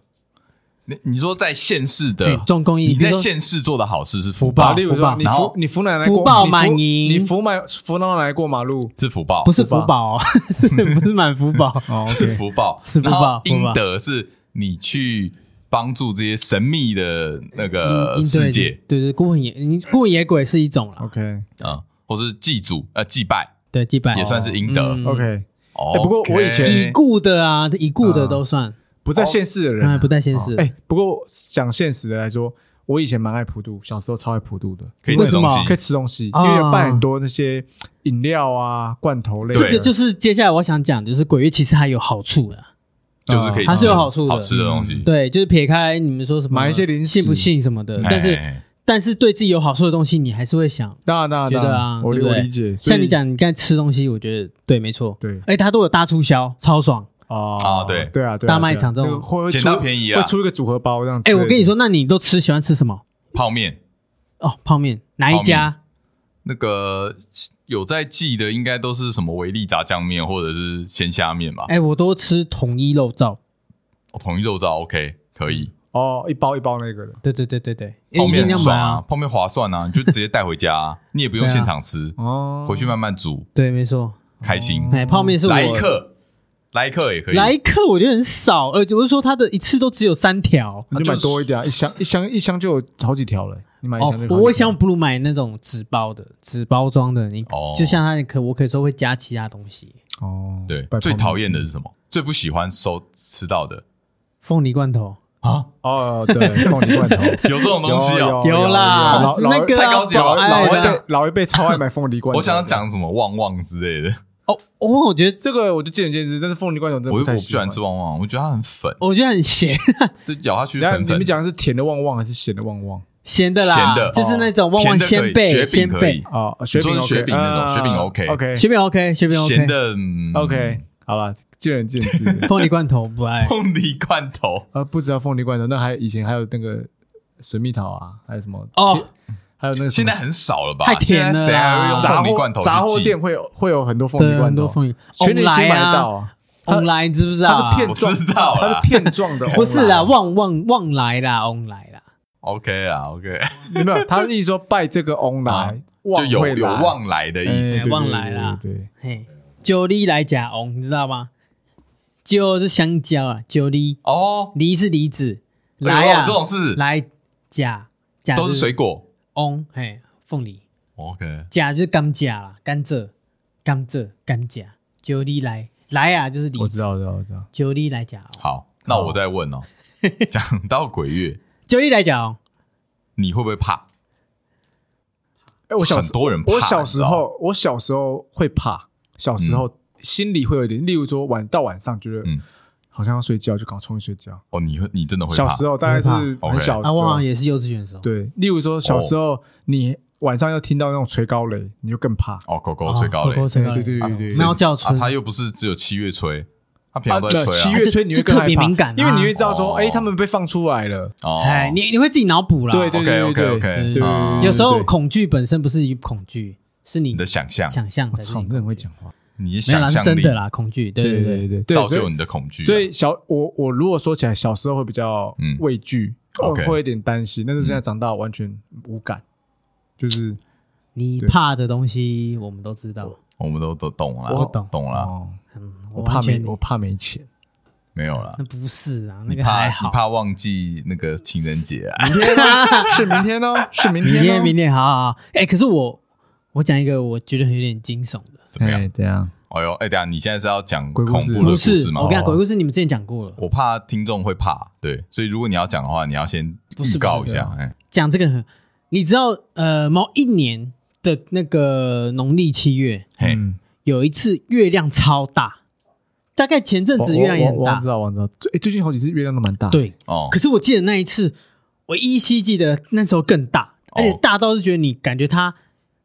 Speaker 1: 你你说在县市
Speaker 3: 哎
Speaker 1: 的，
Speaker 3: 重公益，
Speaker 1: 啊你
Speaker 3: 比
Speaker 1: 在
Speaker 3: 如说
Speaker 1: 县市做的好事是福
Speaker 3: 福报
Speaker 1: 报
Speaker 2: 啊，例，如
Speaker 3: 福
Speaker 2: 说
Speaker 3: 报
Speaker 2: 你
Speaker 1: 然后
Speaker 2: 扶你扶奶奶
Speaker 3: 福
Speaker 2: 过
Speaker 3: 报
Speaker 2: 你扶
Speaker 3: 满盈
Speaker 2: 你扶买扶奶奶过马路，
Speaker 1: 是福报，
Speaker 3: 不是
Speaker 2: 福报？
Speaker 3: 福宝哦， 是不是满福宝
Speaker 2: 哦
Speaker 1: 是福报，
Speaker 3: 是福
Speaker 1: 然后
Speaker 3: 报福
Speaker 1: 阴
Speaker 3: 报
Speaker 1: 德是你去帮助这些神秘 的那个
Speaker 3: 阴
Speaker 1: 世界，，
Speaker 3: 对对对，孤魂野，你孤魂野鬼是一种啦，
Speaker 2: OK
Speaker 1: 嗯，或是祭祖呃祭拜
Speaker 3: 对，祭拜
Speaker 1: 也算是阴德。
Speaker 3: 嗯
Speaker 2: OK，
Speaker 1: 哦，
Speaker 2: 哎不过我以前
Speaker 3: 已故的啊，已故
Speaker 1: 嗯
Speaker 3: 的都算，
Speaker 2: 不在现世的人
Speaker 3: 当
Speaker 2: 啊
Speaker 3: 然不带现世。
Speaker 2: 哎、不过讲现实的来说，我以前蛮爱普渡，小时候超爱普渡的，
Speaker 1: 可以
Speaker 3: 为
Speaker 1: 吃
Speaker 3: 什
Speaker 1: 东
Speaker 3: 么
Speaker 1: 西
Speaker 2: 可以，吃东西，
Speaker 3: 啊
Speaker 2: 因为有办很多那些饮料啊、罐头类的。
Speaker 3: 这个就是是接下来我想讲，就是鬼月其实还有好处的，
Speaker 1: 就是可以吃，
Speaker 3: 啊它是有好处的嗯
Speaker 1: 好吃的东西。
Speaker 3: 对，就是撇开你们说什么
Speaker 2: 买一些零食
Speaker 3: 信不信什么的，
Speaker 1: 哎
Speaker 3: 但是但是对自己有好处的东西，你还是会想。
Speaker 2: 当然当然
Speaker 3: 觉得
Speaker 2: 当然
Speaker 3: 啊
Speaker 2: 我
Speaker 3: 对不
Speaker 2: 我
Speaker 3: 对
Speaker 2: 理解。所以
Speaker 3: 像你讲，你刚才吃东西，我觉得对，没错。
Speaker 2: 对
Speaker 3: 哎，它都有大促销，超爽。
Speaker 2: 哦
Speaker 1: 啊对
Speaker 2: 对啊对啊
Speaker 3: 大卖场这种
Speaker 2: 那个会会
Speaker 1: 捡到
Speaker 2: 出
Speaker 1: 便宜啊
Speaker 2: 会出一个组合包这样。
Speaker 3: 哎，我跟你，说，那你都吃喜欢吃什么？
Speaker 1: 泡面
Speaker 3: 哦，泡面哪一家？
Speaker 1: 那个有在记的，应该都是什么维力炸酱面或者是鲜虾面吧？
Speaker 3: 哎，我都吃统一肉燥。
Speaker 1: 哦统一肉燥 OK 可以，
Speaker 2: 哦，一包一包那个的
Speaker 3: 对对对对对，因
Speaker 1: 泡
Speaker 3: 为一
Speaker 1: 面
Speaker 3: 定
Speaker 1: 很
Speaker 3: 要买
Speaker 1: 爽啊，。泡面划算啊，你就直接带回家 啊，你也不用现场吃，
Speaker 2: 哦，
Speaker 1: 回去慢慢煮，
Speaker 3: 对，没错。
Speaker 1: 开心。
Speaker 3: 哎，泡面是我
Speaker 1: 来一克，来一克也可以，
Speaker 3: 来一克我觉得很少，呃，我是说它的一次都只有三条。
Speaker 2: 你就买多一点啊，一箱一箱一箱就有好几条了。你买一
Speaker 3: 哦
Speaker 2: 箱就有好几，条
Speaker 3: 我会想不如买那种纸包的、纸包装的，你
Speaker 1: 哦
Speaker 3: 就像它可我可以说会加其他东西，
Speaker 2: 哦，
Speaker 1: 对
Speaker 2: 摆，
Speaker 1: 最
Speaker 2: 泡面
Speaker 1: 讨厌的
Speaker 2: 机
Speaker 1: 是什么？最不喜欢收吃到的
Speaker 3: 凤梨罐头
Speaker 1: 啊？
Speaker 2: 哦，对，凤梨 罐头。
Speaker 1: 有这种东西哦？
Speaker 2: 有
Speaker 3: 啦
Speaker 2: 有，老老
Speaker 3: 那个啊
Speaker 1: 太高级了
Speaker 2: 老
Speaker 1: 哎
Speaker 2: 老
Speaker 1: 我
Speaker 2: 一
Speaker 1: 想
Speaker 2: 辈老一辈超爱买凤梨罐头。
Speaker 1: 我想要讲什么旺旺之类的，
Speaker 3: 哦哦，我觉得
Speaker 2: 这个，我就见仁见智，但是凤梨罐头真的
Speaker 1: 我
Speaker 2: 不
Speaker 1: 又
Speaker 2: 太
Speaker 1: 不喜欢吃旺旺，我觉得它很粉，
Speaker 3: 我觉得很咸
Speaker 1: 就咬下去
Speaker 2: 然后
Speaker 1: 粉
Speaker 2: 你
Speaker 1: 粉
Speaker 2: 们。讲的是甜的旺旺还是咸的旺旺
Speaker 3: 咸的啦，
Speaker 1: 咸的
Speaker 3: 就是那种旺旺
Speaker 1: 甜的可
Speaker 3: 鲜
Speaker 1: 以，
Speaker 3: 贝、
Speaker 1: 雪
Speaker 3: 鲜
Speaker 1: 饼可以
Speaker 3: 贝、，
Speaker 2: 啊？雪饼
Speaker 1: 你
Speaker 2: OK，
Speaker 1: 说是雪饼那种
Speaker 2: 啊
Speaker 1: 雪饼 OK
Speaker 2: OK
Speaker 3: 雪饼 OK，雪饼
Speaker 1: 咸
Speaker 3: OK，。
Speaker 1: 的嗯
Speaker 2: OK，好了，见仁见智
Speaker 3: 凤梨罐头不爱。
Speaker 1: 凤梨罐头
Speaker 2: 呃，不知道凤梨罐头，那还以前还有那个水蜜桃啊，还有什么，
Speaker 3: 哦，
Speaker 2: 还有那个什
Speaker 1: 现
Speaker 2: 么
Speaker 1: 在很少了吧？
Speaker 3: 太甜了啦
Speaker 1: 现
Speaker 3: 啊
Speaker 1: 在谁还会用
Speaker 2: 杂
Speaker 1: 凤梨
Speaker 2: 货
Speaker 1: 罐头去
Speaker 2: 杂货
Speaker 1: 寄
Speaker 2: 店会有会有很多凤梨
Speaker 3: 对，很
Speaker 2: 罐
Speaker 3: 多
Speaker 2: 头，
Speaker 3: 凤梨，
Speaker 2: 全年
Speaker 3: 来
Speaker 2: 皆买得到
Speaker 3: 啊，
Speaker 2: 啊。
Speaker 3: 红来你知不知道
Speaker 2: 它
Speaker 3: 啊？
Speaker 2: 是片
Speaker 1: 我
Speaker 2: 状，
Speaker 1: 知道
Speaker 2: 它
Speaker 1: 啦
Speaker 2: 是片 状的，
Speaker 3: 不是啦，
Speaker 2: 啦，
Speaker 3: 旺旺旺来啦，旺来啦。
Speaker 1: ？OK 啊，OK，
Speaker 2: 有没有？他是意思说拜这个翁
Speaker 1: 啊
Speaker 2: 来，
Speaker 1: 就
Speaker 2: 旺
Speaker 1: 有
Speaker 2: 会
Speaker 1: 有
Speaker 2: 来
Speaker 1: 旺来的意
Speaker 2: 哎
Speaker 1: 思
Speaker 3: 哎
Speaker 2: 对
Speaker 3: 旺
Speaker 2: 对
Speaker 3: 来
Speaker 2: 对
Speaker 3: 啦
Speaker 2: 对，
Speaker 3: 嘿，九厘来甲翁，你知道吗？九是香蕉啊，九厘，
Speaker 1: 哦。
Speaker 3: 梨是梨子，
Speaker 1: 哎呦
Speaker 3: 来啊，
Speaker 1: 这种事
Speaker 3: 来啊甲甲
Speaker 1: 都是水果。
Speaker 3: 翁，嘿，凤梨，
Speaker 1: OK，
Speaker 3: 甲就是甘蔗啦，甘蔗，甘蔗，甘蔗，九厘来来啊，就是梨子，
Speaker 2: 我知道，我知道，我知道。
Speaker 3: 九厘来甲翁，
Speaker 1: 好，那我再问哦，讲到鬼月，
Speaker 3: 九厘来甲翁，
Speaker 1: 你会不会怕？
Speaker 2: 哎，我小
Speaker 1: 很
Speaker 2: 时
Speaker 1: 多人怕，
Speaker 2: 我小时
Speaker 1: 你知道吗
Speaker 2: 候，我小时候会怕，小时候心里会有点，例如说晚到晚上觉得
Speaker 1: 嗯
Speaker 2: 好像要睡觉，就赶快冲去睡觉。
Speaker 1: 哦，你会你真的会怕？
Speaker 2: 小时候大概是很小的时
Speaker 3: 啊，我好
Speaker 2: 候
Speaker 3: 像，也是幼稚园的时候，，
Speaker 2: 对，例如说小时候你晚上要听到那种捶高雷，你就更怕。
Speaker 1: 哦，狗狗吹高嘞，
Speaker 3: 狗狗吹高
Speaker 2: 对
Speaker 3: 嘞
Speaker 2: 对
Speaker 1: 啊
Speaker 2: 对对
Speaker 1: 谁
Speaker 2: 对
Speaker 3: 猫。叫春
Speaker 1: 啊，它又不是只有七月吹，它平
Speaker 2: 啊，
Speaker 1: 常都在
Speaker 2: 对
Speaker 1: 吹啊。
Speaker 2: 七月
Speaker 3: 就
Speaker 2: 吹你会
Speaker 3: 就
Speaker 2: 更
Speaker 3: 特别
Speaker 2: 害怕
Speaker 3: 敏感啊
Speaker 2: 因为你会知道说，
Speaker 1: 哦
Speaker 2: 哎，他们被放出来了。
Speaker 1: 哦，
Speaker 3: 哎，你你会自己脑补啦，哦
Speaker 2: 对对对
Speaker 1: OK，OK，OK，
Speaker 2: 对
Speaker 1: 对
Speaker 2: 对对
Speaker 1: 嗯，
Speaker 2: 对
Speaker 3: 有时候
Speaker 2: 对
Speaker 3: 恐惧本身不是恐惧，是你
Speaker 1: 你的想象，
Speaker 3: 想象
Speaker 2: 我
Speaker 3: 才是
Speaker 2: 操，
Speaker 3: 你
Speaker 2: 你
Speaker 3: 恐
Speaker 2: 真的
Speaker 3: 惧
Speaker 2: 会讲话。
Speaker 1: 你的
Speaker 3: 没有
Speaker 1: 想
Speaker 3: 啦，是
Speaker 1: 象
Speaker 3: 真
Speaker 1: 力
Speaker 3: 的啦，恐惧，对对
Speaker 2: 对
Speaker 3: 对，
Speaker 2: 对对，
Speaker 1: 造
Speaker 2: 所以
Speaker 1: 就你的恐惧啊。
Speaker 2: 所以小我我如果说起来，小时候会比较
Speaker 1: 嗯
Speaker 2: 畏惧，
Speaker 1: OK 嗯
Speaker 2: 我会有点担心，但是现在长大完全无感，就是
Speaker 3: 你怕的东西我们都知道，
Speaker 1: 我们都都懂了，
Speaker 3: 我懂
Speaker 1: 懂了，
Speaker 2: 哦，
Speaker 3: 嗯，
Speaker 2: 我
Speaker 3: 完
Speaker 2: 怕
Speaker 3: 全
Speaker 2: 没我怕没钱，
Speaker 1: 没有了。
Speaker 3: 那不是啊，那
Speaker 1: 你
Speaker 3: 个还
Speaker 1: 怕
Speaker 3: 好
Speaker 1: 你。怕忘记那个情人节啊？
Speaker 2: 明 天吗？是明天哦，是明
Speaker 3: 明
Speaker 2: 天
Speaker 3: 天
Speaker 2: 哦，
Speaker 3: 明天好好好，哎、可是我我讲一个我觉得有点惊悚的，
Speaker 1: 怎么样？
Speaker 2: 哎这样
Speaker 1: 哎呦，哎，等一下你现在是要讲恐
Speaker 2: 鬼
Speaker 1: 怖
Speaker 2: 故
Speaker 1: 的
Speaker 2: 事
Speaker 1: 故
Speaker 3: 不
Speaker 1: 事吗？
Speaker 3: 我跟你讲，
Speaker 1: 哦
Speaker 3: 鬼故事你们之前讲过了，
Speaker 1: 我怕听众会怕，对，所以如果你要讲的话，你要先
Speaker 3: 不是
Speaker 1: 预告一下
Speaker 3: 不，
Speaker 1: 哎，
Speaker 3: 讲这个很，你知道呃某一年的那个农历七月，
Speaker 1: 嘿，
Speaker 2: 嗯
Speaker 3: 有一次月亮超大，大概前阵子
Speaker 2: 我
Speaker 3: 月亮也
Speaker 2: 我
Speaker 3: 很
Speaker 2: 我我
Speaker 3: 大
Speaker 2: 知，道，我知道，最哎最近好几次月亮都蛮大，，
Speaker 3: 对。
Speaker 1: 哦
Speaker 3: 可，是我记得那一次，我依稀记得那时候更大，
Speaker 1: 哦
Speaker 3: 而且大到是觉得你感觉他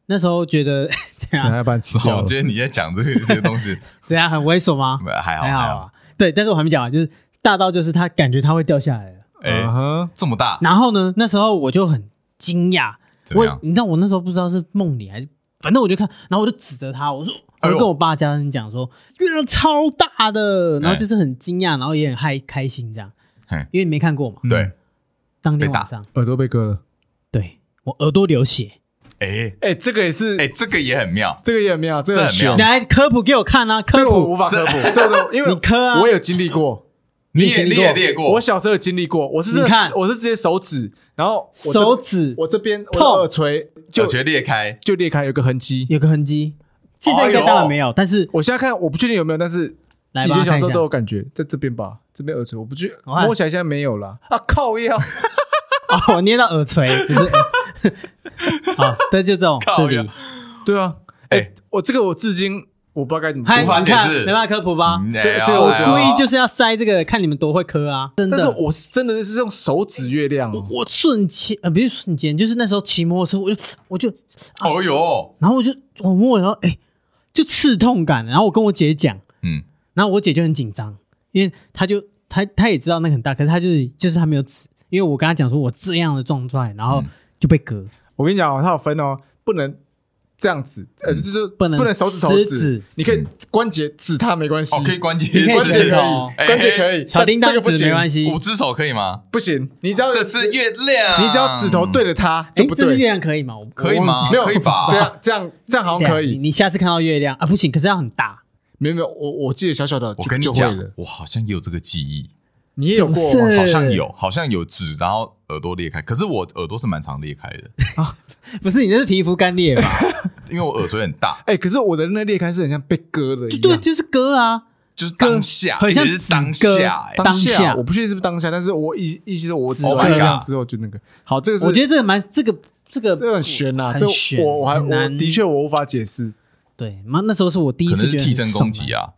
Speaker 3: 那时候觉得 怎
Speaker 2: 想
Speaker 3: 样
Speaker 2: 哎要把它吃掉
Speaker 1: 我
Speaker 2: 了，
Speaker 1: 觉得哦你在讲这个这些东西
Speaker 3: 怎样很猥琐吗？
Speaker 1: 没还好
Speaker 3: 还好
Speaker 1: 还好，
Speaker 3: 啊，对。但是我还没讲完，就是大到就是他感觉他会掉下来了。
Speaker 1: 哎
Speaker 2: 嗯，哼，
Speaker 1: 这么大，
Speaker 3: 然后呢，那时候我就很惊讶，
Speaker 1: 啊怎么
Speaker 3: 我
Speaker 1: 样？
Speaker 3: 你知道我那时候不知道是梦里还是，反正我就看，然后我就指着他，我说，
Speaker 1: 哎
Speaker 3: 我
Speaker 1: 呦
Speaker 3: 就跟我爸家人讲说，月亮超大的，然
Speaker 1: 哎
Speaker 3: 后就是很惊讶，然后也很嗨开心这样
Speaker 1: 哎，
Speaker 3: 因为你没看过嘛。
Speaker 2: 嗯
Speaker 1: 对，
Speaker 3: 当天
Speaker 1: 被打
Speaker 3: 晚上，
Speaker 2: 耳朵被割了，
Speaker 3: 对我耳朵流血，
Speaker 1: 哎
Speaker 2: 哎，这个也是
Speaker 1: 哎，这个也很妙，
Speaker 2: 这个也很妙，这
Speaker 1: 这
Speaker 2: 个
Speaker 1: 很妙
Speaker 2: 悬
Speaker 1: 嗯
Speaker 3: 来科普给我看啊，
Speaker 2: 这
Speaker 3: 科
Speaker 2: 个我
Speaker 3: 普
Speaker 2: 无法科普， 这个我因为
Speaker 3: 你磕啊
Speaker 2: 我有经历过，
Speaker 1: 你也你也列过，
Speaker 2: 我小时候有经历过，我是这
Speaker 3: 你看
Speaker 2: 我是直接手指，然后我这
Speaker 3: 手指
Speaker 2: 我这边我
Speaker 3: 痛
Speaker 2: 的耳垂就
Speaker 1: 小学裂开，
Speaker 2: 就裂开，有个痕迹。
Speaker 3: 有个痕迹，现在应该
Speaker 1: 哎呦
Speaker 3: 当然没有，但是
Speaker 2: 我现在看我不确定有没有，但是
Speaker 3: 来
Speaker 2: 以
Speaker 3: 吧，
Speaker 2: 前小
Speaker 3: 看一
Speaker 2: 时候
Speaker 3: 下
Speaker 2: 都，有感觉，在这边吧，这边耳垂，我不去
Speaker 3: 我看
Speaker 2: 摸起来现在没有了啊！靠腰，
Speaker 3: 哦，我捏到耳垂，不是， 好，对，就这种
Speaker 1: 靠
Speaker 3: 这
Speaker 1: 呀
Speaker 3: 里，
Speaker 2: 对啊，
Speaker 1: 哎，
Speaker 2: 我这个我至今我不知道该怎么
Speaker 3: 嗨，
Speaker 1: 无
Speaker 2: 说
Speaker 1: 法
Speaker 3: 你
Speaker 1: 解
Speaker 3: 看
Speaker 1: 释
Speaker 3: 没办法科普吧？
Speaker 1: 嗯
Speaker 2: 这
Speaker 1: 哎
Speaker 2: 这个我
Speaker 1: 哎
Speaker 3: 故意
Speaker 1: 哦
Speaker 3: 就是要塞这个，看你们多会磕啊！真的，
Speaker 2: 但是我是真的是用手指月亮哦，
Speaker 3: 我瞬间呃，不是瞬间，就是那时候骑摩托车，我就我就，啊
Speaker 1: 哦哟，
Speaker 3: 然后我就我摸，然后哎、就刺痛感。然后我跟我姐讲，
Speaker 1: 嗯，
Speaker 3: 然后我姐就很紧张，因为她就她她也知道那个很大，可是她就是就是她没有指，因为我跟她讲说我这样的撞出来，然后
Speaker 1: 嗯
Speaker 3: 就被割，
Speaker 2: 我跟你讲哦，它有分哦，不能这样子，呃，
Speaker 1: 嗯
Speaker 2: 就是
Speaker 3: 不能
Speaker 2: 不能手指头
Speaker 3: 食
Speaker 2: 指
Speaker 3: 指，
Speaker 2: 你可以关节指它没关系
Speaker 1: 哦，，可以关节，
Speaker 3: 你可以
Speaker 2: 关节可
Speaker 3: 指
Speaker 2: 以，
Speaker 3: 头哦
Speaker 1: 哎
Speaker 2: 关节可以，
Speaker 3: 小叮
Speaker 2: 但
Speaker 3: 当
Speaker 2: 这个不
Speaker 3: 指
Speaker 2: 行
Speaker 3: 没关系，
Speaker 1: 五只手可以吗？
Speaker 2: 不行，你只要
Speaker 1: 这是月亮，
Speaker 2: 你只要指头对着它就
Speaker 3: 哎，
Speaker 2: 不
Speaker 3: 这是月
Speaker 2: 对，
Speaker 3: 亮可以吗？我
Speaker 1: 可以？吗？
Speaker 2: 没有
Speaker 1: 可以吧？
Speaker 2: 这样这样这样好
Speaker 3: 我忘记
Speaker 2: 哦像可
Speaker 3: 对你
Speaker 2: 以，
Speaker 3: 你下次看到月亮啊，不行，可是要很大，
Speaker 2: 没有没有，我我记得小小的
Speaker 1: 嗯我
Speaker 2: 就
Speaker 1: 跟你
Speaker 2: 就会
Speaker 1: 讲
Speaker 2: 了，，
Speaker 1: 我好像也有这个记忆，
Speaker 2: 你也有过
Speaker 3: 是不
Speaker 2: 吗
Speaker 3: 是
Speaker 1: 哦好像有，好像有指，然后耳朵裂开。可是我耳朵是蛮常裂开的，
Speaker 3: 不是你那是皮肤干裂吧？
Speaker 1: 因为我耳垂很大，
Speaker 2: 哎，可是我的那裂开是很像被割的 一
Speaker 3: 对，
Speaker 2: 样。
Speaker 3: 就是割啊，
Speaker 1: 就是当下，
Speaker 3: 很像
Speaker 1: 也是当
Speaker 3: 指
Speaker 1: 下、哎
Speaker 3: 割
Speaker 2: 当
Speaker 3: 当下
Speaker 2: 我不确定是不是当下，但是我意意识到我哦
Speaker 3: 指
Speaker 2: 指完
Speaker 1: Oh my
Speaker 2: 月亮
Speaker 1: God
Speaker 2: 之后就那个，好，这个是
Speaker 3: 我觉得这个蛮这个这个
Speaker 2: 这个很悬呐，
Speaker 3: 很
Speaker 2: 这
Speaker 3: 悬
Speaker 2: 我我还
Speaker 3: 很
Speaker 2: 我
Speaker 3: 难
Speaker 2: 的确我无法解释，
Speaker 3: 对，妈那时候是我第一
Speaker 1: 可能是
Speaker 3: 次觉得
Speaker 1: 替身攻击
Speaker 3: 啊。。
Speaker 1: 啊。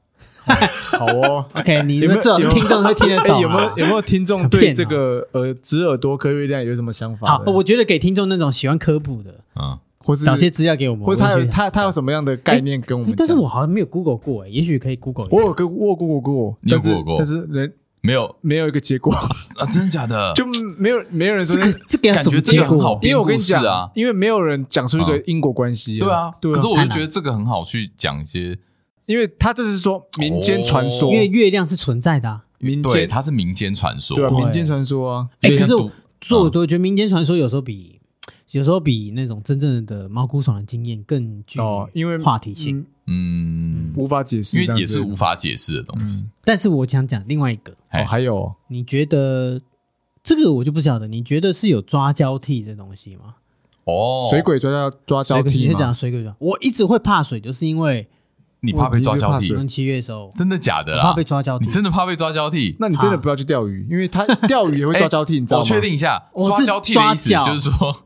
Speaker 2: 好哦
Speaker 3: OK，你
Speaker 2: 有没
Speaker 3: 们
Speaker 2: 有
Speaker 3: 最好是
Speaker 2: 有
Speaker 3: 听众会听得
Speaker 2: 哎，
Speaker 3: 懂啊。
Speaker 2: 有没有有没有听众
Speaker 3: 想
Speaker 2: 对
Speaker 3: 骗
Speaker 2: 这
Speaker 3: 哦
Speaker 2: 个呃指耳朵割月亮有什么想法
Speaker 3: 好
Speaker 2: 的？，
Speaker 3: 我觉得给听众那种喜欢科普的，
Speaker 1: 嗯，
Speaker 2: 或是
Speaker 3: 找些资料给我们，
Speaker 2: 或者他
Speaker 3: 我
Speaker 2: 有
Speaker 3: 也觉得
Speaker 2: 他他有什么样的概念跟我
Speaker 3: 哎
Speaker 2: 们？
Speaker 3: 但是我好像没有 Google 过，哎，也许可以 Google 一下。
Speaker 2: 我有跟握过过，
Speaker 1: 你有
Speaker 2: 但是
Speaker 1: Google 过
Speaker 2: 但是人
Speaker 1: 没有
Speaker 2: 没有一个结果，
Speaker 1: 啊，真的假的？
Speaker 2: 就没有没有人说
Speaker 3: 这个这个要
Speaker 1: 感
Speaker 3: 怎
Speaker 1: 觉
Speaker 3: 么
Speaker 1: 这
Speaker 3: 结
Speaker 1: 个很
Speaker 3: 果
Speaker 1: 好
Speaker 3: 啊？
Speaker 1: 编
Speaker 2: 因为我跟你
Speaker 1: 故事
Speaker 2: 讲
Speaker 1: 啊
Speaker 2: 因为没有人讲出一个因果关系。
Speaker 1: 对啊，
Speaker 2: 啊对
Speaker 1: 可
Speaker 2: 啊
Speaker 1: 是，我就觉得这个很好去讲一些
Speaker 2: 因为他就是说民间传说
Speaker 3: 因，为月亮是存在的啊。
Speaker 2: 民
Speaker 1: 对，
Speaker 2: 间
Speaker 1: 它是民间传说。
Speaker 2: 对啊
Speaker 3: 对
Speaker 2: 民间传说啊，
Speaker 1: 所
Speaker 3: 哎，
Speaker 1: 以
Speaker 3: 可
Speaker 1: 像
Speaker 3: 是
Speaker 1: 赌
Speaker 3: 我做我都觉得民间传说有时候比有时候比那种真正的毛骨悚然经验更具
Speaker 2: 哦，因为
Speaker 3: 话题性。
Speaker 2: 嗯
Speaker 1: 嗯，
Speaker 2: 无法解释，
Speaker 1: 因
Speaker 2: 这
Speaker 1: 为
Speaker 2: 样
Speaker 1: 也是
Speaker 2: 子
Speaker 1: 无法解释的东西。
Speaker 3: 但是我想讲另外一个，
Speaker 1: 哎
Speaker 2: 哦，还有哦
Speaker 3: 你觉得这个我就不晓得，你觉得是有抓交替这东西吗？
Speaker 1: 哦，
Speaker 2: 水鬼抓到抓交
Speaker 3: 水鬼
Speaker 2: 替
Speaker 3: 你是讲
Speaker 2: 嘛，
Speaker 3: 水鬼抓，我一直会怕水，就是因为
Speaker 1: 你怕被抓交替
Speaker 2: 我一直怕？
Speaker 3: 跟七月的时候，
Speaker 1: 真的假的
Speaker 3: 我
Speaker 1: 啦？
Speaker 3: 怕被抓交替
Speaker 1: 你。真的怕被抓交替？
Speaker 2: 那你真的
Speaker 3: 啊
Speaker 2: 不要去钓鱼，因为他钓鱼也会抓交 替，你知道
Speaker 1: 我
Speaker 2: 吗？
Speaker 1: 确定一下，
Speaker 3: 我
Speaker 1: 抓
Speaker 3: 是
Speaker 1: 交替的意思
Speaker 3: 抓脚
Speaker 1: 就是说，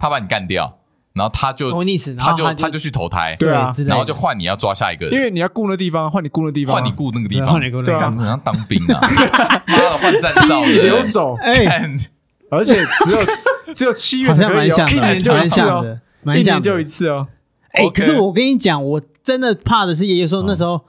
Speaker 1: 他把你干掉，然后他就
Speaker 3: 我溺死，然
Speaker 1: 他
Speaker 3: 后
Speaker 1: 就
Speaker 3: 他
Speaker 1: 他就去投胎，
Speaker 2: 对啊
Speaker 3: 之类的
Speaker 1: 然后就换你要抓下一个人，
Speaker 2: 因为你要顾那地方，换你顾那地方啊，
Speaker 1: 换你雇那个地
Speaker 3: 对
Speaker 1: 方，
Speaker 3: 换你雇那个
Speaker 2: 地方
Speaker 1: 干好像当兵 啊，妈的换啊站哨的，
Speaker 2: 留守，
Speaker 3: 哎，
Speaker 1: 干
Speaker 2: 而且只 有只有七月
Speaker 3: 好
Speaker 2: 才
Speaker 3: 像
Speaker 2: 可
Speaker 3: 蛮
Speaker 2: 以哦
Speaker 3: 像，
Speaker 2: 一
Speaker 3: 的，
Speaker 2: 年就一
Speaker 3: 蛮
Speaker 2: 次
Speaker 3: 像
Speaker 2: 哦，
Speaker 3: 的，蛮
Speaker 2: 一
Speaker 3: 像
Speaker 2: 年
Speaker 3: 的
Speaker 2: 就一。次哦。
Speaker 3: 哎，
Speaker 1: OK
Speaker 3: 可是我跟你讲，我真的怕的是，也有时候
Speaker 2: 哦
Speaker 3: 那时候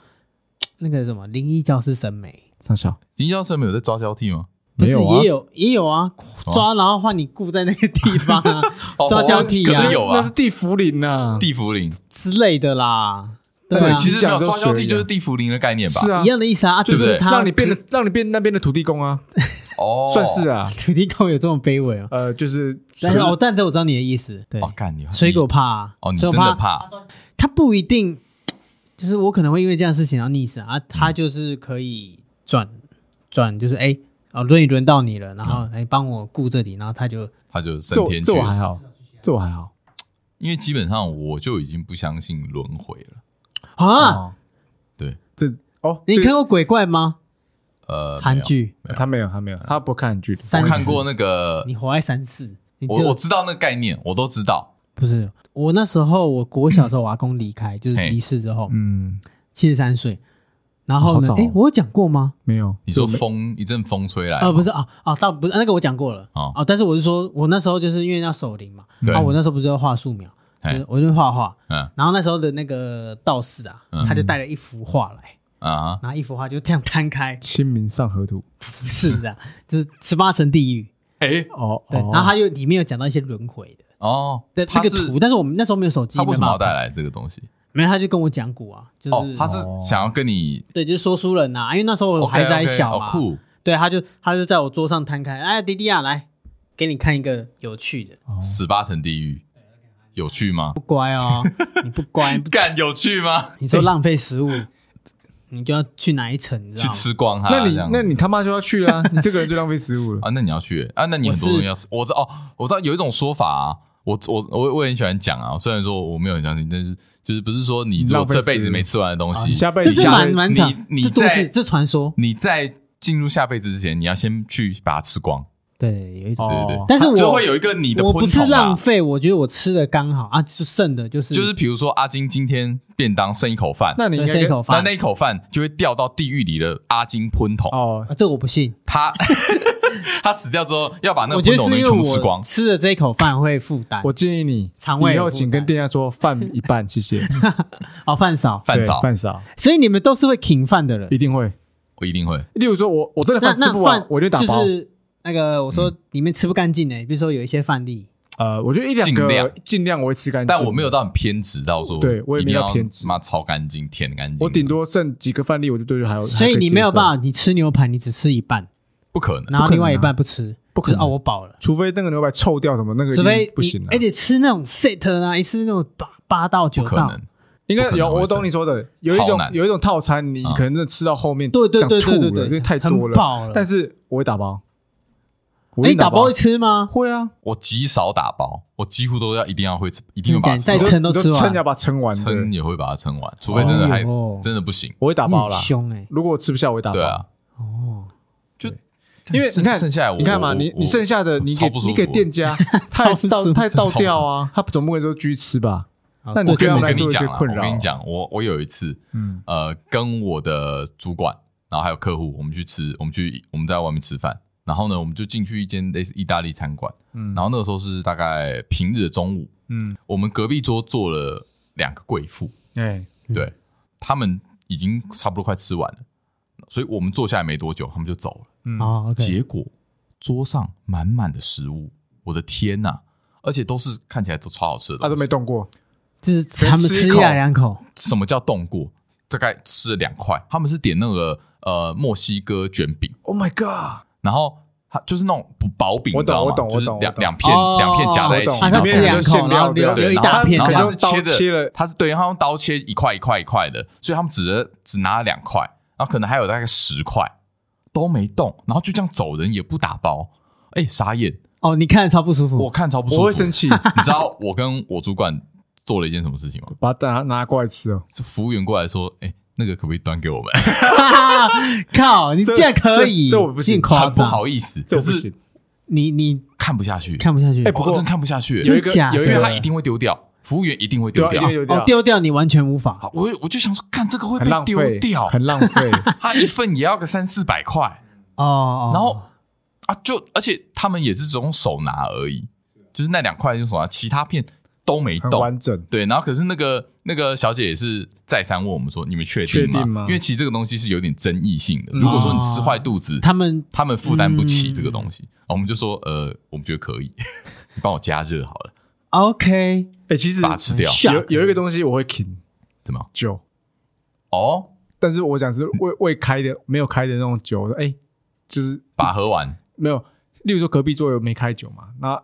Speaker 3: 那个什么灵异教师审美，
Speaker 2: 上校
Speaker 1: 林教授没有在抓交替吗？
Speaker 3: 不是
Speaker 2: 没有啊哦
Speaker 3: 也有也有啊，抓然后换你固在那个地 方啊抓交替
Speaker 1: 哦可
Speaker 3: 啊
Speaker 1: 能有
Speaker 2: 那
Speaker 1: 啊
Speaker 2: 是，地啊福林呐，
Speaker 1: 地茯苓，
Speaker 3: 之类的啦，对
Speaker 2: 对
Speaker 3: 啊，
Speaker 1: 其实没有
Speaker 2: 讲就
Speaker 1: 抓交替
Speaker 2: 水一样
Speaker 1: 就是地茯苓的概念吧？
Speaker 2: 是啊
Speaker 3: 一，样的意思 啊，
Speaker 1: 对
Speaker 3: 只
Speaker 1: 不对
Speaker 3: 是他
Speaker 2: 让你变得 让你变那边的土地公啊，
Speaker 1: 哦，
Speaker 2: 算是啊，
Speaker 3: 土地公有这么卑微哦。
Speaker 2: 呃，就是哦
Speaker 3: 但是哦，但是我知道你的意思，对
Speaker 1: 哦，，干你
Speaker 3: 水果怕啊，
Speaker 1: 哦，你
Speaker 3: 所以
Speaker 1: 真
Speaker 3: 我
Speaker 1: 的怕
Speaker 3: 他不一定，就是我可能会因为这样的事情然后溺死啊，
Speaker 1: 嗯
Speaker 3: 啊他就是可以转转，就是哎啊轮椅轮到你了，然后
Speaker 1: 嗯
Speaker 3: 来帮我顾这里，然后他就
Speaker 1: 他就升
Speaker 2: 这我
Speaker 1: 天去
Speaker 2: 这我还
Speaker 1: 了。
Speaker 2: 好，这我还好。
Speaker 1: 因为基本上我就已经不相信轮回了。
Speaker 3: 啊，
Speaker 2: 哦
Speaker 1: 对，
Speaker 2: 这哦，
Speaker 3: 你
Speaker 2: 这
Speaker 3: 看过鬼怪吗？
Speaker 1: 呃，没
Speaker 3: 韩
Speaker 1: 有
Speaker 3: 剧，
Speaker 2: 他没有，他没有，他不看剧的。
Speaker 3: 三
Speaker 1: 我
Speaker 3: 十
Speaker 1: 看过那个，
Speaker 3: 你活在三四，你
Speaker 1: 我我
Speaker 3: 就
Speaker 1: 知道那个概念，我都知道。
Speaker 3: 不是我那时候，我国小时候我阿公离开，就是
Speaker 1: 嘿
Speaker 3: 离世之后，
Speaker 2: 嗯，
Speaker 3: 七十三岁，然后
Speaker 2: 好
Speaker 3: 呢
Speaker 2: 早，哦
Speaker 3: 哎，我有讲过吗？
Speaker 2: 没有。
Speaker 1: 你说
Speaker 2: 就没
Speaker 1: 风一阵风吹来，
Speaker 3: 呃，不是啊啊，倒不是那个我讲过了
Speaker 1: 哎哦
Speaker 3: 啊，但是我是说，我那时候就是因为要守灵嘛，
Speaker 1: 对
Speaker 3: 啊，我那时候不是要画素描，就
Speaker 1: 嘿
Speaker 3: 是我就画画，
Speaker 1: 嗯
Speaker 3: 然后那时候的那个道士啊，
Speaker 1: 嗯
Speaker 3: 他就带了一幅画来，
Speaker 1: 啊，
Speaker 3: 然后一幅画就这样摊开，
Speaker 2: 清明上河图
Speaker 3: 不是的， 就是十八层地狱，
Speaker 1: 哎
Speaker 2: 哦，
Speaker 3: 对，
Speaker 2: 哦
Speaker 3: 然后他又里面有讲到一些轮回的
Speaker 1: 哦，
Speaker 3: 的那
Speaker 1: 他
Speaker 3: 个
Speaker 1: 是
Speaker 3: 图，但是我们那时候没有手机，
Speaker 1: 他为什
Speaker 3: 没
Speaker 1: 么要
Speaker 3: 办
Speaker 1: 带
Speaker 3: 法看？
Speaker 1: 来这个东西？
Speaker 3: 没有，他就跟我讲古啊，就
Speaker 1: 哦
Speaker 3: 是，
Speaker 1: 他是想要跟你
Speaker 3: 对，就是说书人呐、啊，因为那时候我还在
Speaker 1: OK，OK，
Speaker 3: 小
Speaker 1: 好
Speaker 3: 嘛哦
Speaker 1: 酷
Speaker 3: 对，他就他就在我桌上摊开，哎，迪迪啊，来给你看一个有趣的，
Speaker 2: 哦
Speaker 1: 十八层地狱，有趣吗
Speaker 3: 不？乖哦，你不乖，不
Speaker 1: 干有趣吗？
Speaker 3: 你说浪费食物，你就要去哪一层，啊你知
Speaker 1: 去
Speaker 3: 道吗？
Speaker 1: 吃光它，
Speaker 2: 那你
Speaker 1: 这样子
Speaker 2: 那你他妈就要去啦！你这个人最浪费食 物了。
Speaker 1: 啊，那你要去欸啊？那你很多
Speaker 3: 我是
Speaker 1: 东西要吃，我知道哦，我知道有一种说法啊，我我我我也很喜欢讲啊，虽然说我没有很相信，但是就是不是说你如
Speaker 2: 浪
Speaker 1: 果
Speaker 2: 费
Speaker 1: 这辈子
Speaker 2: 食物
Speaker 1: 没吃完的东
Speaker 2: 啊
Speaker 1: 西，
Speaker 2: 你下辈
Speaker 3: 这
Speaker 2: 子
Speaker 1: 你
Speaker 3: 是
Speaker 1: 下
Speaker 3: 蛮
Speaker 2: 辈子
Speaker 3: 蛮长，
Speaker 1: 你
Speaker 3: 这
Speaker 1: 你
Speaker 3: 东西
Speaker 1: 在
Speaker 3: 这传说，
Speaker 1: 你在进入下辈子之前，你要先去把它吃光，
Speaker 3: 对，有一种。
Speaker 1: 对对对，
Speaker 2: 哦
Speaker 3: 但是我
Speaker 1: 就会有一个你的
Speaker 3: 我不
Speaker 1: 昆
Speaker 3: 是
Speaker 1: 虫
Speaker 3: 浪
Speaker 1: 啊。
Speaker 3: 费，我觉得我吃的刚好啊，就剩的就是
Speaker 1: 就是比如说阿金今天便当剩一口饭，
Speaker 2: 那你应
Speaker 3: 对
Speaker 2: 该
Speaker 3: 剩一口
Speaker 1: 那
Speaker 3: 饭
Speaker 1: 那一口饭就会掉到地狱里的阿金喷桶，
Speaker 2: 哦
Speaker 3: 啊，，这我不信。
Speaker 1: 他 他死掉之后要把那
Speaker 3: 我
Speaker 1: 个
Speaker 3: 觉
Speaker 1: 喷
Speaker 3: 得
Speaker 1: 桶
Speaker 3: 是
Speaker 1: 东西
Speaker 3: 因为
Speaker 1: 全部吃
Speaker 3: 我
Speaker 1: 光。
Speaker 3: 吃的这一口饭会负担，
Speaker 2: 我建议你
Speaker 3: 肠胃
Speaker 2: 以
Speaker 3: 有
Speaker 2: 后
Speaker 3: 负
Speaker 2: 请跟
Speaker 3: 担
Speaker 2: 店家说饭一半，谢谢。
Speaker 3: 哦 饭少，
Speaker 1: 饭
Speaker 2: 对
Speaker 1: 少，
Speaker 2: 饭少，
Speaker 3: 所以你们都是会挺饭的人
Speaker 2: 一。定会。
Speaker 1: 我一定会。
Speaker 2: 例如说我我真的
Speaker 3: 那
Speaker 2: 饭吃
Speaker 3: 那
Speaker 2: 不完
Speaker 3: 饭，
Speaker 2: 我就打包嗯
Speaker 3: 就。是那个我说里面吃不干净的，比如说有一些饭粒，
Speaker 2: 呃，我觉得一两
Speaker 1: 尽量
Speaker 2: 个尽量我会吃干净，
Speaker 1: 但我没有到很偏执到说，
Speaker 2: 对我也
Speaker 1: 一
Speaker 2: 没
Speaker 1: 定
Speaker 2: 到
Speaker 1: 要
Speaker 2: 偏执
Speaker 1: 妈超干净、舔干净。
Speaker 2: 我顶多剩几个饭粒，我就对还有。
Speaker 3: 所以你没有
Speaker 2: 法，
Speaker 3: 办法，你吃牛排你只吃一半，
Speaker 1: 不可能，
Speaker 3: 然后另外
Speaker 2: 可
Speaker 3: 一
Speaker 2: 能啊
Speaker 3: 半不吃，
Speaker 2: 不可
Speaker 3: 就是哦
Speaker 2: 能
Speaker 3: 我饱了。
Speaker 2: 除非那个牛排臭掉什么，那个
Speaker 3: 除
Speaker 2: 一
Speaker 3: 非
Speaker 2: 定不行啊了
Speaker 3: 你哎而。且吃那种 set 啊，一次那种八八到九
Speaker 1: 不可
Speaker 3: 道
Speaker 1: 能，。
Speaker 2: 应该
Speaker 1: 不可能
Speaker 2: 有，
Speaker 1: 会
Speaker 2: 啊我懂
Speaker 1: 剩
Speaker 2: 你说的，有一
Speaker 1: 超
Speaker 2: 种
Speaker 1: 难
Speaker 2: 有一种套餐，你
Speaker 1: 啊
Speaker 2: 可能真的吃到后面
Speaker 3: 对对
Speaker 2: 想
Speaker 3: 对
Speaker 2: 吐
Speaker 3: 对对
Speaker 2: 了
Speaker 3: 对，
Speaker 2: 因为太
Speaker 3: 很
Speaker 2: 多
Speaker 3: 饱了
Speaker 2: 但是我会打包，我
Speaker 3: 哎，
Speaker 2: 一
Speaker 3: 你
Speaker 2: 定
Speaker 3: 打包会
Speaker 2: 会
Speaker 3: 吃吗？
Speaker 2: 会啊，
Speaker 1: 我极少打包，我几乎都要一定要会吃，一定会把它
Speaker 3: 再
Speaker 1: 吃
Speaker 3: 哎撑都
Speaker 2: 你就
Speaker 3: 吃完
Speaker 2: 撑要把它撑完
Speaker 1: 完，撑
Speaker 2: 对哦
Speaker 1: 也会把它撑完，除非真的还
Speaker 3: 哎呦
Speaker 1: 真的不行。
Speaker 2: 我会打
Speaker 3: 你
Speaker 2: 包啦
Speaker 3: 很。凶哎，
Speaker 2: 如果我吃不下，我会打
Speaker 1: 对
Speaker 2: 包。
Speaker 1: 啊，
Speaker 3: 哦，
Speaker 2: 因为
Speaker 1: 剩
Speaker 2: 你看
Speaker 1: 剩下来我
Speaker 2: 你看嘛，
Speaker 1: 我
Speaker 2: 你
Speaker 1: 我
Speaker 2: 你剩下的
Speaker 1: 我
Speaker 2: 你
Speaker 1: 超
Speaker 2: 给
Speaker 1: 不舒服
Speaker 2: 你给店 家，他也是倒
Speaker 3: 超不舒服
Speaker 2: 他也倒
Speaker 1: 超不舒服
Speaker 2: 掉啊，他总不能说继续吃吧？
Speaker 3: 好
Speaker 2: 那你嗯
Speaker 1: 我
Speaker 3: 我
Speaker 1: 跟
Speaker 2: 对他
Speaker 1: 我
Speaker 2: 们来
Speaker 1: 跟
Speaker 2: 说
Speaker 1: 你
Speaker 2: 有
Speaker 1: 讲
Speaker 2: 些
Speaker 1: 啊，
Speaker 2: 困
Speaker 1: 我
Speaker 2: 扰
Speaker 1: 跟你讲，我我有一次，
Speaker 2: 嗯，
Speaker 1: 呃，跟我的主管，然后还有客户，我们去吃，我们去我们在外面吃饭，然后呢，我们就进去一间类似意大利餐馆，
Speaker 2: 嗯
Speaker 1: 然后那个时候是大概平日的中午，
Speaker 2: 嗯，
Speaker 1: 我们隔壁桌坐了两个贵妇，
Speaker 2: 哎，
Speaker 1: 对他们已经差不多快吃完了，所以我们坐下来没多久，他们就走了。
Speaker 2: 嗯
Speaker 3: 哦，OK，
Speaker 1: 结果桌上满满的食物，我的天呐、而且都是看起来都超好吃的
Speaker 2: 他
Speaker 1: 东
Speaker 2: 啊都
Speaker 1: 西。
Speaker 2: 没动过，
Speaker 3: 就是他们吃一两两口，
Speaker 1: 什么叫动过？大概吃了两块，他们是点那个呃墨西哥卷饼，
Speaker 2: Oh my god！
Speaker 1: 然后它就是那种薄饼，
Speaker 2: 我懂
Speaker 1: 你知道吗
Speaker 2: 我懂
Speaker 1: 就是
Speaker 2: 我懂
Speaker 1: 两
Speaker 2: 我懂
Speaker 1: 两片
Speaker 3: 哦
Speaker 1: 两片夹在一
Speaker 2: 我懂
Speaker 1: 起，
Speaker 3: 啊，他
Speaker 1: 然后
Speaker 3: 吃
Speaker 2: 里面
Speaker 3: 两
Speaker 2: 有馅
Speaker 3: 口，
Speaker 2: 料
Speaker 3: 然后
Speaker 2: 对
Speaker 3: 留
Speaker 2: 啊
Speaker 1: 对，
Speaker 3: 留一
Speaker 1: 然后
Speaker 3: 大
Speaker 1: 他
Speaker 3: 片
Speaker 1: 然
Speaker 3: 这
Speaker 1: 后
Speaker 3: 样
Speaker 1: 他是
Speaker 2: 可是刀
Speaker 1: 的，
Speaker 2: 切了
Speaker 1: 他是对，他用刀切一块一块一块的，所以他们只只拿了两块，然后可能还有大概十块都没动，然后就这样走人也不打包，哎，傻眼，
Speaker 3: 哦，你看着超不舒
Speaker 1: 我
Speaker 3: 服，
Speaker 1: 看超不舒服，
Speaker 2: 我会生气，
Speaker 1: 你知道我跟我主管做了一件什么事情吗？
Speaker 2: 把它拿拿过来吃哦。
Speaker 1: 是服务员过来说，哎，那个可不可以端给我们？
Speaker 3: 靠，你这样可以，
Speaker 2: 这这我不行
Speaker 3: 你很夸
Speaker 1: 很不
Speaker 3: 张，
Speaker 1: 好意思，
Speaker 2: 这
Speaker 1: 可
Speaker 2: 我不
Speaker 1: 是
Speaker 2: 行，
Speaker 3: 你你
Speaker 1: 看不下去，
Speaker 3: 看不下去
Speaker 2: 哎，不
Speaker 1: 我
Speaker 2: 过
Speaker 1: 真看不下去，
Speaker 2: 有一
Speaker 3: 真
Speaker 2: 个
Speaker 3: 假
Speaker 2: 有
Speaker 1: 因为他
Speaker 3: 的？
Speaker 1: 一定会丢掉，服务员一定会丢
Speaker 2: 对啊，一
Speaker 1: 掉
Speaker 2: 定。有
Speaker 3: 哦
Speaker 2: 掉，，
Speaker 3: 丢掉你完全无法，
Speaker 1: 好，我我就想说，看这个会
Speaker 2: 很
Speaker 1: 被
Speaker 2: 浪
Speaker 1: 丢
Speaker 2: 费
Speaker 1: 掉，，
Speaker 2: 很浪 费。
Speaker 1: 他一份也要个三四百块，
Speaker 3: 哦哦，
Speaker 1: 然后啊，就而且他们也是只用手拿而已，就是那两块用手拿，其他片都没
Speaker 2: 很
Speaker 1: 动。
Speaker 2: 完整，
Speaker 1: 对，然后可是那个那个小姐也是再三问我们说，你们确
Speaker 2: 确
Speaker 1: 吗？
Speaker 2: 定吗
Speaker 1: 因为其实这个东西是有点争议性的。
Speaker 2: 嗯哦
Speaker 1: 如果说你吃坏肚子，
Speaker 3: 他们
Speaker 1: 他们负担不起
Speaker 3: 嗯
Speaker 1: 这个东西，啊我们就说呃，我们觉得可以， 你帮我加热好了，
Speaker 3: OK，
Speaker 2: 哎，其实
Speaker 1: 把它吃掉，
Speaker 3: 吓
Speaker 2: 有有一个东西我会停
Speaker 1: 怎么？
Speaker 2: 酒，
Speaker 1: 哦，
Speaker 2: 但是我想
Speaker 3: 嗯
Speaker 2: 是未未开的，没有开的那种酒，哎，就是
Speaker 1: 把它喝完
Speaker 2: 没有。例如说隔壁桌有没开酒嘛，那、啊、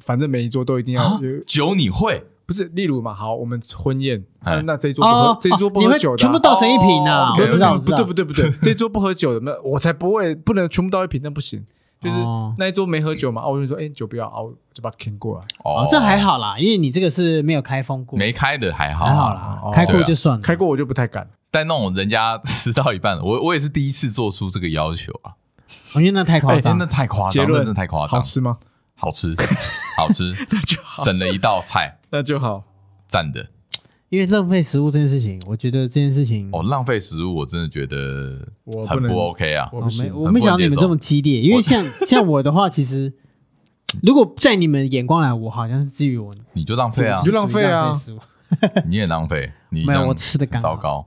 Speaker 2: 反正每一桌都一定要
Speaker 1: 啊
Speaker 2: 有，
Speaker 1: 酒你会
Speaker 2: 不是，例如嘛，好，我们婚宴，
Speaker 1: 哎
Speaker 2: 那那这一桌不喝，这一桌不
Speaker 3: 哦你
Speaker 2: 喝
Speaker 3: 们
Speaker 2: 酒的啊，
Speaker 3: 全部倒成一瓶啊！
Speaker 1: 哦
Speaker 3: 我
Speaker 1: ，OK，OK，
Speaker 3: 知道，我知
Speaker 2: 不
Speaker 3: 道
Speaker 2: 对不对不 对，这一桌不喝酒的，那我才不会不能全部倒一瓶，那不行。就是
Speaker 3: 哦
Speaker 2: 那一桌没喝酒嘛，啊我就说，哎，酒不要啊，我就把它 king 过来。
Speaker 1: 哦
Speaker 3: 哦，这还好啦，因为你这个是没有开封过，
Speaker 1: 没开的还好，
Speaker 3: 还好啦，
Speaker 2: 哦
Speaker 3: 开过
Speaker 1: 对啊
Speaker 3: 就算了。
Speaker 2: 开过我就不太 敢，
Speaker 1: 但那种人家吃到一半 了，我我也是第一次做出这个要求啊，
Speaker 3: 我觉哦得那太夸
Speaker 1: 哎
Speaker 3: 张
Speaker 1: 真
Speaker 3: 了
Speaker 1: 的。太夸
Speaker 2: 结
Speaker 1: 张，那
Speaker 2: 论
Speaker 1: 真的太夸
Speaker 2: 好
Speaker 1: 张，
Speaker 2: 吃吗？
Speaker 1: 好吃，好吃，
Speaker 2: 就好，
Speaker 1: 省了一道菜，
Speaker 2: 那就好。
Speaker 1: 赞的。
Speaker 3: 因为浪费食物这件事情，我觉得这件事情
Speaker 1: 哦，浪费食物，我真的觉得
Speaker 2: 我不
Speaker 1: 很
Speaker 2: 能
Speaker 1: 不 OK 啊。
Speaker 2: 我
Speaker 3: 哦
Speaker 2: 不
Speaker 3: 没
Speaker 2: 行，
Speaker 3: 我没想到你们这么激烈，因为像像我的话，其实如果在你们眼光来，我好像是基于我
Speaker 1: 你就浪费啊
Speaker 2: 你就，浪费啊
Speaker 3: 食物
Speaker 1: 你也浪费，你
Speaker 3: 没
Speaker 1: 这
Speaker 3: 有
Speaker 1: 样
Speaker 3: 我吃的刚好
Speaker 1: 糟。糕。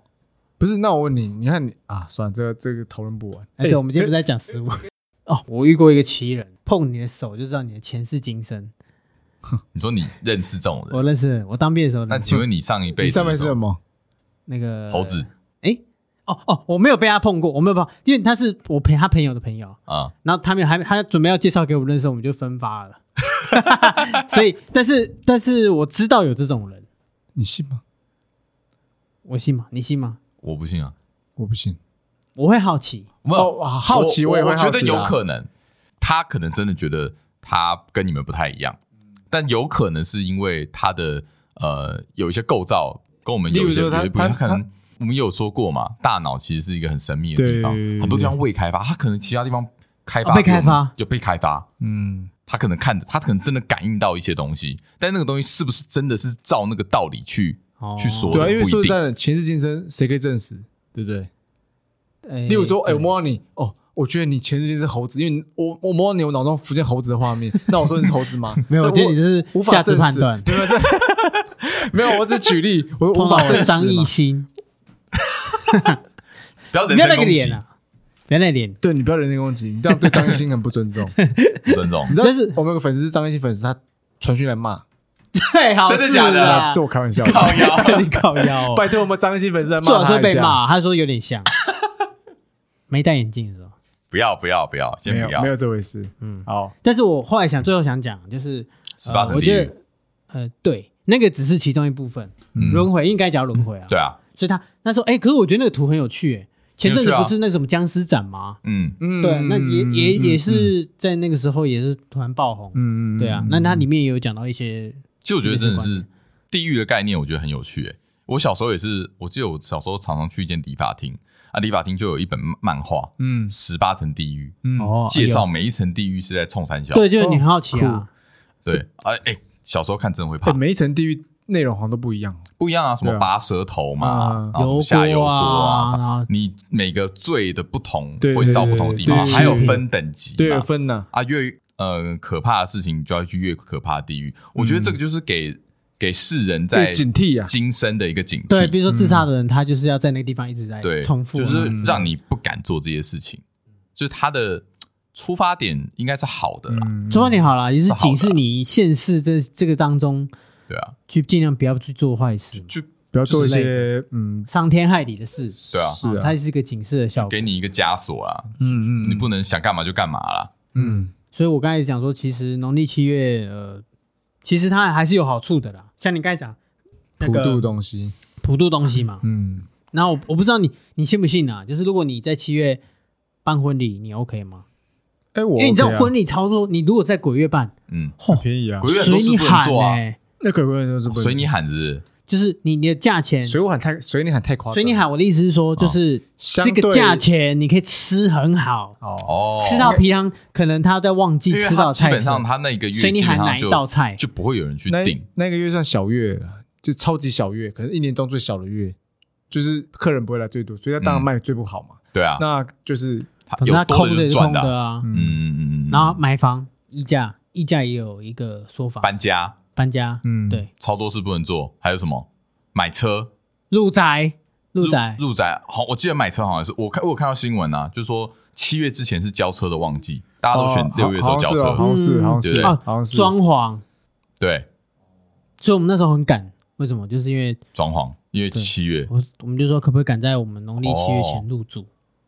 Speaker 2: 不是，那我问你，你看你啊，算了，这个这个讨论不完。
Speaker 3: 哎， 对，我们今天不是在讲食物哦。我遇过一个奇人，碰你的手就知道你的前世今生。
Speaker 1: 你说你认识这种人，
Speaker 3: 我认识，我当兵的时候认
Speaker 1: 那
Speaker 3: 识，
Speaker 1: 请问你上一辈
Speaker 2: 你
Speaker 1: 子
Speaker 2: 上面是什
Speaker 1: 什么
Speaker 2: 么？
Speaker 3: 那个
Speaker 1: 猴子？
Speaker 3: 哎，哦哦，我没有被他碰过，我没有碰，因为他是我陪他朋友的朋友，
Speaker 2: 呃
Speaker 1: 啊？
Speaker 3: 然后他们还他准备要介绍给我认识，我们就分发了。 所以，但是但是我知道有这种人，
Speaker 2: 你信吗？
Speaker 3: 我信吗？你信吗？
Speaker 1: 我不信啊，
Speaker 2: 我不信。
Speaker 3: 我会好奇，
Speaker 1: 没有
Speaker 2: 哦，好奇
Speaker 1: 我
Speaker 2: 也会
Speaker 1: 我觉
Speaker 2: 好
Speaker 1: 得
Speaker 2: 奇
Speaker 1: 有
Speaker 2: 啊
Speaker 1: 可能，他可能真的觉得他跟你们不太一样，但有可能是因为他的呃有一些构造跟我们有一些
Speaker 2: 例如说
Speaker 1: 有
Speaker 2: 他
Speaker 1: 些不一样，他
Speaker 2: 他
Speaker 1: 可能。我们有说过嘛，大脑其实是一个很神秘的地方，
Speaker 2: 对
Speaker 1: 很多地方未开发，他可能其他地方开发
Speaker 3: 哦被开发
Speaker 1: 比我们有被开发，
Speaker 2: 嗯，
Speaker 1: 他可能看他可能真的感应到一些东西，但那个东西是不是真的是照那个道理去、
Speaker 3: 哦
Speaker 1: 去说
Speaker 2: 对
Speaker 1: 的
Speaker 2: 啊，因为
Speaker 1: 不一
Speaker 2: 说实
Speaker 1: 定
Speaker 2: 在。的，前世今生谁可以证实？对不对？
Speaker 3: 哎
Speaker 2: 例如说，哎，
Speaker 3: 对
Speaker 2: 我摸到你，哦，我觉得你前世今生是猴子，因为你我我摸到你，我脑中浮现猴子的画面， 那我说你是猴子吗？
Speaker 3: 没有，
Speaker 2: 这
Speaker 3: 我觉得你这是
Speaker 2: 无
Speaker 3: 价
Speaker 2: 法
Speaker 3: 值
Speaker 2: 证
Speaker 3: 判
Speaker 2: 实
Speaker 3: 断，
Speaker 2: 对不对？没有，我只举例， 我
Speaker 3: 碰
Speaker 2: 无
Speaker 3: 到
Speaker 2: 法
Speaker 3: 我
Speaker 2: 证
Speaker 3: 的哦张
Speaker 2: 实嘛
Speaker 3: 艺。兴，
Speaker 1: 不要
Speaker 3: 不
Speaker 1: 人
Speaker 3: 要
Speaker 1: 身
Speaker 3: 那个
Speaker 1: 攻
Speaker 3: 脸
Speaker 1: 击，
Speaker 3: 啊，不要那个脸，
Speaker 2: 对你不要人身攻击，你这样对张艺兴很不尊 重。
Speaker 1: 不尊重
Speaker 2: 你。知道
Speaker 3: 但是
Speaker 2: 我们有个粉丝是张艺兴粉丝，他传讯来骂，
Speaker 3: 最好
Speaker 1: 真的假的
Speaker 3: 啊
Speaker 2: 这？我开玩笑 的。
Speaker 1: 靠腰，
Speaker 3: 你靠腰哦，
Speaker 2: 拜托我们张艺兴粉丝来
Speaker 3: 最好
Speaker 2: 骂
Speaker 3: 是
Speaker 2: 他一
Speaker 3: 被
Speaker 2: 下。
Speaker 3: 骂，他说有点 像，没戴眼镜的时候。
Speaker 1: 不要不要不要，先
Speaker 2: 没
Speaker 1: 不要
Speaker 2: 有没。有这回事。
Speaker 3: 嗯
Speaker 2: 嗯，好，
Speaker 3: 但是我后来想，最后想讲就是，
Speaker 1: 十八
Speaker 3: 呃，
Speaker 1: 层
Speaker 3: 我
Speaker 1: 地
Speaker 3: 觉
Speaker 1: 狱
Speaker 3: 得，，呃，对，那个只是其中一部分，
Speaker 1: 嗯
Speaker 3: 轮回应该叫轮回啊。
Speaker 1: 对啊，
Speaker 3: 所以他那时候，哎，可是我觉得那个图很有趣，哎，前
Speaker 1: 很有
Speaker 3: 阵子
Speaker 1: 趣啊
Speaker 3: 不是那个什么僵尸展吗？
Speaker 1: 嗯，
Speaker 2: 嗯
Speaker 3: 对，啊那也也也，
Speaker 2: 嗯
Speaker 3: 是在那个时候也是突然爆红，
Speaker 2: 嗯嗯嗯
Speaker 3: 对啊，那它里面也有讲到一些，
Speaker 1: 其实我觉得真的
Speaker 3: 没
Speaker 1: 是地狱的概念，我觉得很有趣、欸。我小时候也是，我记得我小时候常常去一间理发厅啊，理发厅就有一本漫画
Speaker 2: 嗯
Speaker 1: 《十八层地狱
Speaker 2: 嗯》，
Speaker 3: 哦
Speaker 1: 介绍每一层地狱是在冲三小。
Speaker 3: 对，就是你很好奇
Speaker 2: 哦
Speaker 3: 啊，
Speaker 1: 对，哎、哎、小时候看真的会怕
Speaker 2: 哎，，每一层地狱内容好像都不一样哦。
Speaker 1: 不一样啊，什
Speaker 2: 对
Speaker 1: 么
Speaker 2: 啊
Speaker 1: 拔舌头嘛，
Speaker 2: 啊
Speaker 1: 然后什么下油
Speaker 3: 油
Speaker 1: 锅
Speaker 3: 锅啊
Speaker 1: 啥
Speaker 3: 然后
Speaker 1: 你每个罪的不同
Speaker 2: 对
Speaker 1: 会到不同的地方，
Speaker 2: 对对对
Speaker 1: 还有分等级嘛，
Speaker 2: 对，有分呐，
Speaker 1: 啊，越呃可怕的事情，你就要去越可怕的地狱。我觉得这个就是给给世人在
Speaker 2: 对，警惕啊。
Speaker 1: 今生的一个警惕，
Speaker 2: 嗯
Speaker 3: 对，比如说自杀的人，他就是要在那个地方一直在
Speaker 1: 对
Speaker 3: 重复啊，
Speaker 2: 嗯
Speaker 1: 就是让你不敢做这些事情。就是他的出发点应该是好的啦，
Speaker 2: 嗯，
Speaker 3: 出发点好了，也是
Speaker 1: 是好的啊
Speaker 3: 警示你现世这这个当中
Speaker 1: 对啊，
Speaker 3: 去尽量不要去做坏事，
Speaker 1: 就
Speaker 2: 不要做一
Speaker 3: 之
Speaker 2: 些嗯，
Speaker 3: 伤天害理的事，
Speaker 1: 对啊，
Speaker 2: 是啊
Speaker 3: 它，是一个警示的效果
Speaker 1: 给。你一个枷锁啦，
Speaker 2: 嗯
Speaker 1: 你不能想干嘛就干嘛啦。
Speaker 2: 嗯，
Speaker 3: 所以我刚才讲说，其实农历七月，呃，其实它还是有好处的啦，像你刚才讲那
Speaker 2: 普渡
Speaker 3: 个
Speaker 2: 东西，
Speaker 3: 普渡东西嘛，
Speaker 2: 嗯，
Speaker 3: 然后我我不知道你你信不信啊，就是如果你在七月办婚礼，你 OK 吗？
Speaker 2: 哎，我
Speaker 3: 因为你知道
Speaker 2: OK 啊
Speaker 3: 婚礼操作，你如果在鬼月办，
Speaker 1: 嗯，
Speaker 2: 很便宜啊，
Speaker 1: 鬼月很
Speaker 3: 随
Speaker 1: 多事
Speaker 3: 你
Speaker 1: 不能
Speaker 3: 喊
Speaker 1: 做啊，
Speaker 3: 欸
Speaker 2: 那鬼鬼都是不能
Speaker 1: 随你喊是
Speaker 3: 就是你你的价钱，
Speaker 2: 随我喊太随你喊太夸张，
Speaker 3: 随你喊。我的意思是
Speaker 1: 哦
Speaker 3: 说，就是
Speaker 2: 相
Speaker 3: 这
Speaker 2: 对
Speaker 3: 个价钱你可以吃很好，
Speaker 1: 不是
Speaker 2: 哦，
Speaker 1: 哦，
Speaker 3: 吃到皮糖，可能他在旺季
Speaker 1: 因为
Speaker 3: 吃
Speaker 1: 他
Speaker 3: 到
Speaker 1: 基
Speaker 3: 菜
Speaker 1: 本
Speaker 3: 色
Speaker 1: 上，他那个月
Speaker 3: 随你
Speaker 1: 基本
Speaker 3: 喊
Speaker 1: 上
Speaker 3: 哪一
Speaker 1: 就
Speaker 3: 道菜，
Speaker 1: 就不会有人去
Speaker 2: 那
Speaker 1: 订，
Speaker 2: 那个月算小月了，就超级小月，可能一年中最小的月，就是客人不会来最多，所以他当然
Speaker 1: 嗯
Speaker 2: 卖最不好嘛。
Speaker 1: 对啊，
Speaker 2: 那就是
Speaker 1: 他
Speaker 3: 反
Speaker 1: 有
Speaker 3: 正他
Speaker 1: 多
Speaker 3: 空
Speaker 1: 的
Speaker 3: 着
Speaker 1: 是
Speaker 3: 也是
Speaker 1: 赚
Speaker 3: 空
Speaker 1: 的
Speaker 3: 的
Speaker 1: 啊，
Speaker 3: 啊。
Speaker 1: 嗯
Speaker 2: 嗯
Speaker 1: 嗯嗯嗯，
Speaker 3: 然后买房溢价，溢价也有一个说法，
Speaker 1: 搬家，
Speaker 3: 搬家，
Speaker 2: 嗯
Speaker 3: 对，
Speaker 1: 超多事不能做，还有什么买车，
Speaker 3: 入宅，入宅，
Speaker 1: 入宅好，我记得买车好像是我看我有看到新闻啊，就是说七月之前是交车的旺季，大家都选
Speaker 2: 哦
Speaker 1: 六月的时候交车，
Speaker 2: 好像是哦好像
Speaker 1: 嗯对
Speaker 2: 是
Speaker 1: 不
Speaker 2: 好
Speaker 1: 对
Speaker 2: 像是好像是
Speaker 3: 啊装潢，
Speaker 1: 对，
Speaker 3: 所以我们那时候很赶，为什么？就是因为
Speaker 1: 装潢，因为
Speaker 3: 对
Speaker 1: 七月
Speaker 3: 我我们就说可不可以赶在我们农历七月前入住，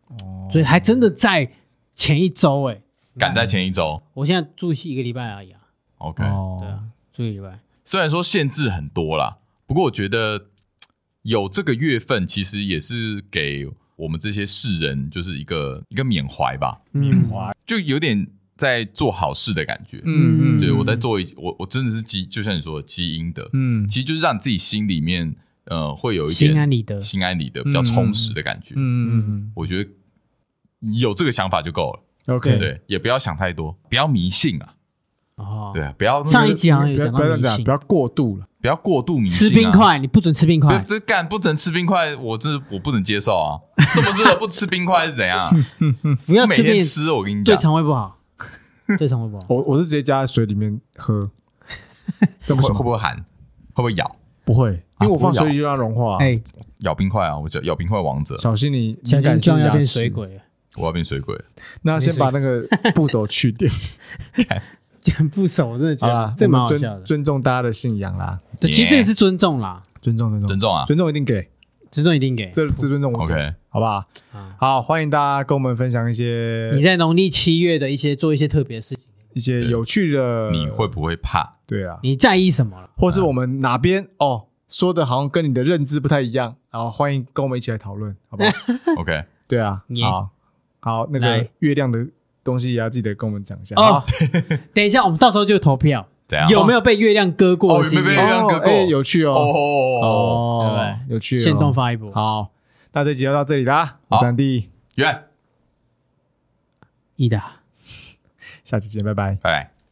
Speaker 2: 哦
Speaker 3: 所以还真的在前一周哎、
Speaker 1: 赶在前一周
Speaker 2: 嗯
Speaker 3: 我现在住戏一个礼拜而已啊，
Speaker 1: ，OK，
Speaker 2: 哦
Speaker 3: 对啊，住一个礼拜，
Speaker 1: 虽然说限制很多啦，不过我觉得有这个月份，其实也是给我们这些世人就是一个一个缅怀吧，
Speaker 2: 缅怀，
Speaker 1: 就有点在做好事的感觉。
Speaker 2: 嗯
Speaker 1: 对，我在做一，我我真的是积，就像你说的积阴德，
Speaker 2: 嗯
Speaker 1: 其实就是让你自己心里面呃会有一点
Speaker 3: 心安理得。
Speaker 1: 心安理得，比较充实的感觉。
Speaker 2: 嗯嗯
Speaker 1: 我觉得有这个想法就够了，
Speaker 2: 嗯
Speaker 1: 对
Speaker 2: ，OK，
Speaker 1: 不对？也不要想太多，不要迷信啊，
Speaker 3: 哦，
Speaker 1: 对，啊，不要
Speaker 3: 上一
Speaker 1: 就
Speaker 3: 集好像有
Speaker 2: 不要
Speaker 3: 讲
Speaker 2: 不要这
Speaker 3: 到
Speaker 2: 样
Speaker 3: 迷
Speaker 2: 讲，
Speaker 3: 信
Speaker 2: 不，要过度了。
Speaker 1: 不要过度迷信、
Speaker 3: 吃
Speaker 1: 啊。
Speaker 3: 冰块你不准吃冰
Speaker 1: 不，
Speaker 3: 块，
Speaker 1: 这干不能吃冰块，我这我不能接受啊！这么热不吃冰块是怎样？
Speaker 3: 不要
Speaker 1: 每
Speaker 3: 吃
Speaker 1: 天
Speaker 3: 冰，
Speaker 1: 吃，我跟你
Speaker 3: 对
Speaker 1: 讲，
Speaker 3: 肠胃 不好，对肠胃不好。
Speaker 2: 我我是直接加在水里面 喝，这样
Speaker 1: 会会
Speaker 2: 不行
Speaker 1: 不
Speaker 2: 吗
Speaker 1: 会寒？会不会咬？
Speaker 2: 不会，因为我
Speaker 1: 不会
Speaker 2: 放水
Speaker 1: 咬
Speaker 2: 里就让它融化啊。
Speaker 3: 哎，
Speaker 1: 咬冰块啊！我叫咬冰块王者，
Speaker 2: 小心你
Speaker 3: 小
Speaker 2: 敏感
Speaker 3: 心这
Speaker 2: 性
Speaker 3: 样要
Speaker 2: 牙
Speaker 3: 变水
Speaker 2: 齿。
Speaker 3: 鬼了，
Speaker 1: 我要变水鬼。
Speaker 2: 那先把那个步骤去掉。
Speaker 3: 讲不熟，我真的觉
Speaker 2: 好
Speaker 3: 得
Speaker 2: 啦，
Speaker 3: 这
Speaker 2: 我
Speaker 3: 蛮
Speaker 2: 们
Speaker 3: 好笑
Speaker 2: 尊
Speaker 3: 的。
Speaker 2: 尊重大家的信仰啦，
Speaker 3: 对其实这也是尊重啦，
Speaker 2: 尊重尊重
Speaker 1: 尊重啊
Speaker 2: 尊重一定给，
Speaker 3: 尊重一定给。
Speaker 2: 这这尊重我给
Speaker 1: ，OK，
Speaker 2: 好不好？
Speaker 3: 啊
Speaker 2: 好，欢迎大家跟我们分享一些
Speaker 3: 你在农历七月的一些做一些特别的事情，
Speaker 2: 一些有趣的，
Speaker 1: 你会不会怕？
Speaker 2: 对啊，
Speaker 3: 你在意什么了？
Speaker 2: 或是我们哪边哦说的好像跟你的认知不太一样，然后欢迎跟我们一起来讨论，好不好？
Speaker 1: OK，
Speaker 2: 对啊，
Speaker 3: 耶
Speaker 2: 好，好，那个
Speaker 3: 来
Speaker 2: 月亮的东西也要记得跟我们讲一下
Speaker 3: 哦
Speaker 2: 好
Speaker 3: 等一下，我们到时候就投票，
Speaker 1: 怎样？
Speaker 3: 有没有被月亮割过的
Speaker 1: 哦
Speaker 3: 经
Speaker 1: 有没有被月
Speaker 3: 验？
Speaker 1: 亮
Speaker 2: 哦
Speaker 1: 哥哥
Speaker 2: 哎有趣哦，
Speaker 1: 哦，
Speaker 2: 哦，
Speaker 3: 对
Speaker 2: 有趣哦，
Speaker 3: 现动发一波，
Speaker 2: 好，那这集就到这里啦，我
Speaker 1: 好
Speaker 2: 是安迪，
Speaker 1: 远，
Speaker 3: 一的。啊
Speaker 2: 下期见，拜拜。
Speaker 1: 拜拜。